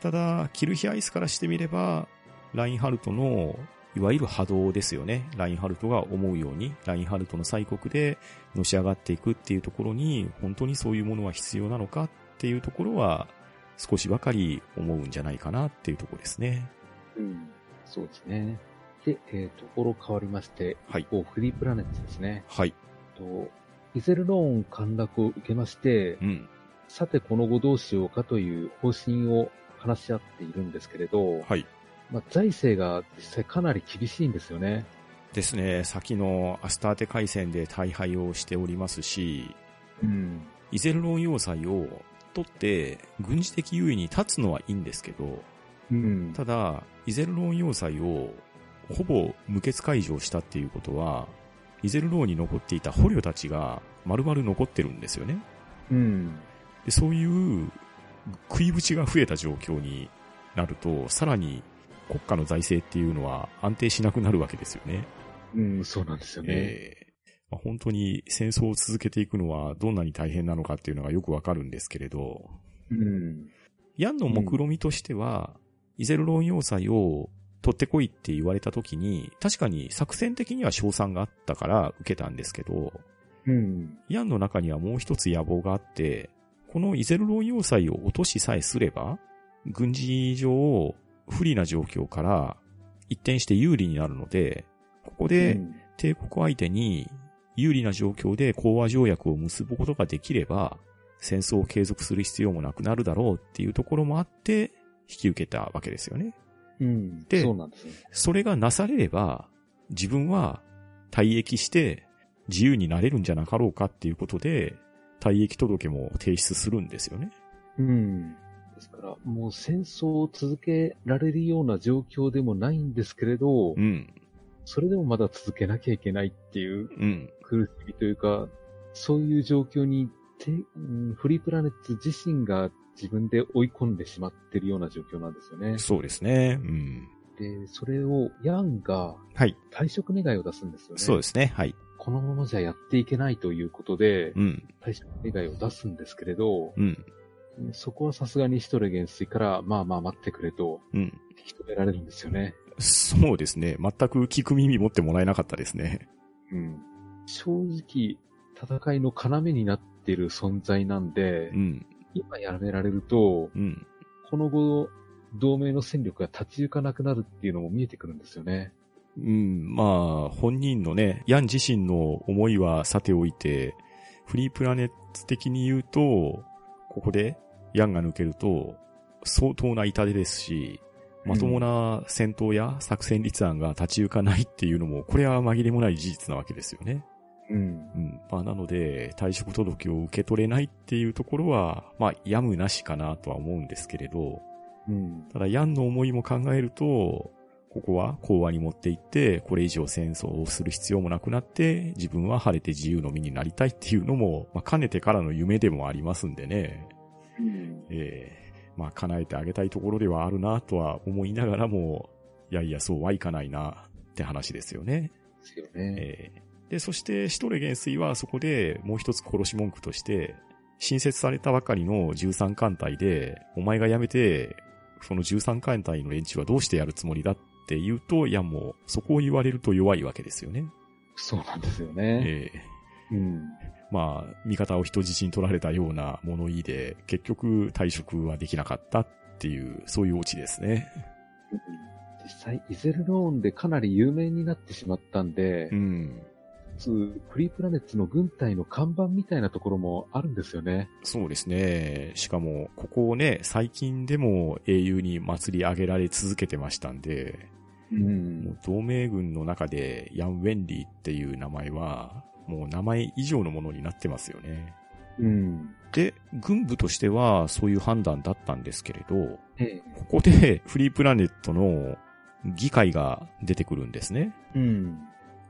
Speaker 1: ただ、キルヒアイスからしてみれば、ラインハルトの、いわゆる波動ですよね。ラインハルトが思うように、ラインハルトの催告でのし上がっていくっていうところに、本当にそういうものは必要なのかっていうところは、少しばかり思うんじゃないかなっていうところですね。
Speaker 3: うん。そうですね。で、えーところ変わりまして、
Speaker 1: はい
Speaker 3: 一方フリープラネットですね。
Speaker 1: はい。
Speaker 3: とイゼルローン陥落を受けまして、
Speaker 1: うん。
Speaker 3: さてこの後どうしようかという方針を話し合っているんですけれど、
Speaker 1: はい。
Speaker 3: まあ、財政が実際かなり厳しいんですよね。
Speaker 1: ですね、先のアスターテ海戦で大敗をしておりますし、
Speaker 3: うん。
Speaker 1: イゼルロン要塞を取って、軍事的優位に立つのはいいんですけど、
Speaker 3: うん。
Speaker 1: ただ、イゼルローン要塞をほぼ無血解除したっていうことは、イゼルローンに残っていた捕虜たちが丸々残ってるんですよね。
Speaker 3: うん。
Speaker 1: でそういう食い縁が増えた状況になると、さらに国家の財政っていうのは安定しなくなるわけですよね。
Speaker 3: うん、そうなんですよね。
Speaker 1: ええまあ本当に戦争を続けていくのはどんなに大変なのかっていうのがよくわかるんですけれど、
Speaker 3: うん。
Speaker 1: ヤンの目論見としては、イゼルロン要塞を取ってこいって言われた時に、確かに作戦的には賞賛があったから受けたんですけど、
Speaker 3: うん。
Speaker 1: ヤンの中にはもう一つ野望があって、このイゼルロン要塞を落としさえすれば、軍事上不利な状況から一転して有利になるので、ここで、
Speaker 3: うん
Speaker 1: 帝国相手に有利な状況で講和条約を結ぶことができれば、戦争を継続する必要もなくなるだろうっていうところもあって、引き受けたわけですよね。
Speaker 3: うん。
Speaker 1: で
Speaker 3: そうなんですね。
Speaker 1: それがなされれば、自分は退役して自由になれるんじゃなかろうかっていうことで、退役届も提出するんですよね。
Speaker 3: うん。ですから、もう戦争を続けられるような状況でもないんですけれど
Speaker 1: う、ん、
Speaker 3: それでもまだ続けなきゃいけないっていう
Speaker 1: うん、
Speaker 3: 苦しみというか、そういう状況にて、うんフリープラネッツ自身が自分で追い込んでしまってるような状況なんですよね。
Speaker 1: そうですね。うん。
Speaker 3: で、それをヤンが
Speaker 1: はい、
Speaker 3: 退職願を出すんですよね。。
Speaker 1: そうですすね。はい。
Speaker 3: このままじゃやっていけないということで、
Speaker 1: うん、
Speaker 3: 退職願を出すんですけれど、
Speaker 1: うん、
Speaker 3: そこはさすがにシトレ元帥から、まあまあ待ってくれと、
Speaker 1: うん。
Speaker 3: 引き止められるんですよね。
Speaker 1: そうですね。全く聞く耳持ってもらえなかったですね。
Speaker 3: うん。正直、戦いの要になっている存在なんで、
Speaker 1: うん、
Speaker 3: 今やめられると、
Speaker 1: うん。
Speaker 3: この後、同盟の戦力が立ち行かなくなるっていうのも見えてくるんですよね。
Speaker 1: うん、まあ、本人のね、ヤン自身の思いはさておいて、フリープラネット的に言うと、ここでヤンが抜けると、相当な痛手ですし、まともな戦闘や作戦立案が立ち行かないっていうのも、これは紛れもない事実なわけですよね。
Speaker 3: うん。
Speaker 1: うん。まあ、なので、退職届を受け取れないっていうところは、まあ、やむなしかなとは思うんですけれど、
Speaker 3: うん。
Speaker 1: ただ、ヤンの思いも考えると、ここは講和に持っていって、これ以上戦争をする必要もなくなって、自分は晴れて自由の身になりたいっていうのも、まあ、かねてからの夢でもありますんでね。
Speaker 3: うん。
Speaker 1: ええまあ、叶えてあげたいところではあるなとは思いながらも、いやいや、そうはいかないなって話ですよね。
Speaker 3: ですよね。
Speaker 1: ええで、そして、シュトレ元帥はそこでもう一つ殺し文句として、新設されたばかりの13艦隊で、お前が辞めて、その13艦隊の連中はどうしてやるつもりだって言うと、いやもう、そこを言われると弱いわけですよね。
Speaker 3: そうなんですよね。
Speaker 1: ええ
Speaker 3: うん。
Speaker 1: まあ、味方を人質に取られたような物言いで、結局退職はできなかったっていう、そういうオチですね。
Speaker 3: 実際、イゼルローンでかなり有名になってしまったんで、
Speaker 1: うん。
Speaker 3: 普通、フリープラネッツの軍隊の看板みたいなところもあるんですよね。
Speaker 1: そうですね。しかも、ここをね、最近でも英雄に祭り上げられ続けてましたんで、
Speaker 3: う
Speaker 1: も
Speaker 3: ん。
Speaker 1: う同盟軍の中でヤン・ウェンリーっていう名前は、もう名前以上のものになってますよね。
Speaker 3: うん。
Speaker 1: で、軍部としてはそういう判断だったんですけれど、
Speaker 3: ええ。
Speaker 1: ここでフリープラネットの議会が出てくるんですね。
Speaker 3: うん。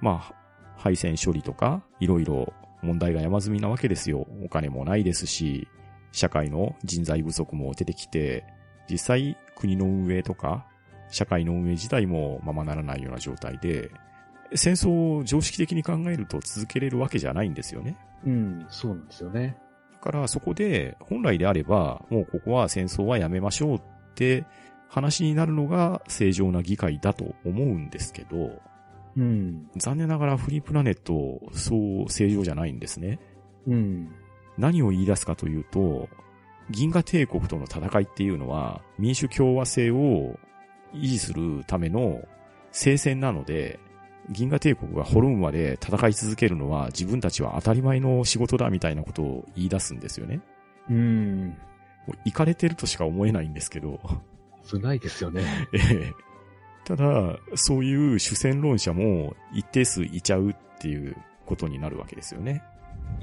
Speaker 1: まあ、配線処理とか、いろいろ問題が山積みなわけですよ。お金もないですし、社会の人材不足も出てきて、実際国の運営とか、社会の運営自体もままならないような状態で、戦争を常識的に考えると続けれるわけじゃないんですよね。
Speaker 3: うん。そうなんですよね。
Speaker 1: だからそこで本来であれば、もうここは戦争はやめましょうって話になるのが正常な議会だと思うんですけど、
Speaker 3: うん。
Speaker 1: 残念ながらフリープラネット、そう正常じゃないんですね。
Speaker 3: うん。
Speaker 1: 何を言い出すかというと、銀河帝国との戦いっていうのは、民主共和制を維持するための聖戦なので、銀河帝国が滅ぶまで戦い続けるのは自分たちは当たり前の仕事だみたいなことを言い出すんですよね。
Speaker 3: うん。
Speaker 1: もう行かれてるとしか思えないんですけど。
Speaker 3: 危ないですよね。
Speaker 1: ええ。ただ、そういう主戦論者も一定数いちゃうっていうことになるわけですよね。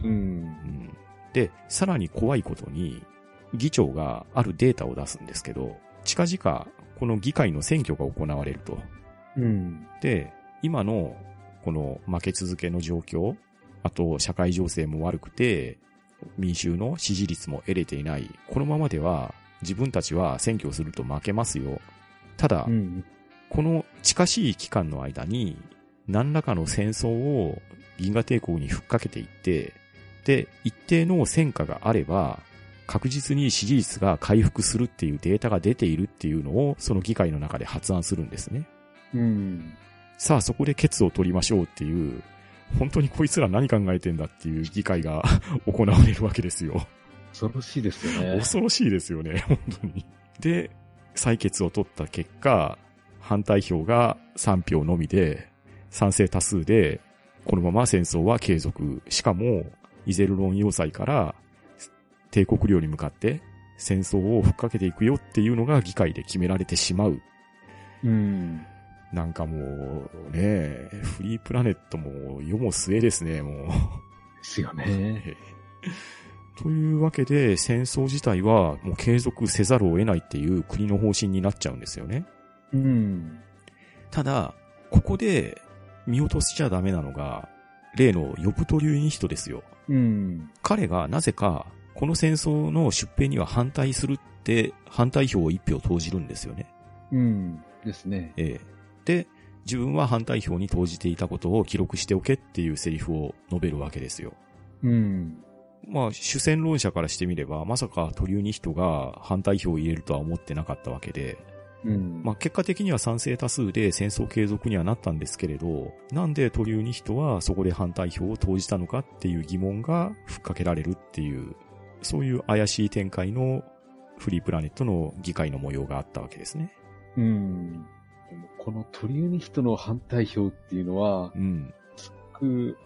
Speaker 3: う
Speaker 1: う
Speaker 3: ん。
Speaker 1: んで、さらに怖いことに、議長があるデータを出すんですけど、近々、この議会の選挙が行われると。
Speaker 3: うん。
Speaker 1: で、今の、この負け続けの状況、あと社会情勢も悪くて、民衆の支持率も得れていない。このままでは、自分たちは選挙をすると負けますよ。ただ、
Speaker 3: うん。
Speaker 1: この近しい期間の間に、何らかの戦争を銀河帝国にふっかけていって、で、一定の戦果があれば、確実に支持率が回復するっていうデータが出ているっていうのを、その議会の中で発案するんですね。
Speaker 3: うん。
Speaker 1: さあ、そこで決を取りましょうっていう、本当にこいつら何考えてんだっていう議会が 行われるわけですよ。
Speaker 3: 恐ろしいですよね。
Speaker 1: 恐ろしいですよね、 本当に。で、採決を取った結果、反対票が3票のみで、賛成多数で、このまま戦争は継続。しかも、イゼルロン要塞から帝国領に向かって戦争をふっかけていくよっていうのが議会で決められてしまう。
Speaker 3: うん。
Speaker 1: なんかもう、ねフリープラネットも世も末ですね、もう。
Speaker 3: ですよね。
Speaker 1: え えというわけで、戦争自体はもう継続せざるを得ないっていう国の方針になっちゃうんですよね。
Speaker 3: うん。
Speaker 1: ただ、ここで見落としちゃダメなのが、例のヨプトリュイン人ですよ。
Speaker 3: うん。
Speaker 1: 彼がなぜか、この戦争の出兵には反対するって、反対票を一票投じるんですよね。
Speaker 3: うん。ですね。
Speaker 1: ええで、自分は反対票に投じていたことを記録しておけっていうセリフを述べるわけですよ。
Speaker 3: うん。
Speaker 1: まあ、主戦論者からしてみれば、まさかトリューニヒトが反対票を入れるとは思ってなかったわけで、
Speaker 3: うん。
Speaker 1: まあ、結果的には賛成多数で戦争継続にはなったんですけれど、なんでトリューニヒトはそこで反対票を投じたのかっていう疑問がふっかけられるっていう、そういう怪しい展開のフリープラネットの議会の模様があったわけですね。
Speaker 3: うん。でもこのトリウニヒトの反対票っていうのは
Speaker 1: う、ん。
Speaker 3: う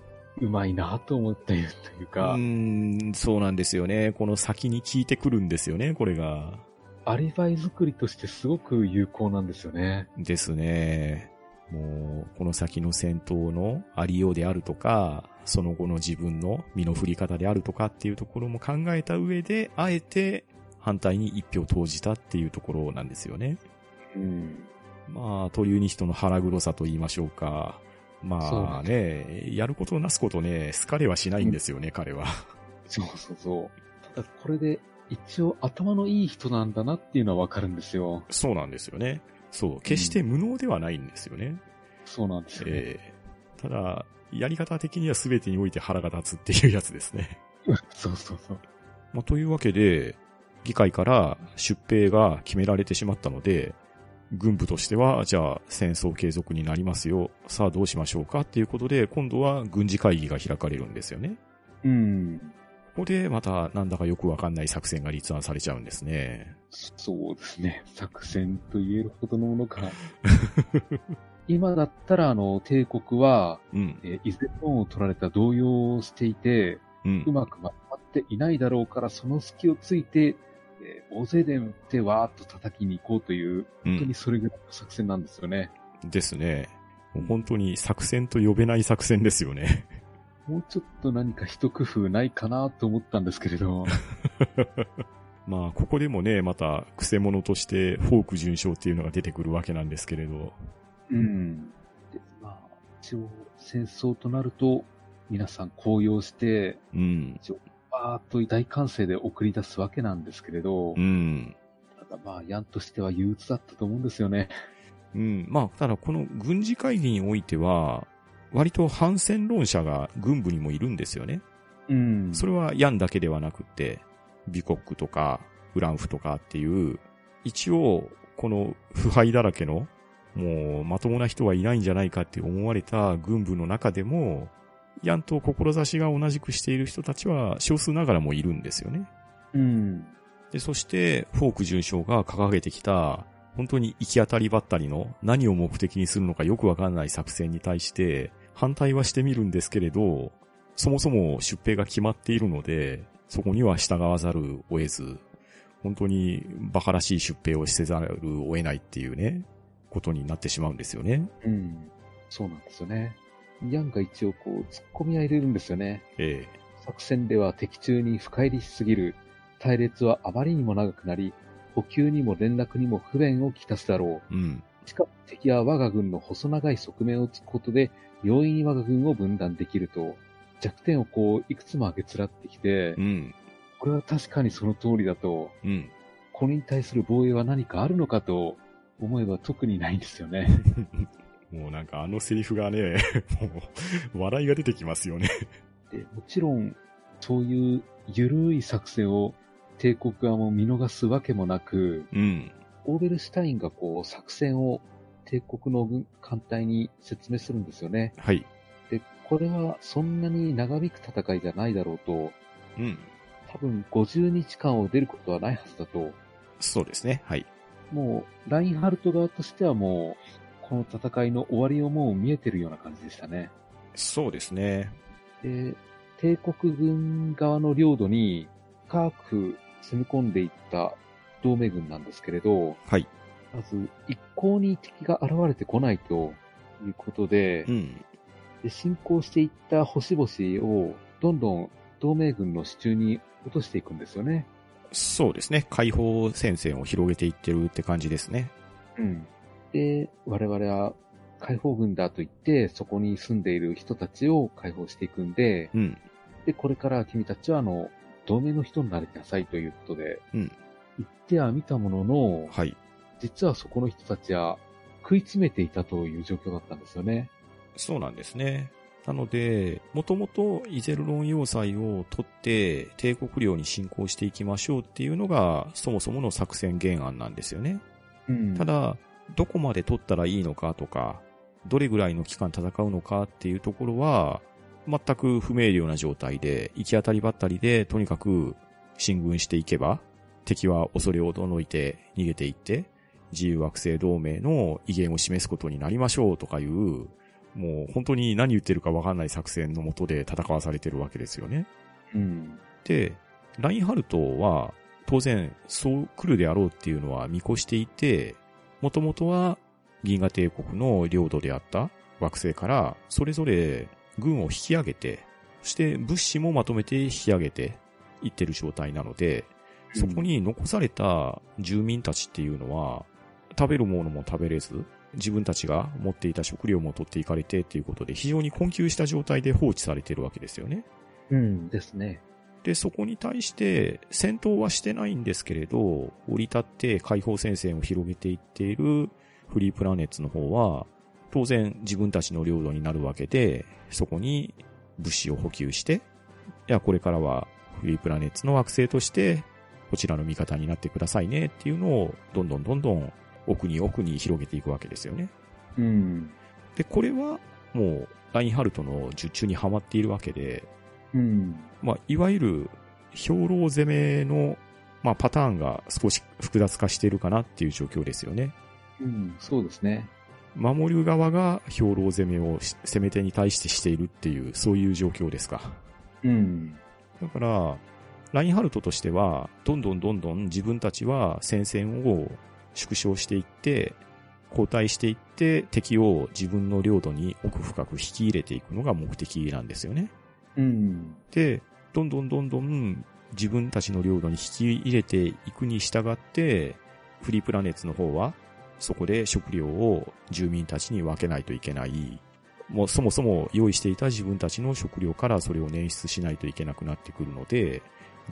Speaker 3: うまいなと思っているという
Speaker 1: う
Speaker 3: か、
Speaker 1: ーん、そうなんですよね。この先に効いてくるんですよね、これが。
Speaker 3: アリバイ作りとしてすごく有効なんですよね。
Speaker 1: ですね。もう、この先の戦闘のありようであるとか、その後の自分の身の振り方であるとかっていうところも考えた上で、あえて反対に一票投じたっていうところなんですよね。
Speaker 3: うん。
Speaker 1: まあ、というに人の腹黒さと言いましょうか。
Speaker 3: そう
Speaker 1: ま
Speaker 3: な
Speaker 1: あ
Speaker 3: ん
Speaker 1: ね、やることなすことね、好かれはしないんですよね、彼は。
Speaker 3: そうそうそう。ただこれで一応頭のいい人なんだなっていうのはわかるんですよ。
Speaker 1: そうなんですよね。そう、決して無能ではないんですよね。
Speaker 3: そうなんですよ、ね
Speaker 1: ええただ、やり方的には全てにおいて腹が立つっていうやつですね。
Speaker 3: そうそうそう。
Speaker 1: まあ、というわけで、議会から出兵が決められてしまったので、軍部としては、じゃあ戦争継続になりますよ。さあどうしましょうかっていうことで、今度は軍事会議が開かれるんですよね。
Speaker 3: うん。
Speaker 1: ここでまたなんだかよくわかんない作戦が立案されちゃうんですね。
Speaker 3: そうですね。作戦と言えるほどのも のか。今だったら、あの、帝国は、
Speaker 1: うん、
Speaker 3: えー伊勢門を取られた動揺をしていて、
Speaker 1: うん
Speaker 3: う、まくまとまっていないだろうから、その隙をついて、えー大勢で打ってわーっと叩きに行こうという、
Speaker 1: う
Speaker 3: 本当に
Speaker 1: ん。
Speaker 3: それぐらいの作戦なんですよね。
Speaker 1: ですね。もう本当に作戦と呼べない作戦ですよね。
Speaker 3: もうちょっと何か一工夫ないかなと思ったんですけれど、
Speaker 1: まあ、ここでもね、また、クセ者として、フォーク順将っていうのが出てくるわけなんですけれど。
Speaker 3: うん。で、まあ、一応、戦争となると、皆さん高揚して、
Speaker 1: うん。
Speaker 3: バーッと大歓声で送り出すわけなんですけれど、
Speaker 1: うん。
Speaker 3: ただまあ、ヤンとしては憂鬱だったと思うんですよね。
Speaker 1: うん。まあ、ただこの軍事会議においては、割と反戦論者が軍部にもいるんですよね。
Speaker 3: うん
Speaker 1: それはヤンだけではなくって、ビコックとか、フランフとかっていう、一応、この腐敗だらけの、もうまともな人はいないんじゃないかって思われた軍部の中でも、ヤンと志が同じくしている人たちは少数ながらもいるんですよね。
Speaker 3: うん。
Speaker 1: で、そして、フォーク准将が掲げてきた、本当に行き当たりばったりの何を目的にするのかよくわかんない作戦に対して、反対はしてみるんですけれど、そもそも出兵が決まっているので、そこには従わざるを得ず、本当に馬鹿らしい出兵をせざるを得ないっていうね、ことになってしまうんですよね。
Speaker 3: うん。そうなんですよね。ヤンが一応こう、突っ込みは入れるんですよね。
Speaker 1: え
Speaker 3: 作戦では敵中に深入りしすぎる。隊列はあまりにも長くなり、補給にも連絡にも不便をきたすだろ
Speaker 1: え、うん、
Speaker 3: う。しかも敵は我が軍の細長い側面をつくことで、容易に我が軍を分断できると、弱点をこう、いくつも挙げつらってきて、
Speaker 1: うん、
Speaker 3: これは確かにその通りだと、
Speaker 1: うん。
Speaker 3: これに対する防衛は何かあるのかと思えば特にないんですよね。
Speaker 1: もうなんかあのセリフがね、 もう、笑いが出てきますよね。
Speaker 3: でもちろん、そういう緩い作戦を帝国側も見逃すわけもなく、
Speaker 1: うん、
Speaker 3: オーベルシュタインがこう作戦を帝国の軍艦隊に説明するんですよね。
Speaker 1: はい、
Speaker 3: で、これはそんなに長引く戦いじゃないだろうと、
Speaker 1: うん。
Speaker 3: 多分50日間を出ることはないはずだと、
Speaker 1: そうですね、はい。
Speaker 3: もうラインハルト側としてはもう、この戦いの終わりをもう見えてるような感じでしたね。
Speaker 1: そうですね。
Speaker 3: で、帝国軍側の領土に深く攻め込んでいった同盟軍なんですけれど、
Speaker 1: はい。
Speaker 3: まず一向に敵が現れてこないということで、
Speaker 1: うん。
Speaker 3: で進行していった星々をどんどん同盟軍の支柱に落としていくんですよね。
Speaker 1: そうですね。解放戦線を広げていってるって感じですね。
Speaker 3: うん。で、我々は解放軍だと言って、そこに住んでいる人たちを解放していくんで、
Speaker 1: うん。
Speaker 3: で、これから君たちはあの、同盟の人になりなさいということで、
Speaker 1: うん
Speaker 3: 言っては見たものの、
Speaker 1: はい。
Speaker 3: 実はそこの人たちは食い詰めていたという状況だったんですよね。
Speaker 1: そうなんですね。なので、もともとイゼルロン要塞を取って帝国領に侵攻していきましょうっていうのがそもそもの作戦原案なんですよね。
Speaker 3: うん
Speaker 1: た、だ、どこまで取ったらいいのかとか、どれぐらいの期間戦うのかっていうところは、全く不明瞭な状態で、行き当たりばったりで、とにかく進軍していけば、敵は恐れをどのいて逃げていって、自由惑星同盟の威厳を示すことになりましょうとかいう、もう本当に何言ってるかわかんない作戦のもとで戦わされてるわけですよね。
Speaker 3: うん。
Speaker 1: で、ラインハルトは当然、そう来るであろうっていうのは見越していて、もともとは銀河帝国の領土であった惑星から、それぞれ軍を引き上げて、そして物資もまとめて引き上げていってる状態なので、そこに残された住民たちっていうのは、食べるものも食べれず、自分たちが持っていた食料も取っていかれてっていうことで、非常に困窮した状態で放置されてるわけですよね。
Speaker 4: うん。
Speaker 3: ですね。
Speaker 1: で、そこに対して戦闘はしてないんですけれど、降り立って解放戦線を広げていっているフリープラネッツの方は、当然自分たちの領土になるわけで、そこに物資を補給して、いや、これからはフリープラネッツの惑星として、こちらの味方になってくださいねっていうのを、どんどんどんどん奥に奥に広げていくわけですよね。
Speaker 3: うん。
Speaker 1: で、これはもうラインハルトの術中にはまっているわけで、
Speaker 3: うん。
Speaker 1: まあ、いわゆる兵糧攻めの、まあ、パターンが少し複雑化しているかなっていう状況ですよね。
Speaker 3: うん。そうですね。
Speaker 1: 守る側が兵糧攻めをし攻め手に対してしているっていう、そういう状況ですか。
Speaker 3: うん。
Speaker 1: だから、ラインハルトとしては、どんどんどんどん自分たちは戦線を縮小していって、後退していって敵を自分の領土に奥深く引き入れていくのが目的なんですよね。
Speaker 3: うん。
Speaker 1: で、どんどんどんどん自分たちの領土に引き入れていくに従って、フリープラネッツの方は、そこで食料を住民たちに分けないといけない。もうそもそも用意していた自分たちの食料からそれを捻出しないといけなくなってくるので、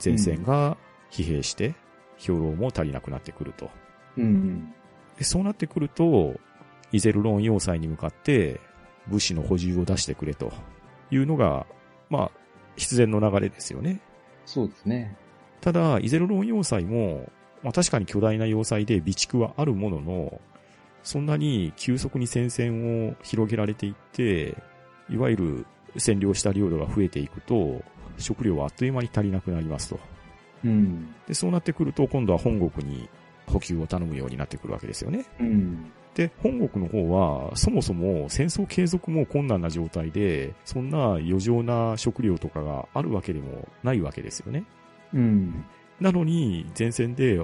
Speaker 1: 前線が疲弊して、兵糧も足りなくなってくると。
Speaker 3: うん。
Speaker 1: でそうなってくると、イゼルロン要塞に向かって武士の補充を出してくれというのが、まあ、必然の流れですよね。
Speaker 3: そうですね。
Speaker 1: ただ、イゼルロン要塞も、まあ確かに巨大な要塞で備蓄はあるものの、そんなに急速に戦線を広げられていって、いわゆる占領した領土が増えていくと、食料はあっという間に足りなくなりますと。
Speaker 3: うん。
Speaker 1: で、そうなってくると、今度は本国に補給を頼むようになってくるわけですよね。
Speaker 3: うん。
Speaker 1: で、本国の方は、そもそも戦争継続も困難な状態で、そんな余剰な食料とかがあるわけでもないわけですよね。
Speaker 3: うん。
Speaker 1: なのに、前線で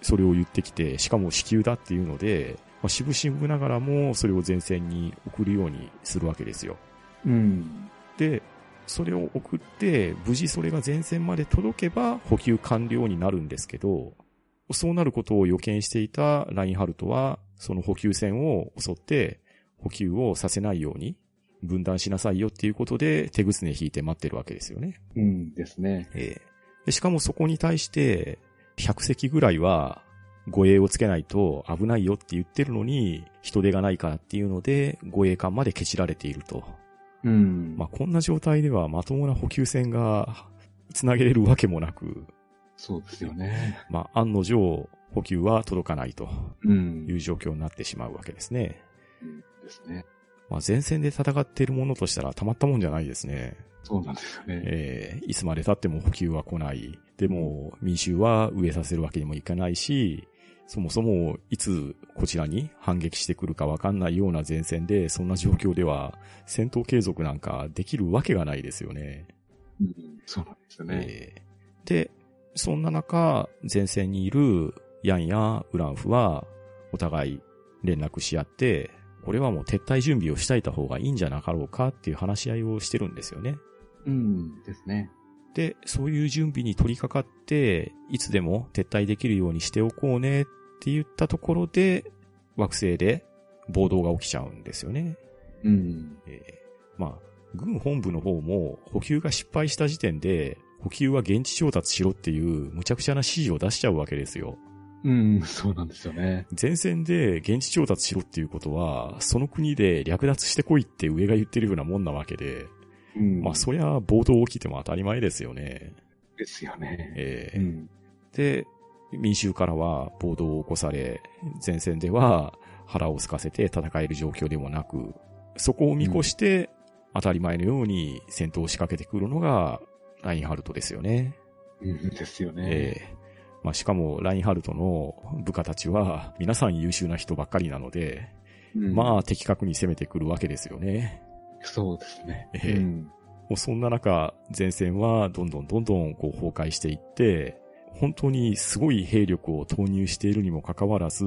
Speaker 1: それを言ってきて、しかも支給だっていうので、まあ、渋々ながらもそれを前線に送るようにするわけですよ。
Speaker 3: うん。
Speaker 1: で、それを送って、無事それが前線まで届けば補給完了になるんですけど、そうなることを予見していたラインハルトは、その補給線を襲って、補給をさせないように、分断しなさいよっていうことで、手ぐすね引いて待ってるわけですよね。
Speaker 3: うん。ですね。
Speaker 1: ええ。でしかもそこに対して、100隻ぐらいは、護衛をつけないと危ないよって言ってるのに、人手がないからっていうので、護衛艦まで蹴散られていると。
Speaker 3: うん。
Speaker 1: まあ、こんな状態ではまともな補給線が繋げれるわけもなく、
Speaker 3: そうですよね。
Speaker 1: まあ、案の定、補給は届かないと
Speaker 3: うん。
Speaker 1: いう状況になってしまうわけですね。
Speaker 3: ですね。
Speaker 1: まあ、前線で戦っているものとしたらたまったもんじゃないですね。
Speaker 3: そうなんですよね。
Speaker 1: えーいつまで経っても補給は来ない。でも、民衆は飢えさせるわけにもいかないし、そもそもいつこちらに反撃してくるかわかんないような前線で、そんな状況では戦闘継続なんかできるわけがないですよね。
Speaker 3: うん。そうなんですよね。
Speaker 1: えーで、そんな中、前線にいるヤンやウランフは、お互い連絡し合って、これはもう撤退準備をしといた方がいいんじゃなかろうかっていう話し合いをしてるんですよね。
Speaker 3: うん。ですね。
Speaker 1: で、そういう準備に取り掛かって、いつでも撤退できるようにしておこうねって言ったところで、惑星で暴動が起きちゃうんですよね。
Speaker 3: うん。
Speaker 1: えーまあ、軍本部の方も補給が失敗した時点で、補給は現地調達しろっていう無茶苦茶な指示を出しちゃうわけですよ。
Speaker 3: うん。そうなんですよね。
Speaker 1: 前線で現地調達しろっていうことは、その国で略奪してこいって上が言ってるようなもんなわけで、
Speaker 3: うん。
Speaker 1: まあそりゃ暴動起きても当たり前ですよね。
Speaker 3: うですよね。
Speaker 1: えー
Speaker 3: うん。
Speaker 1: で、民衆からは暴動を起こされ、前線では腹を空かせて戦える状況でもなく、そこを見越して、当たり前のように戦闘を仕掛けてくるのが、ラインハルトですよね。
Speaker 3: うん。ですよね。
Speaker 1: ええまあ、しかも、ラインハルトの部下たちは、皆さん優秀な人ばっかりなので、ま
Speaker 3: あ。
Speaker 1: あ、的確に攻めてくるわけですよね。
Speaker 3: そうですね。
Speaker 1: ええ
Speaker 3: うん。
Speaker 1: もうそんな中、前線はどんどんどんどんこう崩壊していって、本当にすごい兵力を投入しているにもかかわらず、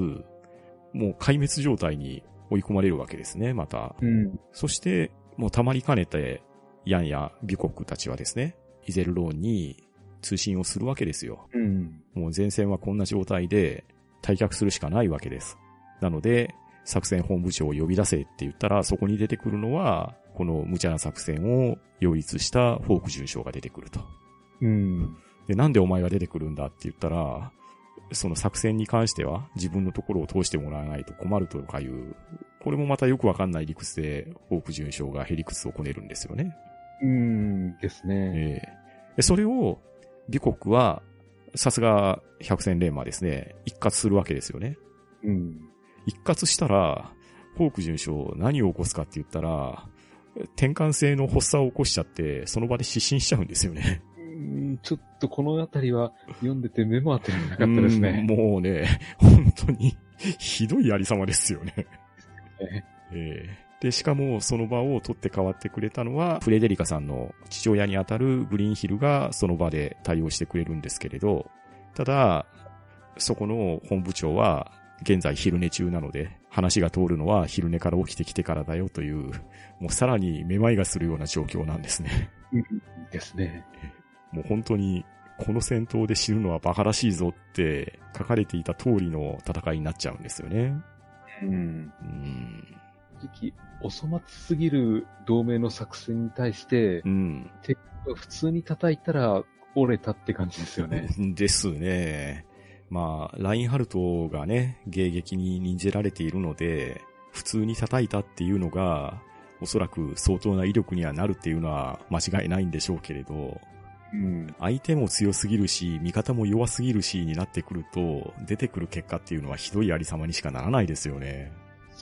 Speaker 1: もう壊滅状態に追い込まれるわけですね、また。
Speaker 8: うん。
Speaker 1: そして、もう溜まりかねて、ヤンや美国たちはですね、イゼルローンに通信をするわけですよ。
Speaker 8: うん。
Speaker 1: もう前線はこんな状態で退却するしかないわけです。なので、作戦本部長を呼び出せって言ったら、そこに出てくるのは、この無茶な作戦を擁立したフォーク准将が出てくると。
Speaker 8: うん。
Speaker 1: で、なんでお前が出てくるんだって言ったら、その作戦に関しては自分のところを通してもらわないと困るとかいう、これもまたよくわかんない理屈で、フォーク准将がヘリクスをこねるんですよね。
Speaker 8: うん。
Speaker 3: ですね。
Speaker 1: ええでそれを、美国は、さすが百戦錬磨ですね、一括するわけですよね。
Speaker 3: うん。
Speaker 1: 一括したら、フォーク准将何を起こすかって言ったら、転換性の発作を起こしちゃって、その場で失神しちゃうんですよね。
Speaker 3: うんちょっとこのあたりは読んでて目も当てられなかったですね。
Speaker 1: うんもうね、 本当に、ひどいありさまです よね。ええで、しかもその場を取って代わってくれたのは、フレデリカさんの父親にあたるグリーンヒルがその場で対応してくれるんですけれど、ただ、そこの本部長は、現在昼寝中なので、話が通るのは昼寝から起きてきてからだよという、もうさらにめまいがするような状況なんですね。
Speaker 3: ですね。
Speaker 1: もう本当に、この戦闘で死ぬのは馬鹿らしいぞって書かれていた通りの戦いになっちゃうんですよね。
Speaker 3: うん。
Speaker 1: うん。
Speaker 3: 正直、お粗末すぎる同盟の作戦に対して、
Speaker 1: うん。
Speaker 3: 普通に叩いたら折れたって感じですよね。
Speaker 1: ですね。まあ、ラインハルトがね、迎撃に任じられているので、普通に叩いたっていうのが、おそらく相当な威力にはなるっていうのは間違いないんでしょうけれど、
Speaker 3: うん。
Speaker 1: 相手も強すぎるし、味方も弱すぎるしになってくると、出てくる結果っていうのはひどいありさまにしかならないですよね。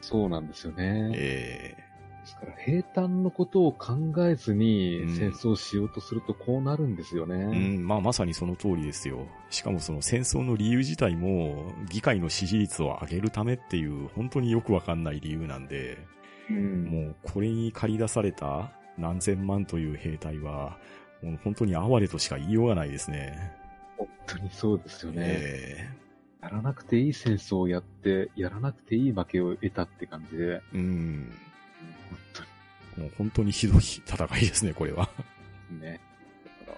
Speaker 3: そうなんですよね。
Speaker 1: ええ
Speaker 3: ですから、平坦のことを考えずに
Speaker 1: うん
Speaker 3: 戦争をしようとするとこうなるんですよ
Speaker 1: う
Speaker 3: ね。
Speaker 1: ん、まあまさにその通りですよ。しかもその戦争の理由自体も、議会の支持率を上げるためっていう、本当によくわかんない理由なんで、
Speaker 3: うん
Speaker 1: もうこれに借り出された何千万という兵隊は、もう本当に哀れとしか言いようがないですね。
Speaker 3: 本当にそうですよね。
Speaker 1: え
Speaker 3: やらなくていい戦争をやって、やらなくていい負けを得たって感じで、
Speaker 1: えうん。
Speaker 3: 本当に
Speaker 1: もう本当にひどい戦いですね、これは。
Speaker 3: ね。だか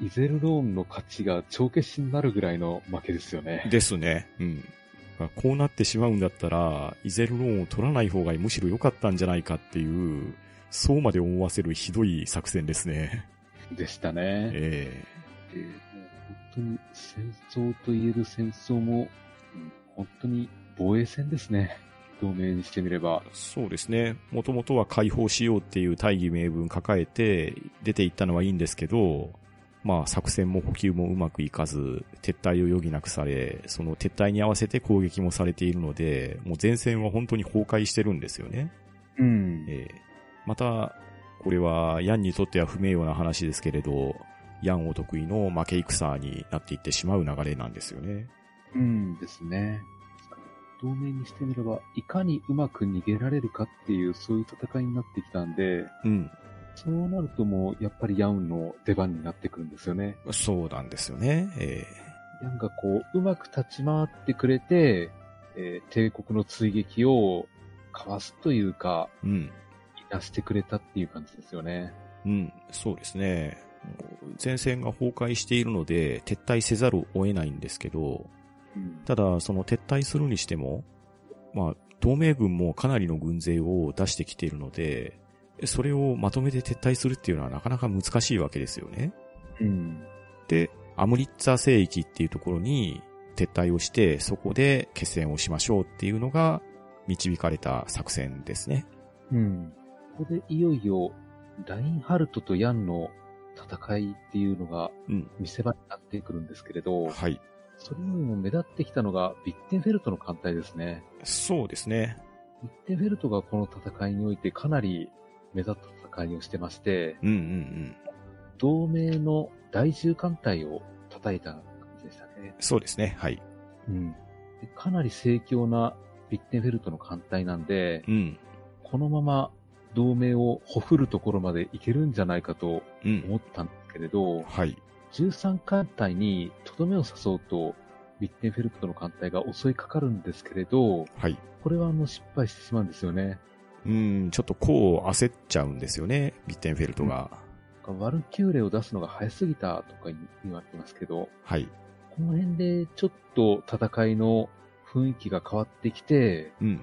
Speaker 3: らイゼルローンの勝ちが帳消しになるぐらいの負けですよね。
Speaker 1: ですね。うん。こうなってしまうんだったら、イゼルローンを取らない方がむしろ良かったんじゃないかっていう、そうまで思わせるひどい作戦ですね。
Speaker 3: でしたね。
Speaker 1: え
Speaker 3: でもう本当に戦争と言える戦争も、うん本当に防衛戦ですね。同盟にしてみれば
Speaker 1: え。そうですね。もともとは解放しようっていう大義名分抱えて出て行ったのはいいんですけど、まあ作戦も補給もうまくいかず、撤退を余儀なくされ、その撤退に合わせて攻撃もされているので、もう前線は本当に崩壊してるんですよね。
Speaker 3: うん
Speaker 1: ええまた、これは、ヤンにとっては不名誉な話ですけれど、ヤンお得意の負け戦になっていってしまう流れなんですよね。
Speaker 3: うんですね。同盟にしてみれば、いかにうまく逃げられるかっていう、そういう戦いになってきたんで、
Speaker 1: うん。
Speaker 3: そうなるともう、やっぱりヤンの出番になってくるんですよね。
Speaker 1: そうなんですよね。え
Speaker 3: ヤンがこう、うまく立ち回ってくれて、えー帝国の追撃をかわすというか、
Speaker 1: えうん。
Speaker 3: いなしてくれたっていう感じですよね。
Speaker 1: うん。そうですね。前線が崩壊しているので、撤退せざるを得ないんですけど、
Speaker 3: うん
Speaker 1: ただ、その撤退するにしても、まあ、同盟軍もかなりの軍勢を出してきているので、それをまとめて撤退するっていうのはなかなか難しいわけですよね。
Speaker 3: うん。
Speaker 1: で、アムリッツァ聖域っていうところに撤退をして、そこで決戦をしましょうっていうのが導かれた作戦ですね。
Speaker 3: うん。ここでいよいよ、ラインハルトとヤンの戦いっていうのが
Speaker 1: うん
Speaker 3: 見せ場になってくるんですけれど、
Speaker 1: はい。
Speaker 3: それよりも目立ってきたのがビッテンフェルトの艦隊ですね。
Speaker 1: そうですね。
Speaker 3: ビッテンフェルトがこの戦いにおいてかなり目立った戦いをしてまして、
Speaker 1: うんうんうん。
Speaker 3: 同盟の第10艦隊を叩いた感じでしたね。
Speaker 1: そうですね。はい。
Speaker 3: うん。でかなり盛況なビッテンフェルトの艦隊なんで、
Speaker 1: うん。
Speaker 3: このまま同盟をほふるところまでいけるんじゃないかと
Speaker 1: うん。
Speaker 3: 思ったんですけれど、
Speaker 1: はい。
Speaker 3: 13艦隊にとどめを刺そうと、ビッテンフェルクトの艦隊が襲いかかるんですけれど、
Speaker 1: はい。
Speaker 3: これはあの失敗してしまうんですよね。
Speaker 1: うん、ちょっとこう焦っちゃうんですよね、ビッテンフェルトが。
Speaker 3: ワルキューレを出すのが早すぎたとか言われてますけど、
Speaker 1: はい。
Speaker 3: この辺でちょっと戦いの雰囲気が変わってきて、
Speaker 1: うん。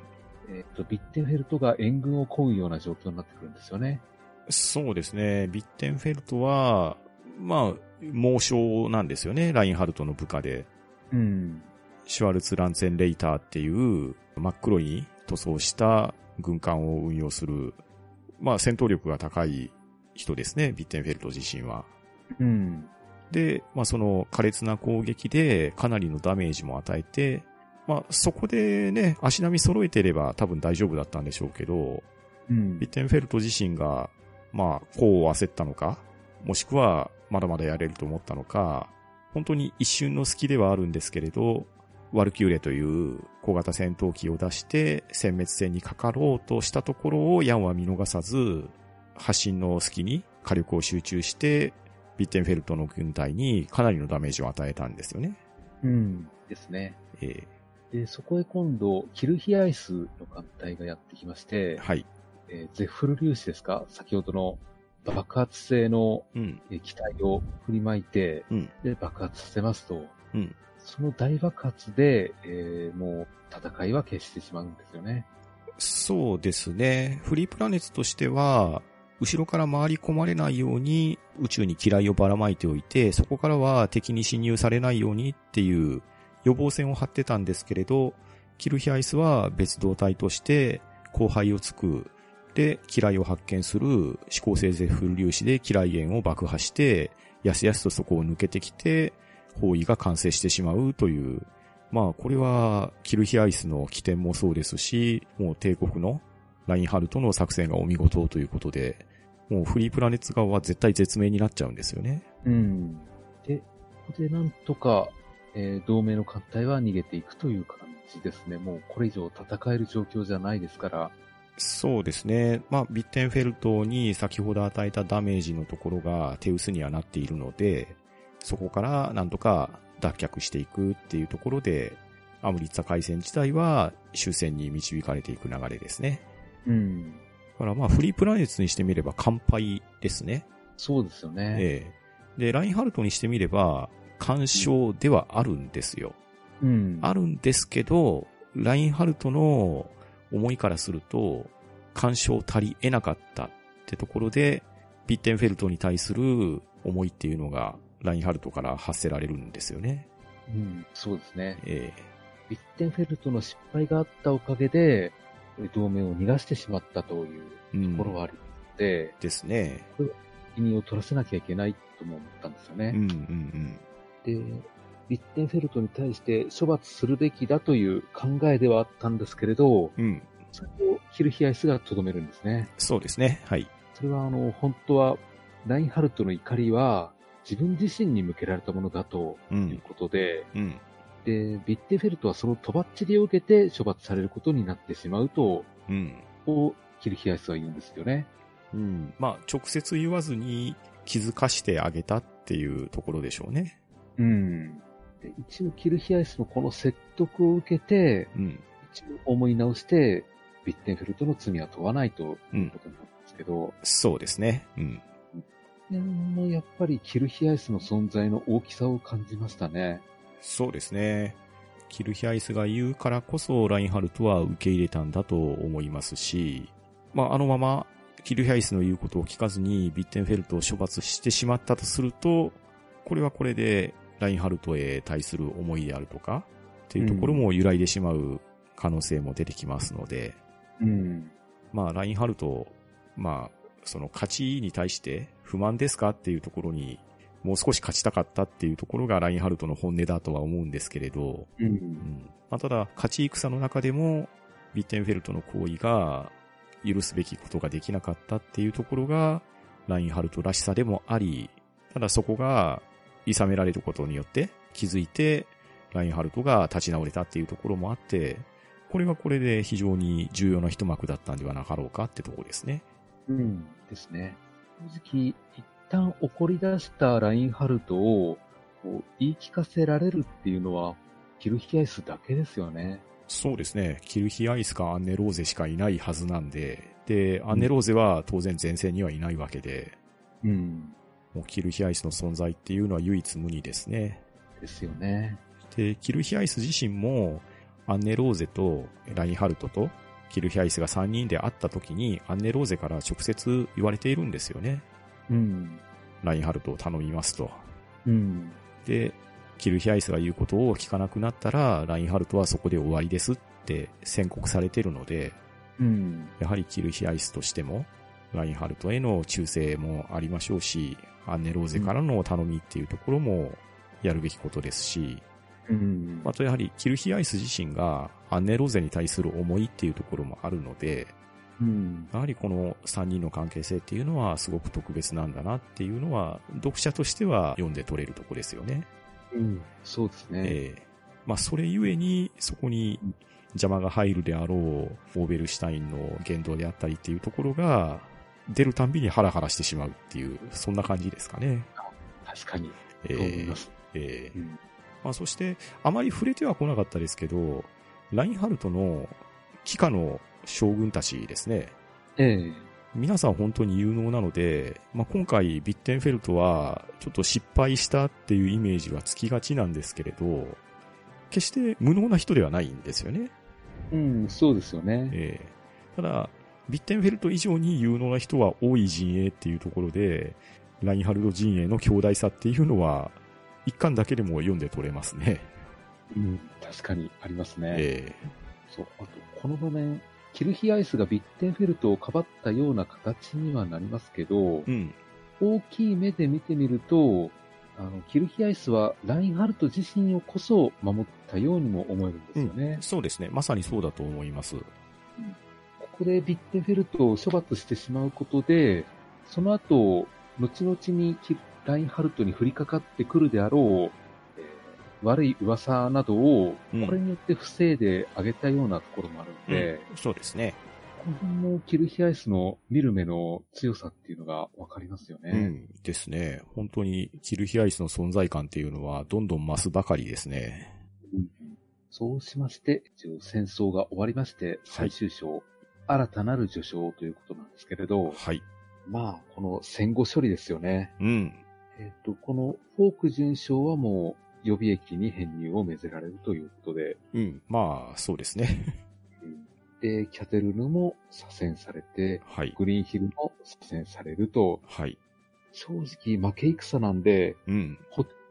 Speaker 3: えっと、ビッテンフェルトが援軍を攻うような状況になってくるんですよね。
Speaker 1: そうですね、ビッテンフェルトは、まあ、猛将なんですよね、ラインハルトの部下で。
Speaker 3: うん。
Speaker 1: シュワルツ・ランツェン・レイターっていう真っ黒に塗装した軍艦を運用する、まあ戦闘力が高い人ですね、ビッテンフェルト自身は。
Speaker 3: うん。
Speaker 1: で、まあその苛烈な攻撃でかなりのダメージも与えて、まあそこでね、足並み揃えてれば多分大丈夫だったんでしょうけど、
Speaker 3: うん
Speaker 1: ビッ。テンフェルト自身が、まあ、こう焦ったのか、もしくは、まだまだやれると思ったのか、本当に一瞬の隙ではあるんですけれど、ワルキューレという小型戦闘機を出して、殲滅戦にかかろうとしたところをヤンは見逃さず、発進の隙に火力を集中して、ビッテンフェルトの軍隊にかなりのダメージを与えたんですよね。
Speaker 3: うん。ですね。
Speaker 1: え
Speaker 3: で、そこへ今度、キルヒアイスの艦隊がやってきまして
Speaker 1: ー、はい。
Speaker 3: えーゼッフル粒子ですか先ほどの爆発性の
Speaker 1: うん。
Speaker 3: えー機体を振りまいて、
Speaker 1: うん
Speaker 3: で爆発させますと、
Speaker 1: うん
Speaker 3: その大爆発で、えーもう戦いは決してしまうんですよね。
Speaker 1: そうですね。フリープラネットとしては、後ろから回り込まれないように宇宙に嫌いをばらまいておいて、そこからは敵に侵入されないようにっていう予防線を張ってたんですけれど、キルヒアイスは別動隊として後輩をつく。で、嫌いを発見する指向性ゼフル粒子で嫌い源を爆破して、やすやすとそこを抜けてきて、包囲が完成してしまうというまあこれは、キルヒアイスの起点もそうですし、もう帝国のラインハルトの作戦がお見事ということで、もうフリープラネッツ側は絶対絶命になっちゃうんですよね。
Speaker 3: うん。で、ここでなんとか、えー同盟の艦隊は逃げていくという感じですね。もうこれ以上戦える状況じゃないですから。
Speaker 1: そうですね。まあビッテンフェルトに先ほど与えたダメージのところが手薄にはなっているので、そこからなんとか脱却していくっていうところで、アムリッツァ海戦自体は終戦に導かれていく流れですね。
Speaker 3: うん。
Speaker 1: だからまあフリープラネッツにしてみれば完敗ですね。
Speaker 3: そうですよね。
Speaker 1: ええ。で、ラインハルトにしてみれば、干渉ではあるんですよ。
Speaker 3: うん。
Speaker 1: あるんですけど、ラインハルトの思いからすると、干渉足り得なかったってところで、ビッテンフェルトに対する思いっていうのが、ラインハルトから発せられるんですよね。
Speaker 3: うん。そうですね。
Speaker 1: え
Speaker 3: ビッテンフェルトの失敗があったおかげで、えー同盟を逃がしてしまったという
Speaker 1: え。うん
Speaker 3: ところはありますので、
Speaker 1: ですね。
Speaker 3: 責任を取らせなきゃいけないとも思ったんですよ
Speaker 1: う
Speaker 3: ね。
Speaker 1: んうん
Speaker 3: で、リッテンフェルトに対して処罰するべきだという考えではあったんですけれど、
Speaker 1: うん。うん。
Speaker 3: それをキルヒアイスがとどめるんですね。
Speaker 1: そうですね。はい。
Speaker 3: それはあの、本当は、ラインハルトの怒りは、自分自身に向けられたものだと
Speaker 1: う。
Speaker 3: いうんことで、
Speaker 1: うん。
Speaker 3: で、ビッテンフェルトはそのとばっちりを受けて処罰されることになってしまうと、
Speaker 1: うん。
Speaker 3: をキルヒアイスは言うんですよね。
Speaker 1: うん。まあ、直接言わずに気づかしてあげたっていうところでしょうね。
Speaker 3: うん。で一応、キルヒアイスのこの説得を受けて、
Speaker 1: うん。
Speaker 3: 一応思い直して、ビッテンフェルトの罪は問わないということなんですけど、
Speaker 1: そうですね。うん。
Speaker 3: でもやっぱりキルヒアイスの存在の大きさを感じましたね。
Speaker 1: そうですね。キルヒアイスが言うからこそ、ラインハルトは受け入れたんだと思いますし、まあ、あのまま、キルヒアイスの言うことを聞かずに、ビッテンフェルトを処罰してしまったとすると、これはこれで、ラインハルトへ対する思いであるとか、っていうところも揺らいでしまう可能性も出てきますので、
Speaker 3: うん。
Speaker 1: まあ、ラインハルト、まあ、その勝ちに対して不満ですかっていうところに、もう少し勝ちたかったっていうところがラインハルトの本音だとは思うんですけれど、
Speaker 3: う。
Speaker 1: うんん。まあ、ただ、勝ち戦の中でも、ビッテンフェルトの行為が許すべきことができなかったっていうところが、ラインハルトらしさでもあり、ただそこが、諌められることによって気づいて、ラインハルトが立ち直れたっていうところもあって、これはこれで非常に重要な一幕だったんではなかろうかってところですね。
Speaker 3: うん。ですね。正直、ビッ旦怒り出したラインハルトをこう言い聞かせられるっていうのは、キルヒアイスだけですよね。
Speaker 1: そうですね。キルヒアイスかアンネローゼしかいないはずなんで、で、アンネローゼは当然前線にはいないわけで、
Speaker 3: うん。
Speaker 1: もうキルヒアイスの存在っていうのは唯一無二ですね。
Speaker 3: ですよね。
Speaker 1: で、キルヒアイス自身も、アンネローゼとラインハルトとキルヒアイスが3人で会った時に、アンネローゼから直接言われているんですよね。
Speaker 3: うん。
Speaker 1: ラインハルトを頼みますと。
Speaker 3: うん。
Speaker 1: で、キルヒアイスが言うことを聞かなくなったら、ラインハルトはそこで終わりですって宣告されてるので、
Speaker 3: うん。
Speaker 1: やはりキルヒアイスとしても、ラインハルトへの忠誠もありましょうし、アンネローゼからの頼みっていうところもやるべきことですし、
Speaker 3: うん。
Speaker 1: あとやはりキルヒアイス自身がアンネローゼに対する思いっていうところもあるので、
Speaker 3: うん。
Speaker 1: やはりこの3人の関係性っていうのはすごく特別なんだなっていうのは、読者としては読んで取れるとこですよね。
Speaker 3: うん。そうですね。
Speaker 1: ええまあ、それゆえに、そこに邪魔が入るであろう、オーベルシュタインの言動であったりっていうところが、出るたんびにハラハラしてしまうっていう、そんな感じですかね。
Speaker 3: 確かに。
Speaker 1: え
Speaker 3: そう思い
Speaker 1: え
Speaker 3: ます。
Speaker 1: ええ
Speaker 3: うん
Speaker 1: まあ、そして、あまり触れてはこなかったですけど、ラインハルトの帰化の将軍たちですね。
Speaker 3: ええ
Speaker 1: 皆さん本当に有能なので、まあ、今回ビッテンフェルトはちょっと失敗したっていうイメージはつきがちなんですけれど、決して無能な人ではないんですよね。
Speaker 3: うん、そうですよね。
Speaker 1: ええただ、ビッテンフェルト以上に有能な人は多い陣営っていうところで、ラインハルド陣営の強大さっていうのは、一巻だけでも読んで取れますね。
Speaker 3: うん、確かにありますね。
Speaker 1: え
Speaker 3: そう。あと、この場面、キルヒアイスがビッテンフェルトをかばったような形にはなりますけ
Speaker 1: え、
Speaker 3: ど
Speaker 1: うん。
Speaker 3: 大きい目で見てみると、あの、キルヒアイスはラインハルト自身をこそ守ったようにも思えるんですよね。
Speaker 1: そうですね。まさにそうだと思います。
Speaker 3: ここでビッテンフェルトを処罰してしまうことで、その後、後々にキラインハルトに降りかかってくるであろう、えー悪い噂などを、
Speaker 1: うん
Speaker 3: これによって防いであげたようなところもあるので、
Speaker 1: そうですね。
Speaker 3: この辺もキルヒアイスの見る目の強さっていうのがわかりますよ
Speaker 1: う
Speaker 3: ね。
Speaker 1: ん。ですね。本当に、キルヒアイスの存在感っていうのは、どんどん増すばかりですね。
Speaker 3: そうしまして、一応戦争が終わりまして、
Speaker 1: はい
Speaker 3: 最終章、新たなる序章ということなんですけれど、
Speaker 1: はい。
Speaker 3: まあ、この戦後処理ですよね。
Speaker 1: うん。
Speaker 3: えっ、と、このフォーク準将はもう予備役に編入を命ぜられるということで、
Speaker 1: うん。まあ、そうですね。
Speaker 3: で、キャテルヌも左遷されて、
Speaker 1: はい。
Speaker 3: グリーンヒルも左遷されると、
Speaker 1: はい。
Speaker 3: 正直負け戦なんで、
Speaker 1: うん。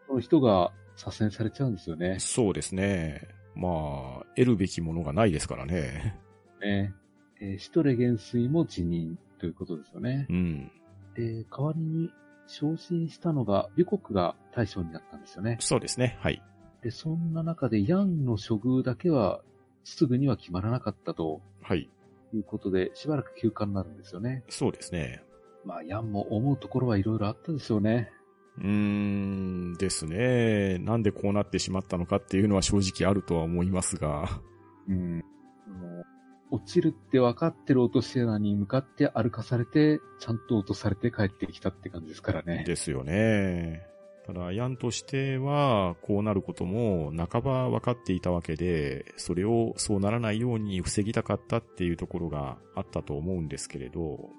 Speaker 3: その人が左遷されちゃうんですよね。
Speaker 1: そうですね。まあ、得るべきものがないですからね。
Speaker 3: ね。えーシトレ元帥も辞任ということですよね
Speaker 1: う。ん。
Speaker 3: で、代わりに昇進したのが、リュコクが大将になったんですよね。
Speaker 1: そうですね。はい。
Speaker 3: で、そんな中でヤンの処遇だけは、すぐには決まらなかったと
Speaker 1: はい。
Speaker 3: いうことで、しばらく休暇になるんですよね。
Speaker 1: そうですね。
Speaker 3: まあ、ヤンも思うところはいろいろあったでしょうね。
Speaker 1: うーん、ですね。なんでこうなってしまったのかっていうのは正直あるとは思いますが。
Speaker 3: うん。もう落ちるって分かってる落とし穴に向かって歩かされて、ちゃんと落とされて帰ってきたって感じですからね。
Speaker 1: ですよね。ただ、ヤンとしては、こうなることも半ば分かっていたわけで、それをそうならないように防ぎたかったっていうところがあったと思うんですけれど、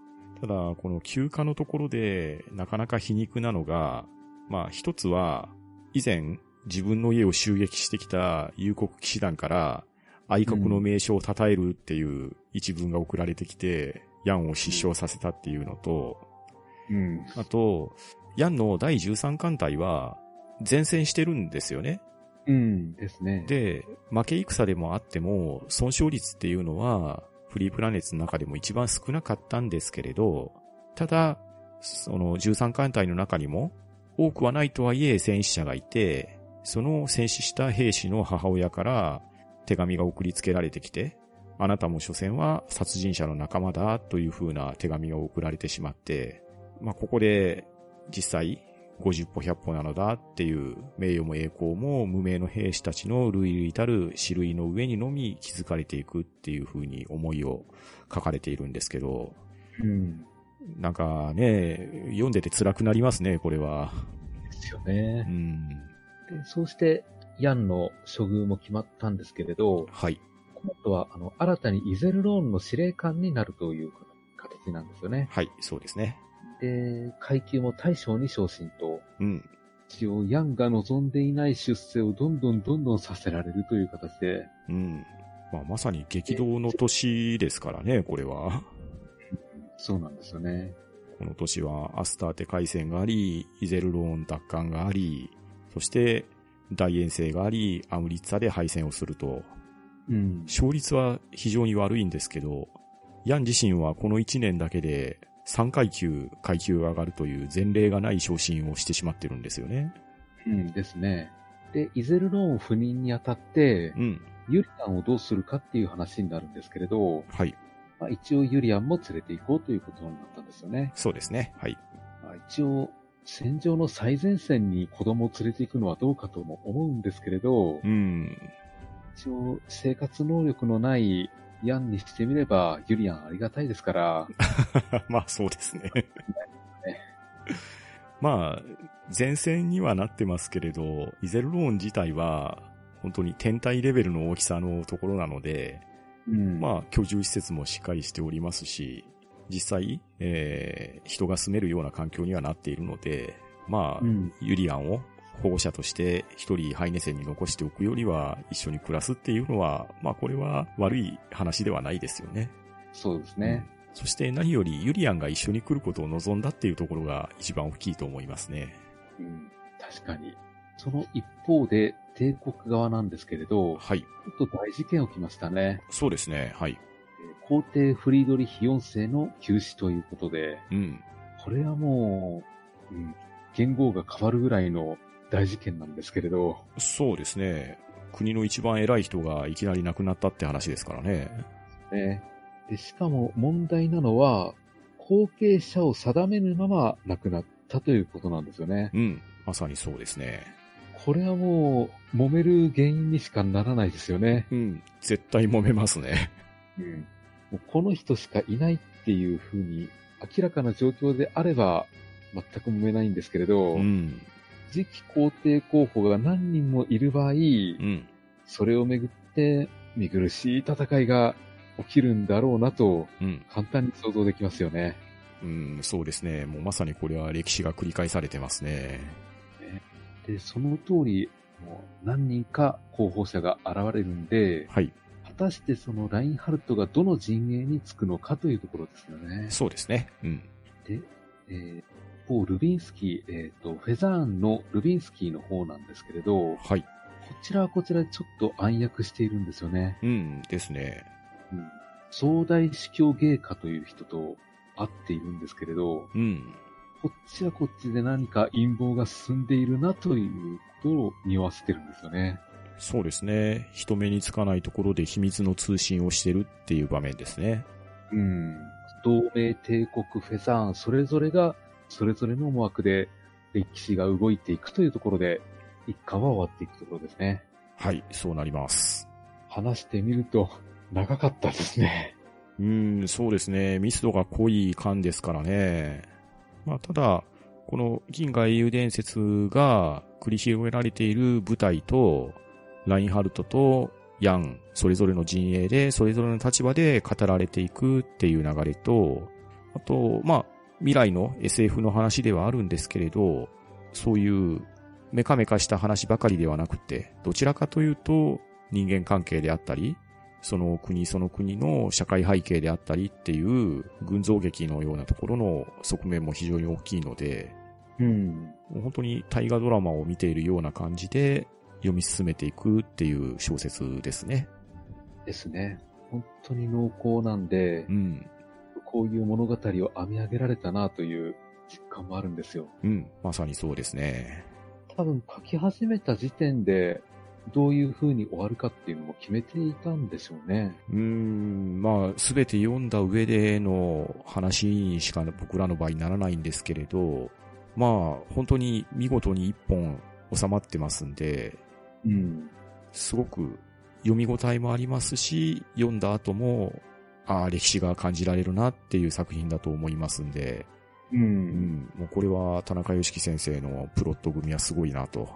Speaker 1: ただ、この休暇のところで、なかなか皮肉なのが、まあ、一つは、以前、自分の家を襲撃してきた幽国騎士団から、愛国の名称を称えるっていう一文が送られてきて、ヤンを失笑させたっていうのと、
Speaker 3: うん。
Speaker 1: あと、ヤンの第13艦隊は、前線してるんですよね。
Speaker 3: うん。ですね。
Speaker 1: で、負け戦でもあっても、損傷率っていうのは、フリープラネッツの中でも一番少なかったんですけれど、ただ、その13艦隊の中にも、多くはないとはいえ戦死者がいて、その戦死した兵士の母親から手紙が送りつけられてきて、あなたも所詮は殺人者の仲間だという風な手紙が送られてしまって、まあ、ここで実際50歩100歩なのだっていう名誉も栄光も無名の兵士たちの類々たる死類の上にのみ気づかれていくっていう風に思いを書かれているんですけど、
Speaker 3: うん。
Speaker 1: なんかね、読んでて辛くなりますね、これは。
Speaker 3: ですよ
Speaker 1: う
Speaker 3: ね。
Speaker 1: ん。
Speaker 3: でそうして、ヤンの処遇も決まったんですけれど、
Speaker 1: はい。
Speaker 3: 今度は、あの、新たにイゼルローンの司令官になるという形なんですよね。
Speaker 1: はい、そうですね。
Speaker 3: で、階級も大将に昇進と、
Speaker 1: うん。
Speaker 3: 一応、ヤンが望んでいない出世をどんどんどんどんさせられるという形で、
Speaker 1: うん。まあ、まさに激動の年ですからね、これは。
Speaker 3: そうなんですよね。
Speaker 1: この年はアスターテ海戦があり、イゼルローン奪還があり、そして大遠征があり、アムリッツァで敗戦をすると、
Speaker 3: うん。
Speaker 1: 勝率は非常に悪いんですけど、ヤン自身はこの1年だけで3階級階級が上がるという前例がない昇進をしてしまってるんですよね。
Speaker 3: うんですね。で、イゼルローン不任にあたって
Speaker 1: う、ん。
Speaker 3: ユリアンをどうするかっていう話になるんですけれど、
Speaker 1: はい。
Speaker 3: まあ、一応ユリアンも連れて行こうということになったんですよね。
Speaker 1: そうですね。はい。
Speaker 3: まあ、一応、戦場の最前線に子供を連れて行くのはどうかとも思うんですけれど、
Speaker 1: うん。
Speaker 3: 一応、生活能力のないヤンにしてみれば、ユリアンありがたいですから、
Speaker 1: まあそうです ね。まあ、前線にはなってますけれど、イゼルローン自体は、本当に天体レベルの大きさのところなので、
Speaker 3: うん
Speaker 1: まあ、居住施設もしっかりしておりますし、実際、えー人が住めるような環境にはなっているので、まあ、
Speaker 3: うん、
Speaker 1: ユリアンを保護者として一人ハイネセンに残しておくよりは、一緒に暮らすっていうのは、まあ、これは悪い話ではないですよね。
Speaker 3: そうですね。
Speaker 1: うん。そして何よりユリアンが一緒に来ることを望んだっていうところが一番大きいと思いますね。
Speaker 3: うん、確かに。その一方で、帝国側なんですけれど、
Speaker 1: はい。
Speaker 3: ちょっと大事件起きましたね。
Speaker 1: そうですね。はい。
Speaker 3: えー皇帝フリードリヒ4世の急死ということで、
Speaker 1: うん。
Speaker 3: これはもう、うん、元号が変わるぐらいの大事件なんですけれど、
Speaker 1: そうですね。国の一番偉い人がいきなり亡くなったって話ですからね。
Speaker 3: ね、でしかも問題なのは、後継者を定めぬまま亡くなったということなんですよね。
Speaker 1: うん。まさにそうですね。
Speaker 3: これはもう、揉める原因にしかならないですよね。
Speaker 1: うん。絶対揉めますね。
Speaker 3: うん、もうこの人しかいないっていうふうに、明らかな状況であれば、全く揉めないんですけれど、
Speaker 1: うん。
Speaker 3: 次期皇帝候補が何人もいる場合、
Speaker 1: うん。
Speaker 3: それをめぐって見苦しい戦いが起きるんだろうなと
Speaker 1: うん。
Speaker 3: 簡単に想像できますよね。
Speaker 1: うん、そうですね。もうまさにこれは歴史が繰り返されてますね。
Speaker 3: で、その通り、もう何人か候補者が現れるんで、
Speaker 1: はい。
Speaker 3: 果たしてそのラインハルトがどの陣営につくのかというところですよね。
Speaker 1: そうですね。うん。
Speaker 3: で、えー一方、ルビンスキー、えっ、と、フェザーンのルビンスキーの方なんですけれど、こ
Speaker 1: はい。
Speaker 3: ちらはこちらでちょっと暗躍しているんですよね。
Speaker 1: うん。ですね。
Speaker 3: うん総大司教芸家という人と会っているんですけれど、
Speaker 1: うん。
Speaker 3: こっちはこっちで何か陰謀が進んでいるなということを匂わせてるんですよね。
Speaker 1: そうですね。人目につかないところで秘密の通信をしてるっていう場面ですね。
Speaker 3: うん。同盟帝国フェザーンそれぞれがそれぞれの思惑で歴史が動いていくというところで一巻は終わっていくところですね。
Speaker 1: はい、そうなります。
Speaker 3: 話してみると長かったですね。
Speaker 1: うーん、そうですね。密度が濃い感ですからね。まあ、ただ、この銀河英雄伝説が繰り広げられている舞台と、ラインハルトとヤン、それぞれの陣営で、それぞれの立場で語られていくっていう流れと、あと、まあ、未来の SF の話ではあるんですけれど、そういうメカメカした話ばかりではなくて、どちらかというと人間関係であったり、その国その国の社会背景であったりっていう群像劇のようなところの側面も非常に大きいので、
Speaker 3: うん。
Speaker 1: もう本当に大河ドラマを見ているような感じで読み進めていくっていう小説ですね。
Speaker 3: ですね。本当に濃厚なんで、
Speaker 1: うん。
Speaker 3: こういう物語を編み上げられたなという実感もあるんですよ。
Speaker 1: うん。まさにそうですね。
Speaker 3: 多分書き始めた時点で、どういう風に終わるかっていうのも決めていたんでしょうね。
Speaker 1: うーん、まあ、すべて読んだ上での話にしか僕らの場合ならないんですけれど、まあ、本当に見事に一本収まってますんで、
Speaker 3: うん。
Speaker 1: すごく読み応えもありますし、読んだ後もああ、歴史が感じられるなっていう作品だと思いますんで、
Speaker 3: う。
Speaker 1: うんん、もうこれは田中良樹先生のプロット組はすごいなと。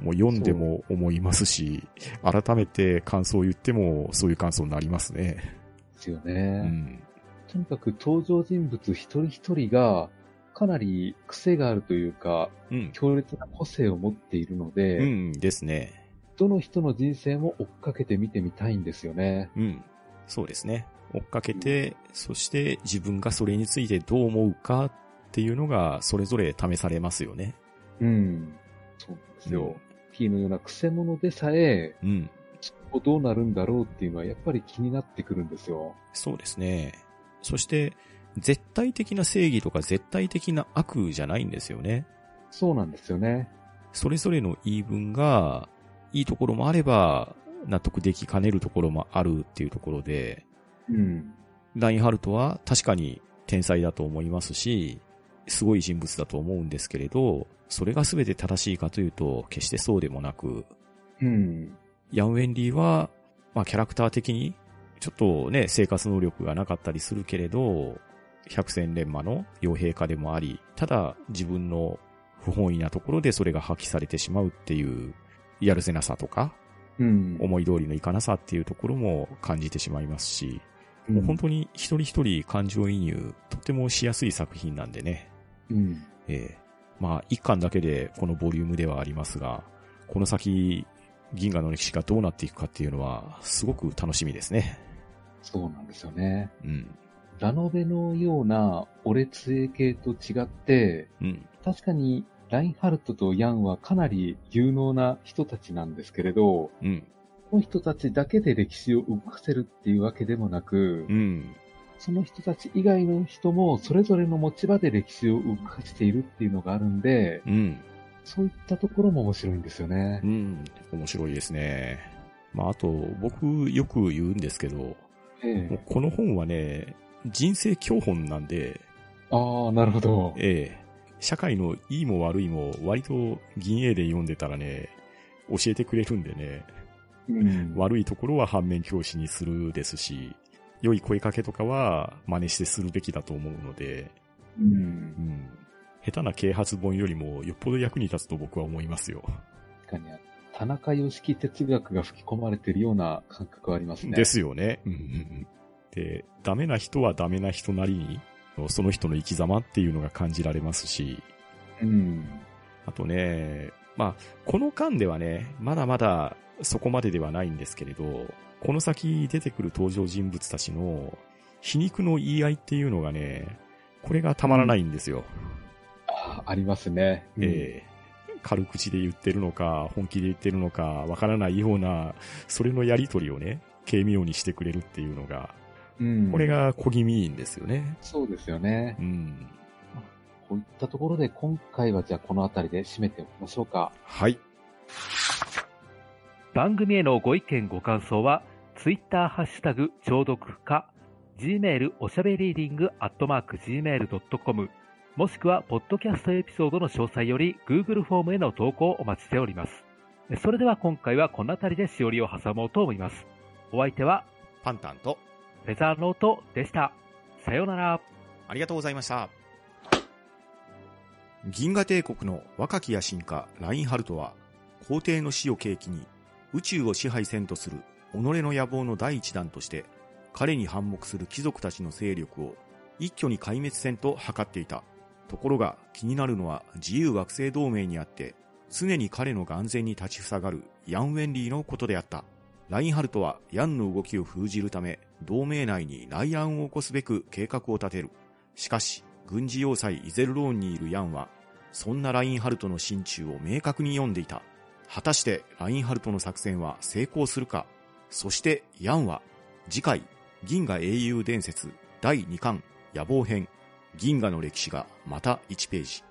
Speaker 1: もう読んでも思いますし、改めて感想を言ってもそういう感想になりますね。
Speaker 3: ですよ
Speaker 1: う
Speaker 3: ね。
Speaker 1: ん。
Speaker 3: とにかく登場人物一人一人が、かなり癖があるというか、
Speaker 1: うん。
Speaker 3: 強烈な個性を持っているので、
Speaker 1: うんですね。
Speaker 3: どの人の人生も追っかけて見てみたいんですよね。
Speaker 1: うん。そうですね。追っかけて、そして自分がそれについてどう思うかっていうのが、それぞれ試されますよね。
Speaker 3: うん。そうなんですよ。T のような癖者でさえ、
Speaker 1: うん。
Speaker 3: 今後どうなるんだろうっていうのはやっぱり気になってくるんですよ。
Speaker 1: そうですね。そして、絶対的な正義とか絶対的な悪じゃないんですよね。
Speaker 3: そうなんですよね。
Speaker 1: それぞれの言い分が、いいところもあれば、納得できかねるところもあるっていうところで、
Speaker 3: うん。
Speaker 1: ラインハルトは確かに天才だと思いますし、すごい人物だと思うんですけれど、それが全て正しいかというと、決してそうでもなく、
Speaker 3: うん。
Speaker 1: ヤン・ウェンリーは、まあキャラクター的に、ちょっとね、生活能力がなかったりするけれど、百戦錬磨の傭兵家でもあり、ただ自分の不本意なところでそれが破棄されてしまうっていう、やるせなさとか、
Speaker 3: うん。
Speaker 1: 思い通りのいかなさっていうところも感じてしまいますし、
Speaker 3: う
Speaker 1: もう本
Speaker 3: ん。
Speaker 1: 当に一人一人感情移入、とてもしやすい作品なんでね。
Speaker 3: うん。
Speaker 1: ええまあ、一巻だけでこのボリュームではありますが、この先、銀河の歴史がどうなっていくかっていうのは、すごく楽しみですね。
Speaker 3: そうなんですよね。
Speaker 1: うん。
Speaker 3: ラノベのような俺杖系と違って、
Speaker 1: うん。
Speaker 3: 確かにラインハルトとヤンはかなり有能な人たちなんですけれど、
Speaker 1: うん。
Speaker 3: この人たちだけで歴史を動かせるっていうわけでもなく、
Speaker 1: うん。
Speaker 3: その人たち以外の人もそれぞれの持ち場で歴史を動かしているっていうのがあるんで、
Speaker 1: うん。
Speaker 3: そういったところも面白いんですよね
Speaker 1: う。ん。面白いですね。まあ、あと、僕よく言うんですけど、も
Speaker 3: え
Speaker 1: う
Speaker 3: え
Speaker 1: この本はね、人生教本なんで、
Speaker 3: ああ、なるほど。
Speaker 1: ええ。社会のいいも悪いも割と銀英で読んでたらね、教えてくれるんでね、
Speaker 3: うん
Speaker 1: 悪いところは反面教師にするですし、良い声かけとかは真似してするべきだと思うので、
Speaker 3: うん。
Speaker 1: うん。下手な啓発本よりもよっぽど役に立つと僕は思いますよ。
Speaker 3: 確かに、田中良樹哲学が吹き込まれてるような感覚はありますね。
Speaker 1: ですよね。うんうんうんで、ダメな人はダメな人なりに、その人の生き様っていうのが感じられますし、
Speaker 3: うん。
Speaker 1: あとね、まあ、この間ではね、まだまだそこまでではないんですけれど、この先出てくる登場人物たちの皮肉の言い合いっていうのがね、これがたまらないんですよ。
Speaker 3: ああ、ありますね。うん
Speaker 1: えー軽口で言ってるのか、本気で言ってるのか、わからないような、それのやりとりをね、軽妙にしてくれるっていうのが、
Speaker 3: うん。
Speaker 1: これ。が小気味いいんですよね。
Speaker 3: そうですよね。
Speaker 1: うん。
Speaker 3: こういったところで今回はじゃあこの辺りで締めておきましょうか。
Speaker 1: はい。
Speaker 2: 番組へのご意見ご感想は、ツイッターハッシュタグ、聴読か、gmail おしゃべりーディングアットマーク gmail.com、もしくは、ポッドキャストエピソードの詳細より、Google フォームへの投稿をお待ちしております。それでは今回はこの辺りでしおりを挟もうと思います。お相手は、
Speaker 1: パンタンと、
Speaker 2: フェザーノートでした。さようなら。
Speaker 1: ありがとうございました。銀河帝国の若き野心家ラインハルトは、皇帝の死を契機に宇宙を支配せんとする己の野望の第一弾として、彼に反目する貴族たちの勢力を一挙に壊滅せんと図っていた。ところが気になるのは自由学生同盟にあって、常に彼の眼前に立ちふさがるヤン・ウェンリーのことであった。ラインハルトはヤンの動きを封じるため、同盟内に内乱を起こすべく計画を立てる。しかし、軍事要塞イゼルローンにいるヤンは、そんなラインハルトの心中を明確に読んでいた。果たして、ラインハルトの作戦は成功するかそして、ヤンは、次回、銀河英雄伝説第2巻野望編、銀河の歴史がまた1ページ。